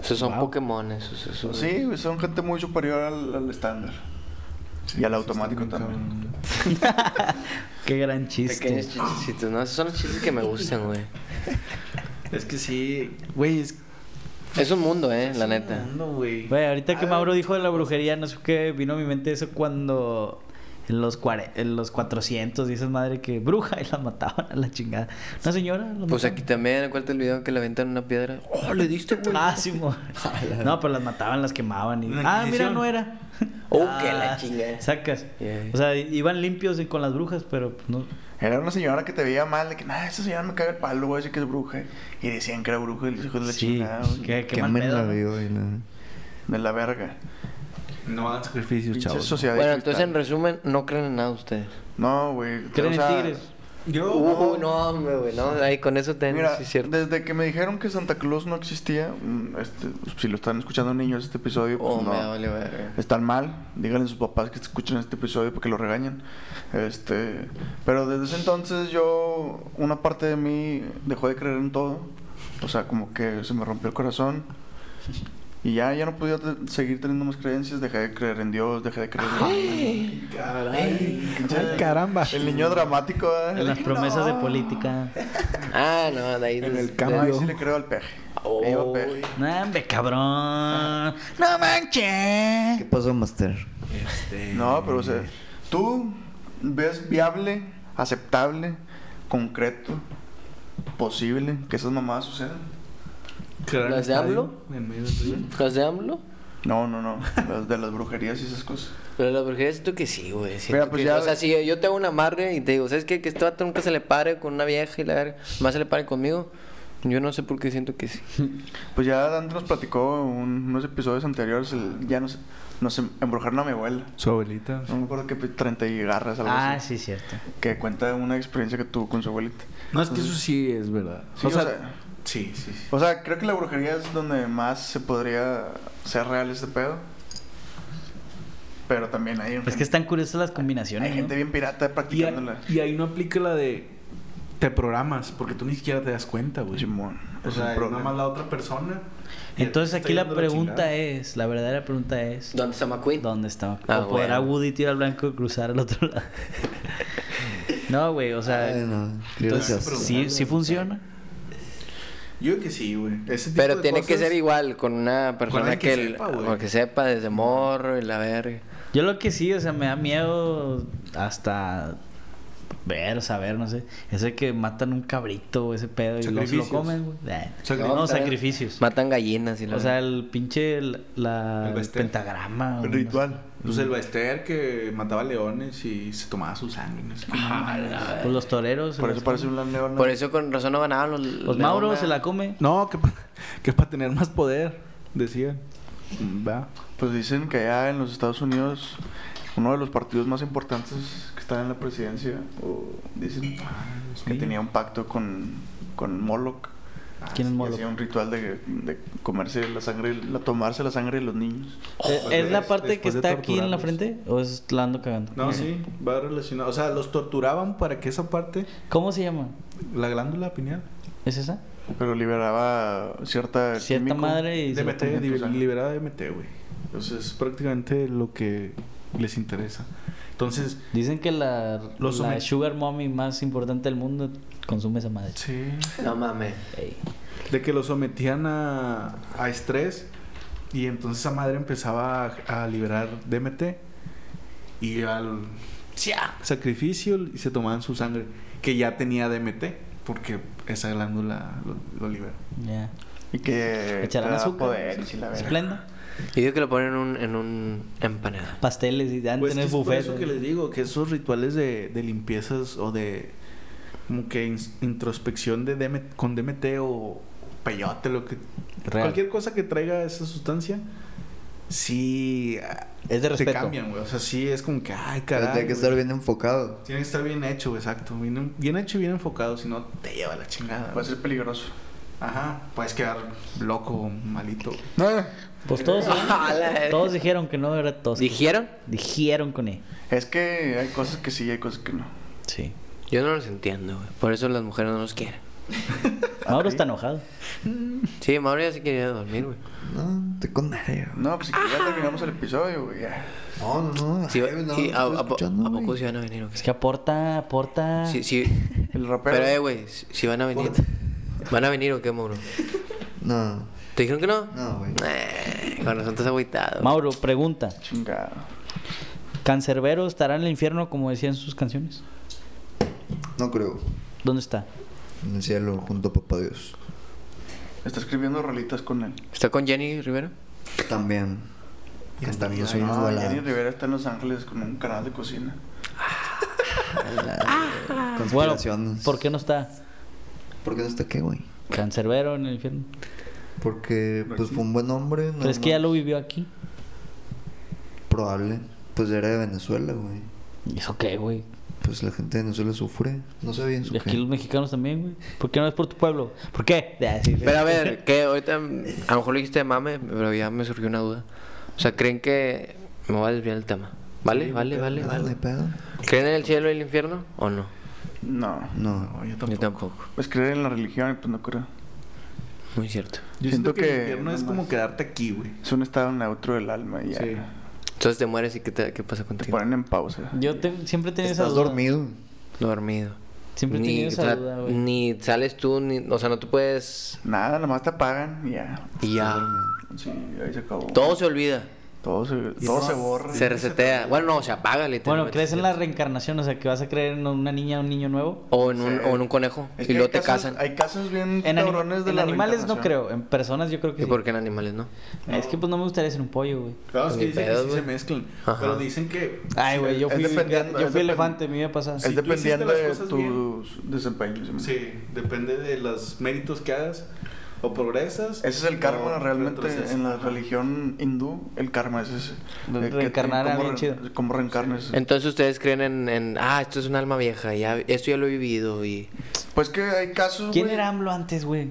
[SPEAKER 5] Esos son
[SPEAKER 1] Wow.
[SPEAKER 5] Pokémon, esos, esos.
[SPEAKER 4] Sí, güey, son gente muy superior al, al estándar. y al automático
[SPEAKER 3] Está muy
[SPEAKER 4] también.
[SPEAKER 3] cabrón.
[SPEAKER 1] Qué gran chiste.
[SPEAKER 5] Pequeños chistecitos, ¿no? Esos son los chistes que me gustan, güey.
[SPEAKER 3] Es que sí, güey, es
[SPEAKER 5] Es un mundo, eh, la
[SPEAKER 3] un
[SPEAKER 5] neta.
[SPEAKER 3] mundo, güey.
[SPEAKER 1] Güey, ahorita que
[SPEAKER 3] Ah,
[SPEAKER 1] Mauro dijo de la brujería, no sé qué, vino a mi mente eso cuando en los, cuare- en los 400 dices madre que bruja y la mataban a la chingada. Una señora. la
[SPEAKER 5] Pues
[SPEAKER 1] mataban.
[SPEAKER 5] aquí también, acuérdate el video que le aventan una piedra. ¡Oh, le diste, güey!
[SPEAKER 1] Ah, sí, mo- No, pero las mataban, las quemaban y.
[SPEAKER 3] Una
[SPEAKER 1] Ah, mira,
[SPEAKER 3] Inquisición.
[SPEAKER 1] no era.
[SPEAKER 5] Oh,
[SPEAKER 1] Ah,
[SPEAKER 5] que la chingada.
[SPEAKER 1] Sacas.
[SPEAKER 5] Yeah.
[SPEAKER 1] O sea, iban limpios y con las brujas, pero pues, no.
[SPEAKER 4] Era una señora que te veía mal, de que, nah, esa señora me caga el palo, voy a decir que es bruja. Y decían que era bruja, y los hijos de la
[SPEAKER 1] Sí,
[SPEAKER 4] chingada, güey.
[SPEAKER 1] qué, qué mal
[SPEAKER 2] Quémenla
[SPEAKER 1] pedo, ¿no?
[SPEAKER 2] viva y la-
[SPEAKER 4] De la verga.
[SPEAKER 3] No hagan sacrificios,
[SPEAKER 4] Pinche
[SPEAKER 3] chavos.
[SPEAKER 4] sociedad.
[SPEAKER 5] Bueno,
[SPEAKER 4] de
[SPEAKER 5] entonces en
[SPEAKER 4] cristal.
[SPEAKER 5] resumen, no creen en nada ustedes.
[SPEAKER 4] No, güey.
[SPEAKER 1] ¿Creen
[SPEAKER 4] o
[SPEAKER 1] en
[SPEAKER 4] sea,
[SPEAKER 1] tigres?
[SPEAKER 3] Yo.
[SPEAKER 5] Uh, no, hombre, güey, no, ahí con eso ten,
[SPEAKER 4] Mira,
[SPEAKER 5] sí es cierto.
[SPEAKER 4] desde que me dijeron que Santa Claus no existía, mm, este, si lo están escuchando niños este episodio, pues
[SPEAKER 5] Oh,
[SPEAKER 4] no.
[SPEAKER 5] me vale verga.
[SPEAKER 4] Están mal, díganle a sus papás que escuchen este episodio porque lo regañan. Este, pero desde ese entonces yo, una parte de mí dejó de creer en todo. O sea, como que se me rompió el corazón. Y ya, ya no podía te- seguir teniendo más creencias. Dejé de creer en Dios, dejé de creer en...
[SPEAKER 3] Ay, caramba.
[SPEAKER 4] El niño dramático, ¿eh? ¿verdad?
[SPEAKER 1] En las promesas de política.
[SPEAKER 5] Ah, no, de ahí.
[SPEAKER 3] En el
[SPEAKER 5] de-
[SPEAKER 3] campo.
[SPEAKER 4] No, ahí
[SPEAKER 3] Yo.
[SPEAKER 4] sí le creo al peje.
[SPEAKER 5] Oh.
[SPEAKER 4] Le digo peje.
[SPEAKER 1] No, hombre, cabrón. No manches.
[SPEAKER 2] ¿Qué pasó, Master?
[SPEAKER 3] Este,
[SPEAKER 4] No, pero o sea, tú ves viable, aceptable, concreto, posible que esas mamadas sucedan.
[SPEAKER 3] crear un
[SPEAKER 5] ¿Las de
[SPEAKER 3] estadio
[SPEAKER 5] AMLO?
[SPEAKER 3] en medio del río.
[SPEAKER 5] ¿Las de AMLO?
[SPEAKER 4] No, no, no. Las de las brujerías y esas cosas.
[SPEAKER 5] Pero la brujería siento que sí, güey. siento
[SPEAKER 4] Mira, pues
[SPEAKER 5] que-
[SPEAKER 4] ya-
[SPEAKER 5] O sea, si yo te hago una amarre y te digo, ¿sabes qué? Que este vato nunca se le pare con una vieja y la verga, más se le pare conmigo. Yo no sé por qué siento que sí.
[SPEAKER 4] Pues ya Dante nos platicó un- unos episodios anteriores, el- ya nos, nos em- embrujaron a mi abuela.
[SPEAKER 3] Su abuelita.
[SPEAKER 4] No me acuerdo qué, 30 y garras, algo
[SPEAKER 1] Ah,
[SPEAKER 4] así.
[SPEAKER 1] sí, cierto.
[SPEAKER 4] Que cuenta una experiencia que tuvo con su abuelita.
[SPEAKER 3] No, es que eso sí es verdad.
[SPEAKER 4] Sí,
[SPEAKER 3] o, sea,
[SPEAKER 4] o sea-
[SPEAKER 3] sí, sí, sí.
[SPEAKER 4] O sea, creo que la brujería es donde más se podría ser real este pedo. Pero también hay,
[SPEAKER 1] Es que están curiosas las combinaciones.
[SPEAKER 4] hay gente
[SPEAKER 1] ¿no?
[SPEAKER 4] bien pirata
[SPEAKER 3] Y, a-
[SPEAKER 4] practicándola.
[SPEAKER 3] y ahí no aplica la de te programas, porque tú ni siquiera te das cuenta, güey.
[SPEAKER 4] Simón,
[SPEAKER 3] O
[SPEAKER 4] es
[SPEAKER 3] sea,
[SPEAKER 4] un
[SPEAKER 3] es
[SPEAKER 4] problema.
[SPEAKER 3] nada más la otra persona. y
[SPEAKER 1] Entonces
[SPEAKER 3] te está
[SPEAKER 1] aquí la
[SPEAKER 3] yendo chingada.
[SPEAKER 1] pregunta es, la verdadera pregunta es,
[SPEAKER 5] ¿Dónde está McQueen?
[SPEAKER 1] ¿dónde está?
[SPEAKER 5] Ah,
[SPEAKER 1] ¿O podrá
[SPEAKER 5] bueno.
[SPEAKER 1] Woody tirar al blanco y cruzar al otro lado? no, güey, o sea,
[SPEAKER 2] Ay, no.
[SPEAKER 1] entonces
[SPEAKER 2] Gracias.
[SPEAKER 1] sí, sí funciona.
[SPEAKER 3] Yo creo que sí, güey. Ese tipo
[SPEAKER 5] Pero
[SPEAKER 3] de
[SPEAKER 5] tiene que
[SPEAKER 3] cosas-
[SPEAKER 5] ser igual con una persona
[SPEAKER 3] alguien
[SPEAKER 5] que,
[SPEAKER 3] que
[SPEAKER 5] el-
[SPEAKER 3] sepa, güey.
[SPEAKER 5] o que sepa desde morro y la verga.
[SPEAKER 1] Yo lo que sí, o sea, me da miedo hasta ver o saber, no sé. Ese que matan un cabrito o ese pedo y luego se lo
[SPEAKER 3] Sacrificios.
[SPEAKER 1] comen, güey. Eh,
[SPEAKER 3] Sacrificios.
[SPEAKER 1] No, sacrificios.
[SPEAKER 5] Matan gallinas y la
[SPEAKER 1] O sea,
[SPEAKER 5] verga.
[SPEAKER 1] el pinche el- la,
[SPEAKER 3] El
[SPEAKER 1] el
[SPEAKER 3] bestial.
[SPEAKER 1] pentagrama. o no
[SPEAKER 4] ritual.
[SPEAKER 3] Pues el Baester que mataba leones y se tomaba su sangre. no sé qué.
[SPEAKER 1] sé. Pues los toreros.
[SPEAKER 4] Por
[SPEAKER 1] los-
[SPEAKER 4] eso parece un león.
[SPEAKER 5] Por eso con razón no ganaban los.
[SPEAKER 1] Los Mauro se la come.
[SPEAKER 3] No, que, pa- que es para tener más poder, decían. Mm, Va.
[SPEAKER 4] Pues dicen que allá en los Estados Unidos uno de los partidos más importantes que están en la presidencia, o dicen que tenía un pacto con, con Moloch.
[SPEAKER 3] Ah,
[SPEAKER 1] ¿Quién es
[SPEAKER 4] Y
[SPEAKER 1] Moloch?
[SPEAKER 4] Hacía un ritual de, de comerse la sangre, la, tomarse la sangre de los niños.
[SPEAKER 1] Eh, ¿Es la parte que
[SPEAKER 3] Después de
[SPEAKER 1] está aquí en la
[SPEAKER 3] torturarlos.
[SPEAKER 1] frente? ¿O es la ando cagando?
[SPEAKER 3] No, sí, va relacionado. O sea, los torturaban para que esa parte,
[SPEAKER 1] ¿Cómo se llama?
[SPEAKER 3] la glándula pineal,
[SPEAKER 1] ¿Es esa?
[SPEAKER 4] Pero liberaba cierta.
[SPEAKER 1] Cierta
[SPEAKER 4] químico.
[SPEAKER 1] madre y. se la
[SPEAKER 3] DMT,
[SPEAKER 1] come.
[SPEAKER 3] liber-
[SPEAKER 4] sangre.
[SPEAKER 3] liberada de DMT, güey. Entonces, es prácticamente lo que les interesa. Entonces,
[SPEAKER 1] Dicen que la,
[SPEAKER 3] Los
[SPEAKER 1] la
[SPEAKER 3] somet-
[SPEAKER 1] sugar mommy más importante del mundo consume esa madre.
[SPEAKER 3] sí.
[SPEAKER 5] No mames.
[SPEAKER 1] Ey.
[SPEAKER 3] De que los sometían a, a estrés y entonces esa madre empezaba a, a liberar DMT y al sacrificio y se tomaban su sangre, que ya tenía DMT, porque esa glándula lo, lo libera.
[SPEAKER 1] Ya.
[SPEAKER 4] Y que.
[SPEAKER 1] Echarán
[SPEAKER 4] Eh, te da
[SPEAKER 1] azúcar.
[SPEAKER 4] Poder, y sí, la verga.
[SPEAKER 1] Esplenda.
[SPEAKER 5] Y digo que lo ponen en un, en un empanada.
[SPEAKER 1] Pasteles y dan
[SPEAKER 3] Pues que
[SPEAKER 1] tener
[SPEAKER 3] es por
[SPEAKER 1] buffet.
[SPEAKER 3] eso que les digo, que esos rituales de, de limpiezas o de como que ins- introspección de DMT, con DMT o peyote, lo que
[SPEAKER 1] Real.
[SPEAKER 3] cualquier cosa que traiga esa sustancia, sí ah,
[SPEAKER 1] Es de
[SPEAKER 3] te
[SPEAKER 1] respeto.
[SPEAKER 3] cambian, güey. O sea, sí es como que ay,
[SPEAKER 2] Pero
[SPEAKER 3] caray.
[SPEAKER 2] tiene que
[SPEAKER 3] güey.
[SPEAKER 2] estar bien enfocado.
[SPEAKER 3] Tiene que estar bien hecho, güey, exacto. Bien, bien hecho y bien enfocado, si no te lleva la chingada.
[SPEAKER 4] Va a
[SPEAKER 3] güey.
[SPEAKER 4] ser peligroso.
[SPEAKER 3] Ajá, puedes quedar loco, o malito.
[SPEAKER 1] Pues todos,
[SPEAKER 5] A la verga.
[SPEAKER 1] todos dijeron que no era tos.
[SPEAKER 5] ¿Dijeron?
[SPEAKER 1] Dijeron con E.
[SPEAKER 4] Es que hay cosas que sí, hay cosas que no.
[SPEAKER 1] Sí.
[SPEAKER 5] Yo no los entiendo, güey. Por eso las mujeres no nos quieren.
[SPEAKER 1] Mauro está enojado.
[SPEAKER 5] Sí, Mauro ya se quería dormir, güey.
[SPEAKER 2] No, estoy con nadie. güey.
[SPEAKER 4] No, pues si que ya terminamos el episodio, güey. ya.
[SPEAKER 2] No, no, no.
[SPEAKER 5] Sí,
[SPEAKER 2] ay, no,
[SPEAKER 5] y a,
[SPEAKER 2] no estoy
[SPEAKER 5] a po-
[SPEAKER 2] escuchando,
[SPEAKER 5] ¿a
[SPEAKER 2] güey.
[SPEAKER 5] poco si van a venir o qué?
[SPEAKER 1] Es que aporta, aporta.
[SPEAKER 5] Sí, sí.
[SPEAKER 4] El rapero.
[SPEAKER 5] Pero, eh, güey, si si van a venir. ¿Van a venir o qué, Mauro?
[SPEAKER 2] No,
[SPEAKER 5] ¿Te dijeron que no?
[SPEAKER 2] no, güey.
[SPEAKER 5] Eh, con razón estás agüitado.
[SPEAKER 1] Mauro, pregunta.
[SPEAKER 4] Chingado.
[SPEAKER 1] ¿Cancerbero estará en el infierno como decían sus canciones?
[SPEAKER 2] No creo.
[SPEAKER 1] ¿Dónde está?
[SPEAKER 2] En el cielo, junto a papá Dios.
[SPEAKER 4] Está escribiendo rolitas con él.
[SPEAKER 5] ¿Está con Jenny Rivera?
[SPEAKER 2] También. gastamos
[SPEAKER 4] Ay,
[SPEAKER 2] unas
[SPEAKER 4] no, Ah, Jenny
[SPEAKER 2] voladas.
[SPEAKER 4] Rivera está en Los Ángeles con un canal de cocina.
[SPEAKER 2] Ah.
[SPEAKER 1] Bueno,
[SPEAKER 2] Conspiraciones.
[SPEAKER 1] ¿por qué no está
[SPEAKER 2] ¿Por qué no está qué, güey?
[SPEAKER 1] Cancerbero en el infierno?
[SPEAKER 2] Porque pues fue un buen hombre. no
[SPEAKER 1] ¿Crees que ya
[SPEAKER 2] más.
[SPEAKER 1] lo vivió aquí?
[SPEAKER 2] Probable. Pues era de Venezuela, güey.
[SPEAKER 1] ¿Y eso qué, güey?
[SPEAKER 2] Pues la gente de Venezuela sufre. No sabía eso.
[SPEAKER 1] Y aquí los mexicanos también, güey. ¿Por qué no es por tu pueblo? ¿Por qué? Ya, sí.
[SPEAKER 5] Pero a ver, que ahorita mm, a lo mejor lo dijiste de mame, pero ya me surgió una duda. O sea, ¿creen que me voy a desviar del tema? ¿Vale? ¿Vale? ¿Vale?
[SPEAKER 2] Ah, no hay
[SPEAKER 5] ¿Vale?
[SPEAKER 2] pedo.
[SPEAKER 5] ¿Creen en el cielo y el infierno o no?
[SPEAKER 4] No.
[SPEAKER 2] No.
[SPEAKER 3] yo
[SPEAKER 5] Yo tampoco.
[SPEAKER 4] Pues creer en la religión, pues no creo.
[SPEAKER 5] Muy cierto.
[SPEAKER 3] Yo siento,
[SPEAKER 4] Siento
[SPEAKER 3] que, el
[SPEAKER 4] que
[SPEAKER 3] infierno es
[SPEAKER 4] nomás-
[SPEAKER 3] como quedarte aquí, güey.
[SPEAKER 4] Es un estado neutro del alma y ya.
[SPEAKER 3] Sí.
[SPEAKER 5] Entonces te mueres y ¿qué, te- qué pasa
[SPEAKER 4] Te
[SPEAKER 5] contigo?
[SPEAKER 4] ponen en pausa.
[SPEAKER 1] Yo te- siempre he tenido esa
[SPEAKER 2] Estás
[SPEAKER 1] duda.
[SPEAKER 2] dormido.
[SPEAKER 5] Dormido.
[SPEAKER 1] Siempre he
[SPEAKER 5] Ni-
[SPEAKER 1] tenido
[SPEAKER 5] o
[SPEAKER 1] esa
[SPEAKER 5] sea,
[SPEAKER 1] duda, güey.
[SPEAKER 5] Ni sales tú, ni, o sea, no te puedes...
[SPEAKER 4] Nada, nomás te apagan y ya.
[SPEAKER 5] Y ya.
[SPEAKER 4] Sí, ahí se acabó.
[SPEAKER 5] Todo se olvida.
[SPEAKER 4] Todo se, todo se borra.
[SPEAKER 5] Se resetea. Bueno, no, se apaga literalmente.
[SPEAKER 1] Bueno, ¿crees en la reencarnación? O sea, que vas a creer en una niña o un niño nuevo.
[SPEAKER 5] O en un,
[SPEAKER 4] Sí.
[SPEAKER 5] o en un conejo y
[SPEAKER 4] Es que
[SPEAKER 5] luego
[SPEAKER 4] hay
[SPEAKER 5] te
[SPEAKER 4] casos-
[SPEAKER 5] casan.
[SPEAKER 4] Hay casos bien
[SPEAKER 1] En, anim-
[SPEAKER 4] cabrones de
[SPEAKER 1] en
[SPEAKER 4] la
[SPEAKER 1] animales no
[SPEAKER 4] reencarnación.
[SPEAKER 1] creo, en personas yo creo que
[SPEAKER 5] ¿Y
[SPEAKER 1] sí.
[SPEAKER 5] por qué en animales no?
[SPEAKER 1] Es que pues no me gustaría ser un pollo, güey.
[SPEAKER 3] Claro, es que
[SPEAKER 5] Ni
[SPEAKER 3] dicen
[SPEAKER 5] pedos,
[SPEAKER 3] que sí
[SPEAKER 5] güey.
[SPEAKER 3] se mezclan.
[SPEAKER 5] Ajá.
[SPEAKER 3] Pero dicen que.
[SPEAKER 1] Ay, güey, yo
[SPEAKER 4] es
[SPEAKER 1] fui,
[SPEAKER 4] dependiendo-
[SPEAKER 1] yo
[SPEAKER 4] es
[SPEAKER 1] fui
[SPEAKER 4] depend-
[SPEAKER 1] elefante, me iba a pasar.
[SPEAKER 4] Es
[SPEAKER 3] tú hiciste
[SPEAKER 4] dependiendo
[SPEAKER 3] las
[SPEAKER 4] de
[SPEAKER 3] cosas
[SPEAKER 4] tus
[SPEAKER 3] bien.
[SPEAKER 4] desempeños. ¿no?
[SPEAKER 3] Sí, depende de los méritos que hagas. O progresas.
[SPEAKER 4] Ese es el
[SPEAKER 3] o
[SPEAKER 4] karma realmente
[SPEAKER 3] retrocesas.
[SPEAKER 4] en la
[SPEAKER 3] Ajá.
[SPEAKER 4] religión hindú. El karma es ese.
[SPEAKER 1] De
[SPEAKER 4] Eh, que-
[SPEAKER 1] reencarnar a
[SPEAKER 4] cómo
[SPEAKER 1] alguien
[SPEAKER 4] re-
[SPEAKER 1] chido.
[SPEAKER 4] Cómo reencarnes.
[SPEAKER 5] Entonces ustedes creen en, en, ah, esto es un alma vieja, ya, esto ya lo he vivido y...
[SPEAKER 4] Pues que hay casos.
[SPEAKER 1] ¿Quién
[SPEAKER 4] güey,
[SPEAKER 1] era AMLO antes, güey?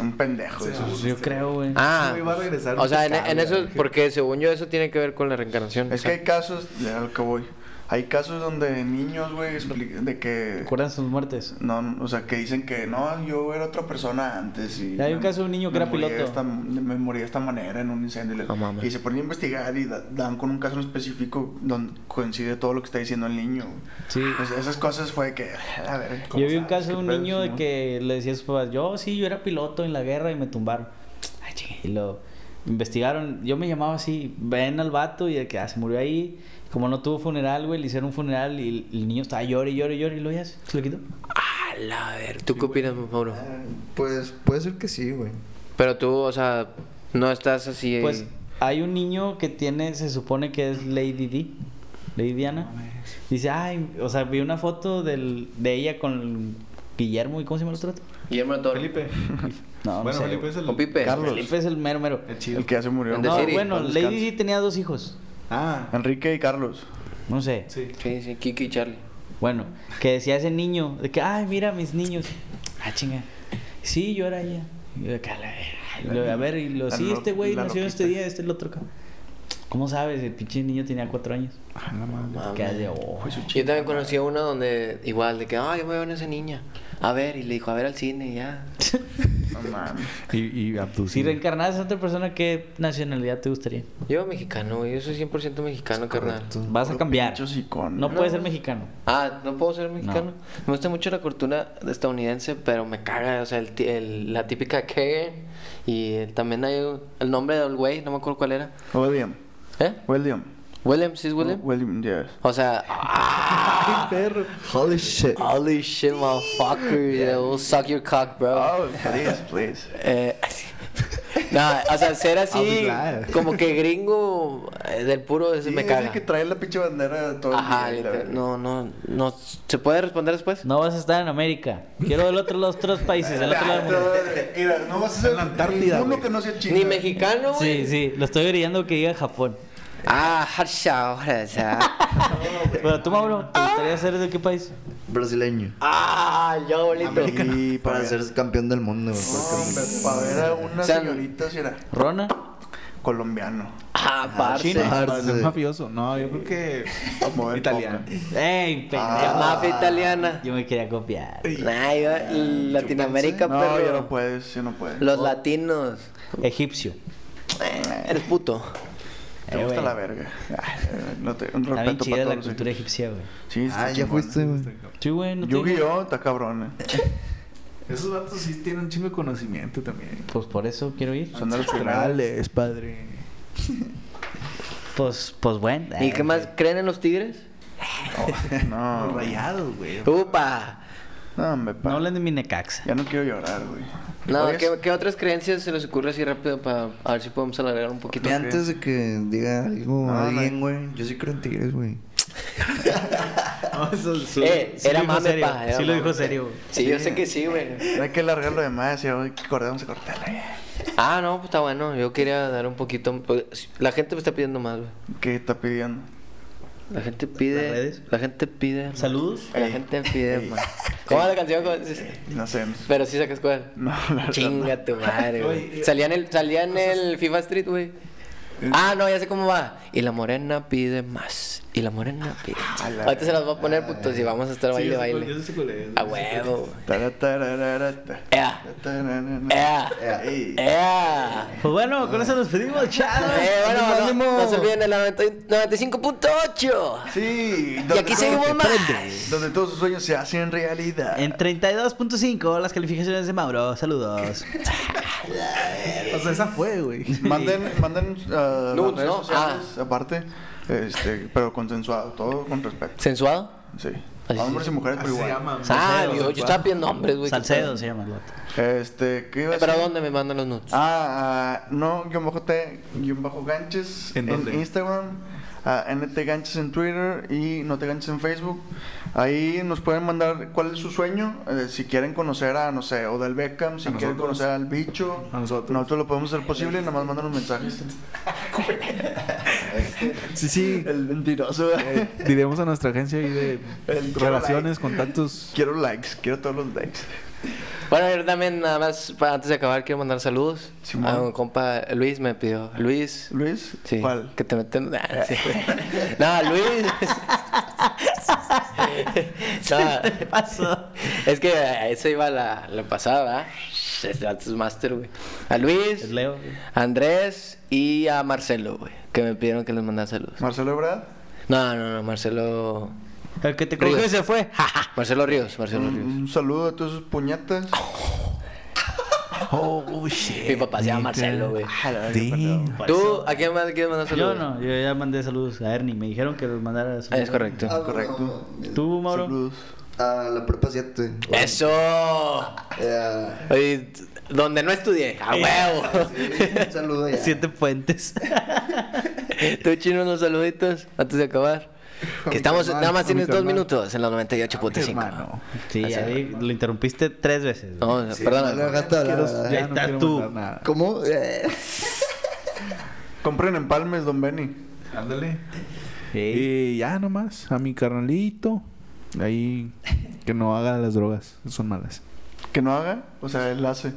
[SPEAKER 4] Un pendejo. eso.
[SPEAKER 1] Pues yo creo, güey.
[SPEAKER 5] Ah,
[SPEAKER 3] güey va a regresar
[SPEAKER 5] o sea, en,
[SPEAKER 3] impecable,
[SPEAKER 5] en eso,
[SPEAKER 3] güey.
[SPEAKER 5] porque según yo eso tiene que ver con la reencarnación.
[SPEAKER 4] Es
[SPEAKER 5] o
[SPEAKER 4] que
[SPEAKER 5] sea,
[SPEAKER 4] hay casos. Ya al que voy. Hay casos donde niños, güey, expli- de que.
[SPEAKER 1] ¿Recuerdan sus muertes?
[SPEAKER 4] No, o sea, que dicen que no, yo era otra persona antes. Y
[SPEAKER 1] Hay un
[SPEAKER 4] me-
[SPEAKER 1] caso de un niño que
[SPEAKER 4] me
[SPEAKER 1] era
[SPEAKER 4] morí de
[SPEAKER 1] piloto.
[SPEAKER 4] esta- me morí de esta manera en un incendio. Y, le-
[SPEAKER 5] No mames.
[SPEAKER 4] y se ponen a investigar y da- dan con un caso en específico donde coincide todo lo que está diciendo el niño.
[SPEAKER 1] Sí.
[SPEAKER 4] Pues esas cosas fue que, a ver.
[SPEAKER 1] Yo vi un caso de
[SPEAKER 4] ¿Qué
[SPEAKER 1] un
[SPEAKER 4] pedo,
[SPEAKER 1] niño de
[SPEAKER 4] Simón?
[SPEAKER 1] que le decía a sus papás, yo sí, yo era piloto en la guerra y me tumbaron. Ay, chingue, y lo investigaron, yo me llamaba así, ven al vato y de que ah, se murió ahí. Como no tuvo funeral, güey, le hicieron un funeral y el- el niño estaba llore, llore, llore y lo ya se se lo quitó.
[SPEAKER 5] A la ver, ¿tú qué opinas, Mauro?
[SPEAKER 2] Ah, Pues puede ser que sí, güey.
[SPEAKER 5] Pero tú, o sea, no estás así... eh,
[SPEAKER 4] Eh.
[SPEAKER 1] Pues hay un niño que tiene, se supone que es Lady D, Lady Diana. Dice, ay, o sea, vi una foto del, de ella con Guillermo y ¿cómo se llama el otro? vato?
[SPEAKER 5] Guillermo del Toro.
[SPEAKER 3] Felipe.
[SPEAKER 1] No, no
[SPEAKER 3] bueno,
[SPEAKER 1] sé,
[SPEAKER 3] Felipe
[SPEAKER 1] güey.
[SPEAKER 3] es el.
[SPEAKER 5] O Pipe.
[SPEAKER 4] Carlos.
[SPEAKER 1] Felipe es el mero mero.
[SPEAKER 3] El chido.
[SPEAKER 4] El que ya se murió.
[SPEAKER 5] El de
[SPEAKER 1] No,
[SPEAKER 5] Siri.
[SPEAKER 1] bueno,
[SPEAKER 4] Paz
[SPEAKER 1] Lady
[SPEAKER 4] descanse.
[SPEAKER 1] D tenía dos hijos.
[SPEAKER 3] Ah,
[SPEAKER 4] Enrique y Carlos.
[SPEAKER 1] No sé.
[SPEAKER 3] sí.
[SPEAKER 5] Sí, sí, Kiki y Charlie.
[SPEAKER 1] Bueno, que decía ese niño, de que, ay, mira mis niños. Ah, chinga. Sí, yo era ella. Y yo de que, a la ver- y lo- a ver, y lo,
[SPEAKER 4] La
[SPEAKER 1] sí,
[SPEAKER 4] lo-
[SPEAKER 1] este güey
[SPEAKER 4] la
[SPEAKER 1] nació este
[SPEAKER 4] loquita.
[SPEAKER 1] día, este el otro. acá". ¿Cómo sabes? El pinche niño tenía cuatro años.
[SPEAKER 3] Ah, la madre.
[SPEAKER 1] Que de, oh,
[SPEAKER 4] Pues
[SPEAKER 5] Yo también conocí a uno donde igual, de que, ah, yo me veo en esa niña. A ver, y le dijo, a ver al cine, y ya.
[SPEAKER 4] No mames.
[SPEAKER 3] Y, y
[SPEAKER 1] Si
[SPEAKER 3] abducido.
[SPEAKER 1] reencarnaras a otra persona, ¿qué nacionalidad te gustaría?
[SPEAKER 5] Yo mexicano, güey, yo soy 100% mexicano, carnal.
[SPEAKER 4] Pues
[SPEAKER 1] Vas a cambiar.
[SPEAKER 4] Pinchos y con.
[SPEAKER 1] No puedes ser mexicano.
[SPEAKER 5] Ah, no puedo ser mexicano. Me gusta mucho la cultura estadounidense, pero me caga, o sea, el, ti- el- la típica Karen. Y el- también hay un- el nombre del güey, no me acuerdo cuál era.
[SPEAKER 4] William.
[SPEAKER 5] ¿Eh?
[SPEAKER 4] William.
[SPEAKER 5] William, ¿sí es William?
[SPEAKER 4] William, yes.
[SPEAKER 5] O sea, ah,
[SPEAKER 3] perro.
[SPEAKER 2] Holy shit.
[SPEAKER 5] holy shit, motherfucker, yeah, we'll suck your cock, bro.
[SPEAKER 4] Oh, please, please.
[SPEAKER 5] Eh, así. No, o sea, ser así,
[SPEAKER 3] I'll be glad.
[SPEAKER 5] como que gringo eh, del puro, ese
[SPEAKER 4] Sí,
[SPEAKER 5] me
[SPEAKER 4] es
[SPEAKER 5] caga.
[SPEAKER 4] el que trae la pinche bandera todo el
[SPEAKER 5] Ajá,
[SPEAKER 4] día, y la
[SPEAKER 5] literal,
[SPEAKER 4] verga.
[SPEAKER 5] no, no, no. ¿Se puede responder después?
[SPEAKER 1] No vas a estar en América. Quiero del otro, los otros países, del otro lado del mundo.
[SPEAKER 4] Mira, no vas a ser
[SPEAKER 3] En la Antártida,
[SPEAKER 4] ninguno
[SPEAKER 3] güey.
[SPEAKER 4] que no sea chino.
[SPEAKER 5] Ni mexicano, güey.
[SPEAKER 1] Sí, sí, lo estoy brillando que diga Japón.
[SPEAKER 5] Ah, harsha, ahora, o sea.
[SPEAKER 1] Pero tú, Mauro, ¿te gustaría ser de qué país?
[SPEAKER 2] Brasileño.
[SPEAKER 5] Ah, yo, bolito.
[SPEAKER 4] Y
[SPEAKER 2] Para ser campeón del mundo, güey. porque-
[SPEAKER 4] Para ver a una
[SPEAKER 5] O sea,
[SPEAKER 4] señorita si era
[SPEAKER 1] ¿Rona?
[SPEAKER 4] colombiano.
[SPEAKER 5] Ah, parce.
[SPEAKER 1] Chino.
[SPEAKER 3] Para ser
[SPEAKER 2] Arce.
[SPEAKER 3] mafioso. No, yo creo que.
[SPEAKER 4] A mover
[SPEAKER 3] Italiano.
[SPEAKER 1] ¡Ey, pendejo!
[SPEAKER 4] Ah.
[SPEAKER 5] La mafia italiana.
[SPEAKER 1] Yo me quería copiar.
[SPEAKER 5] Nah, yo, Latinoamérica,
[SPEAKER 4] No,
[SPEAKER 5] pero.
[SPEAKER 4] ya no puedes, ya no puedes.
[SPEAKER 5] Los latinos.
[SPEAKER 1] Egipcio.
[SPEAKER 5] Eh, eres puto.
[SPEAKER 4] Te
[SPEAKER 1] Eh,
[SPEAKER 4] gusta
[SPEAKER 1] güey.
[SPEAKER 4] la verga. Ay, no te, un
[SPEAKER 1] Está bien
[SPEAKER 4] respeto
[SPEAKER 1] chida
[SPEAKER 4] para
[SPEAKER 1] la
[SPEAKER 4] todos.
[SPEAKER 1] cultura
[SPEAKER 4] los-
[SPEAKER 1] egipcia, güey.
[SPEAKER 4] Sí, está
[SPEAKER 2] Ah, ya
[SPEAKER 4] chingona.
[SPEAKER 2] fuiste, güey.
[SPEAKER 1] Sí, güey, no tiene-
[SPEAKER 4] Yu-Gi-Oh! está cabrón, eh.
[SPEAKER 3] Esos vatos sí tienen un chingo de conocimiento también.
[SPEAKER 1] Pues por eso quiero ir.
[SPEAKER 4] Son de los primeros.
[SPEAKER 3] Ancestrales, padre.
[SPEAKER 1] Pues, pues bueno.
[SPEAKER 5] ¿Y qué más creen en los tigres?
[SPEAKER 4] No.
[SPEAKER 3] Rayados, güey.
[SPEAKER 5] ¡Upa!
[SPEAKER 4] No, me
[SPEAKER 1] No hablen de mi necaxa.
[SPEAKER 4] Ya no quiero llorar, güey.
[SPEAKER 5] No,
[SPEAKER 4] Oye,
[SPEAKER 5] ¿qué, qué otras creencias se les ocurre así rápido para a ver si podemos alargar un poquito?
[SPEAKER 2] Y antes de que diga algo
[SPEAKER 4] No,
[SPEAKER 2] alguien,
[SPEAKER 4] no.
[SPEAKER 2] güey, yo sí creo en tigres, güey.
[SPEAKER 5] Eh,
[SPEAKER 1] Sí lo
[SPEAKER 5] era
[SPEAKER 1] dijo
[SPEAKER 5] mame,
[SPEAKER 1] serio,
[SPEAKER 5] pa. era
[SPEAKER 1] Sí lo dijo
[SPEAKER 5] mame.
[SPEAKER 1] serio.
[SPEAKER 5] Sí, yo sé que sí, güey.
[SPEAKER 4] No hay que alargar lo demás, ya, güey. Que cortamos a cortarla.
[SPEAKER 5] Ah, no, pues está bueno. Yo quería dar un poquito. pues, La gente me está pidiendo más, güey.
[SPEAKER 4] ¿Qué está pidiendo?
[SPEAKER 5] La gente pide.
[SPEAKER 1] ¿Las redes?
[SPEAKER 5] La gente pide. más.
[SPEAKER 1] Saludos. Eh.
[SPEAKER 5] La
[SPEAKER 4] Ey.
[SPEAKER 5] gente pide
[SPEAKER 4] Ey.
[SPEAKER 5] más. ¿Cómo va la canción? ¿Cómo-
[SPEAKER 4] No sé. no-
[SPEAKER 5] Pero sí sacas cuál.
[SPEAKER 4] No, la verdad,
[SPEAKER 5] Chinga tu madre,
[SPEAKER 1] eh,
[SPEAKER 5] güey. Salía en el, salía en el FIFA Street, güey.
[SPEAKER 1] Mm.
[SPEAKER 5] Ah, no, ya sé cómo va. Y la morena pide más. Y la morena pide
[SPEAKER 1] Ah,
[SPEAKER 5] más.
[SPEAKER 4] la
[SPEAKER 5] Ahorita se las voy a poner, putos, y vamos a Ah, estar baile, baile. A huevo.
[SPEAKER 4] Taratarararata.
[SPEAKER 5] Ea.
[SPEAKER 4] Tatararara.
[SPEAKER 5] Ea.
[SPEAKER 4] Ey.
[SPEAKER 5] Eh. Ea.
[SPEAKER 1] Pues bueno, con eso nos pedimos, chao.
[SPEAKER 5] Eh, bueno, no, no se olviden el 90 95.8.
[SPEAKER 4] Sí.
[SPEAKER 5] Y
[SPEAKER 4] donde
[SPEAKER 5] aquí
[SPEAKER 4] todo-
[SPEAKER 5] seguimos más.
[SPEAKER 4] Donde todos sus sueños se hacen realidad.
[SPEAKER 1] En 32.5 las calificaciones de Mauro. Saludos.
[SPEAKER 3] O sea, esa fue, güey.
[SPEAKER 4] Manden, manden ah,
[SPEAKER 5] Nudes,
[SPEAKER 4] las redes
[SPEAKER 5] ¿no?
[SPEAKER 4] sociales, aparte, este, pero consensuado, todo con respeto.
[SPEAKER 5] ¿Sensuado?
[SPEAKER 4] Sí.
[SPEAKER 5] Así
[SPEAKER 4] Hombres
[SPEAKER 5] se-
[SPEAKER 4] y mujeres por igual.
[SPEAKER 5] Ah,
[SPEAKER 1] Salcedo,
[SPEAKER 5] yo, yo estaba pidiendo hombres, güey.
[SPEAKER 1] Salcedo se llama el vato.
[SPEAKER 4] Este, ¿qué iba a
[SPEAKER 5] Eh, ¿Pero a
[SPEAKER 4] decir?
[SPEAKER 5] dónde me mandan los nudes?
[SPEAKER 4] Ah, ah, no, guión bajo T, guión bajo ganches
[SPEAKER 3] ¿En dónde?
[SPEAKER 4] Instagram, ah, NT ganches en Twitter y no te ganches en Facebook. Ahí nos pueden mandar cuál es su sueño, eh, si quieren conocer a, no sé, Odell Beckham, si
[SPEAKER 3] A
[SPEAKER 4] quieren
[SPEAKER 3] nosotros.
[SPEAKER 4] conocer al bicho.
[SPEAKER 3] A nosotros.
[SPEAKER 4] Nosotros lo podemos hacer posible, nada más mandan los mensajes.
[SPEAKER 3] Sí, sí.
[SPEAKER 4] El mentiroso.
[SPEAKER 3] Eh, diremos a nuestra agencia ahí de
[SPEAKER 4] El
[SPEAKER 3] relaciones, contactos.
[SPEAKER 4] Quiero likes, quiero todos los likes.
[SPEAKER 5] Bueno, yo también nada más, pa- antes de acabar, quiero mandar saludos.
[SPEAKER 4] Simón.
[SPEAKER 5] A un compa, Luis me pidió. Luis.
[SPEAKER 4] Luis,
[SPEAKER 5] Sí.
[SPEAKER 4] ¿cuál?
[SPEAKER 5] Que te meten. Ah, sí. no, Luis.
[SPEAKER 1] ¿Qué
[SPEAKER 5] no,
[SPEAKER 1] pasó?
[SPEAKER 5] es que a eso iba la, la pasada, ¿verdad? Este vato es master, güey. A Luis,
[SPEAKER 1] Es Leo.
[SPEAKER 5] a Andrés y a Marcelo, güey. Que me pidieron que les mandara saludos.
[SPEAKER 4] Marcelo Ebrard.
[SPEAKER 5] No, no, no, Marcelo.
[SPEAKER 1] El que te Ah,
[SPEAKER 5] Ríos.
[SPEAKER 1] cogió y se fue.
[SPEAKER 5] Marcelo Ríos, Marcelo
[SPEAKER 4] Un,
[SPEAKER 5] Ríos.
[SPEAKER 4] un saludo a todos sus puñetas.
[SPEAKER 3] Oh, shit.
[SPEAKER 5] Mi papá se llama Marcelo, güey.
[SPEAKER 3] Damn.
[SPEAKER 5] ¿Tú a quién más quieres mandar
[SPEAKER 1] Yo
[SPEAKER 5] saludos?
[SPEAKER 1] no, yo ya mandé saludos a Ernie. Me dijeron que los mandara saludos.
[SPEAKER 5] Ah, Es correcto.
[SPEAKER 2] Ah,
[SPEAKER 4] Correcto.
[SPEAKER 1] ¿Tú, Mauro?
[SPEAKER 4] Saludos.
[SPEAKER 2] eh, A la prepa 7.
[SPEAKER 5] ¡Eso!
[SPEAKER 2] Eh,
[SPEAKER 5] Oye, t- donde no estudié, a
[SPEAKER 2] sí,
[SPEAKER 5] huevo.
[SPEAKER 2] un saludo ya.
[SPEAKER 1] Siete puentes.
[SPEAKER 5] Tú, chino, unos saluditos antes de acabar. Que estamos,
[SPEAKER 3] carnal,
[SPEAKER 5] nada más
[SPEAKER 3] a
[SPEAKER 5] tienes
[SPEAKER 3] mi
[SPEAKER 5] dos
[SPEAKER 3] carnal.
[SPEAKER 5] minutos en la
[SPEAKER 3] Hermano.
[SPEAKER 5] 98.5.
[SPEAKER 1] sí, ya vi, lo interrumpiste tres veces. güey.
[SPEAKER 5] No,
[SPEAKER 2] Sí,
[SPEAKER 5] perdón.
[SPEAKER 2] no le gasto a la-
[SPEAKER 3] Quiero- ya no
[SPEAKER 1] Está
[SPEAKER 3] quiero
[SPEAKER 1] tú.
[SPEAKER 3] mandar nada.
[SPEAKER 2] ¿Cómo? Eh,
[SPEAKER 4] Compren empalmes, don Benny.
[SPEAKER 3] Ándale.
[SPEAKER 1] Sí.
[SPEAKER 3] Y ya nomás, a mi carnalito. Ahí, que no haga las drogas, son malas.
[SPEAKER 4] Que no haga, o sea, él hace.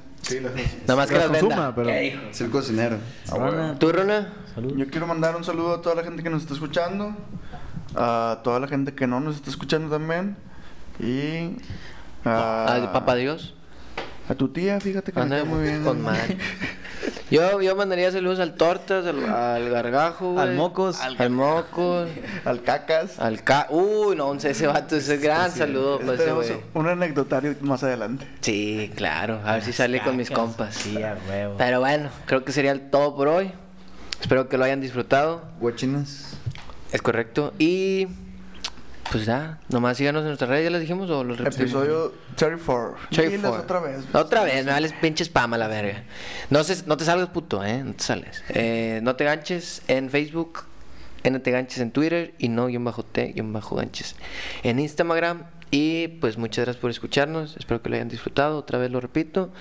[SPEAKER 5] Nada más que las venda.
[SPEAKER 3] pero.
[SPEAKER 2] Ser cocinero.
[SPEAKER 1] Rona,
[SPEAKER 5] ¿Tú, Rona?
[SPEAKER 1] saludos.
[SPEAKER 4] Yo quiero mandar un saludo a toda la gente que nos está escuchando, a toda la gente que no nos está escuchando también, y a,
[SPEAKER 5] Al Ah, papá Dios.
[SPEAKER 4] a tu tía, fíjate que me
[SPEAKER 5] Anda
[SPEAKER 4] queda muy bien.
[SPEAKER 5] con madre. Yo, yo mandaría saludos al Tortas, al, al Gargajo, güey.
[SPEAKER 1] Al Mocos.
[SPEAKER 5] Al, al Mocos.
[SPEAKER 4] Al cacas.
[SPEAKER 5] Al Ca... Uy, no, ese vato ese es gran saludo
[SPEAKER 4] Ese
[SPEAKER 5] para ese
[SPEAKER 4] tenemos
[SPEAKER 5] pues, güey.
[SPEAKER 4] un anecdotario más adelante.
[SPEAKER 5] Sí, claro. A ver si sale con mis compas.
[SPEAKER 1] Sí, a huevo.
[SPEAKER 5] Pero bueno, creo que sería el todo por hoy. Espero que lo hayan disfrutado.
[SPEAKER 2] Guachinas.
[SPEAKER 5] Es correcto. Y pues nada, nomás síganos en nuestras redes, ya les dijimos o los repetimos.
[SPEAKER 4] Episodio 34.
[SPEAKER 5] Chey
[SPEAKER 4] Diles
[SPEAKER 5] for.
[SPEAKER 4] otra vez.
[SPEAKER 5] Otra vez, no les pinche spam a la verga. No, se- no te salgas puto, ¿eh? No te sales. Eh, no te ganches en Facebook, no te ganches en Twitter y no guión bajo T, guión bajo ganches. En Instagram. Y pues muchas gracias por escucharnos. Espero que lo hayan disfrutado. Otra vez lo repito.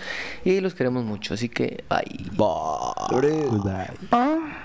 [SPEAKER 5] Y los queremos mucho. Así que, bye.
[SPEAKER 2] Sobre-
[SPEAKER 3] Goodbye.
[SPEAKER 4] Ah.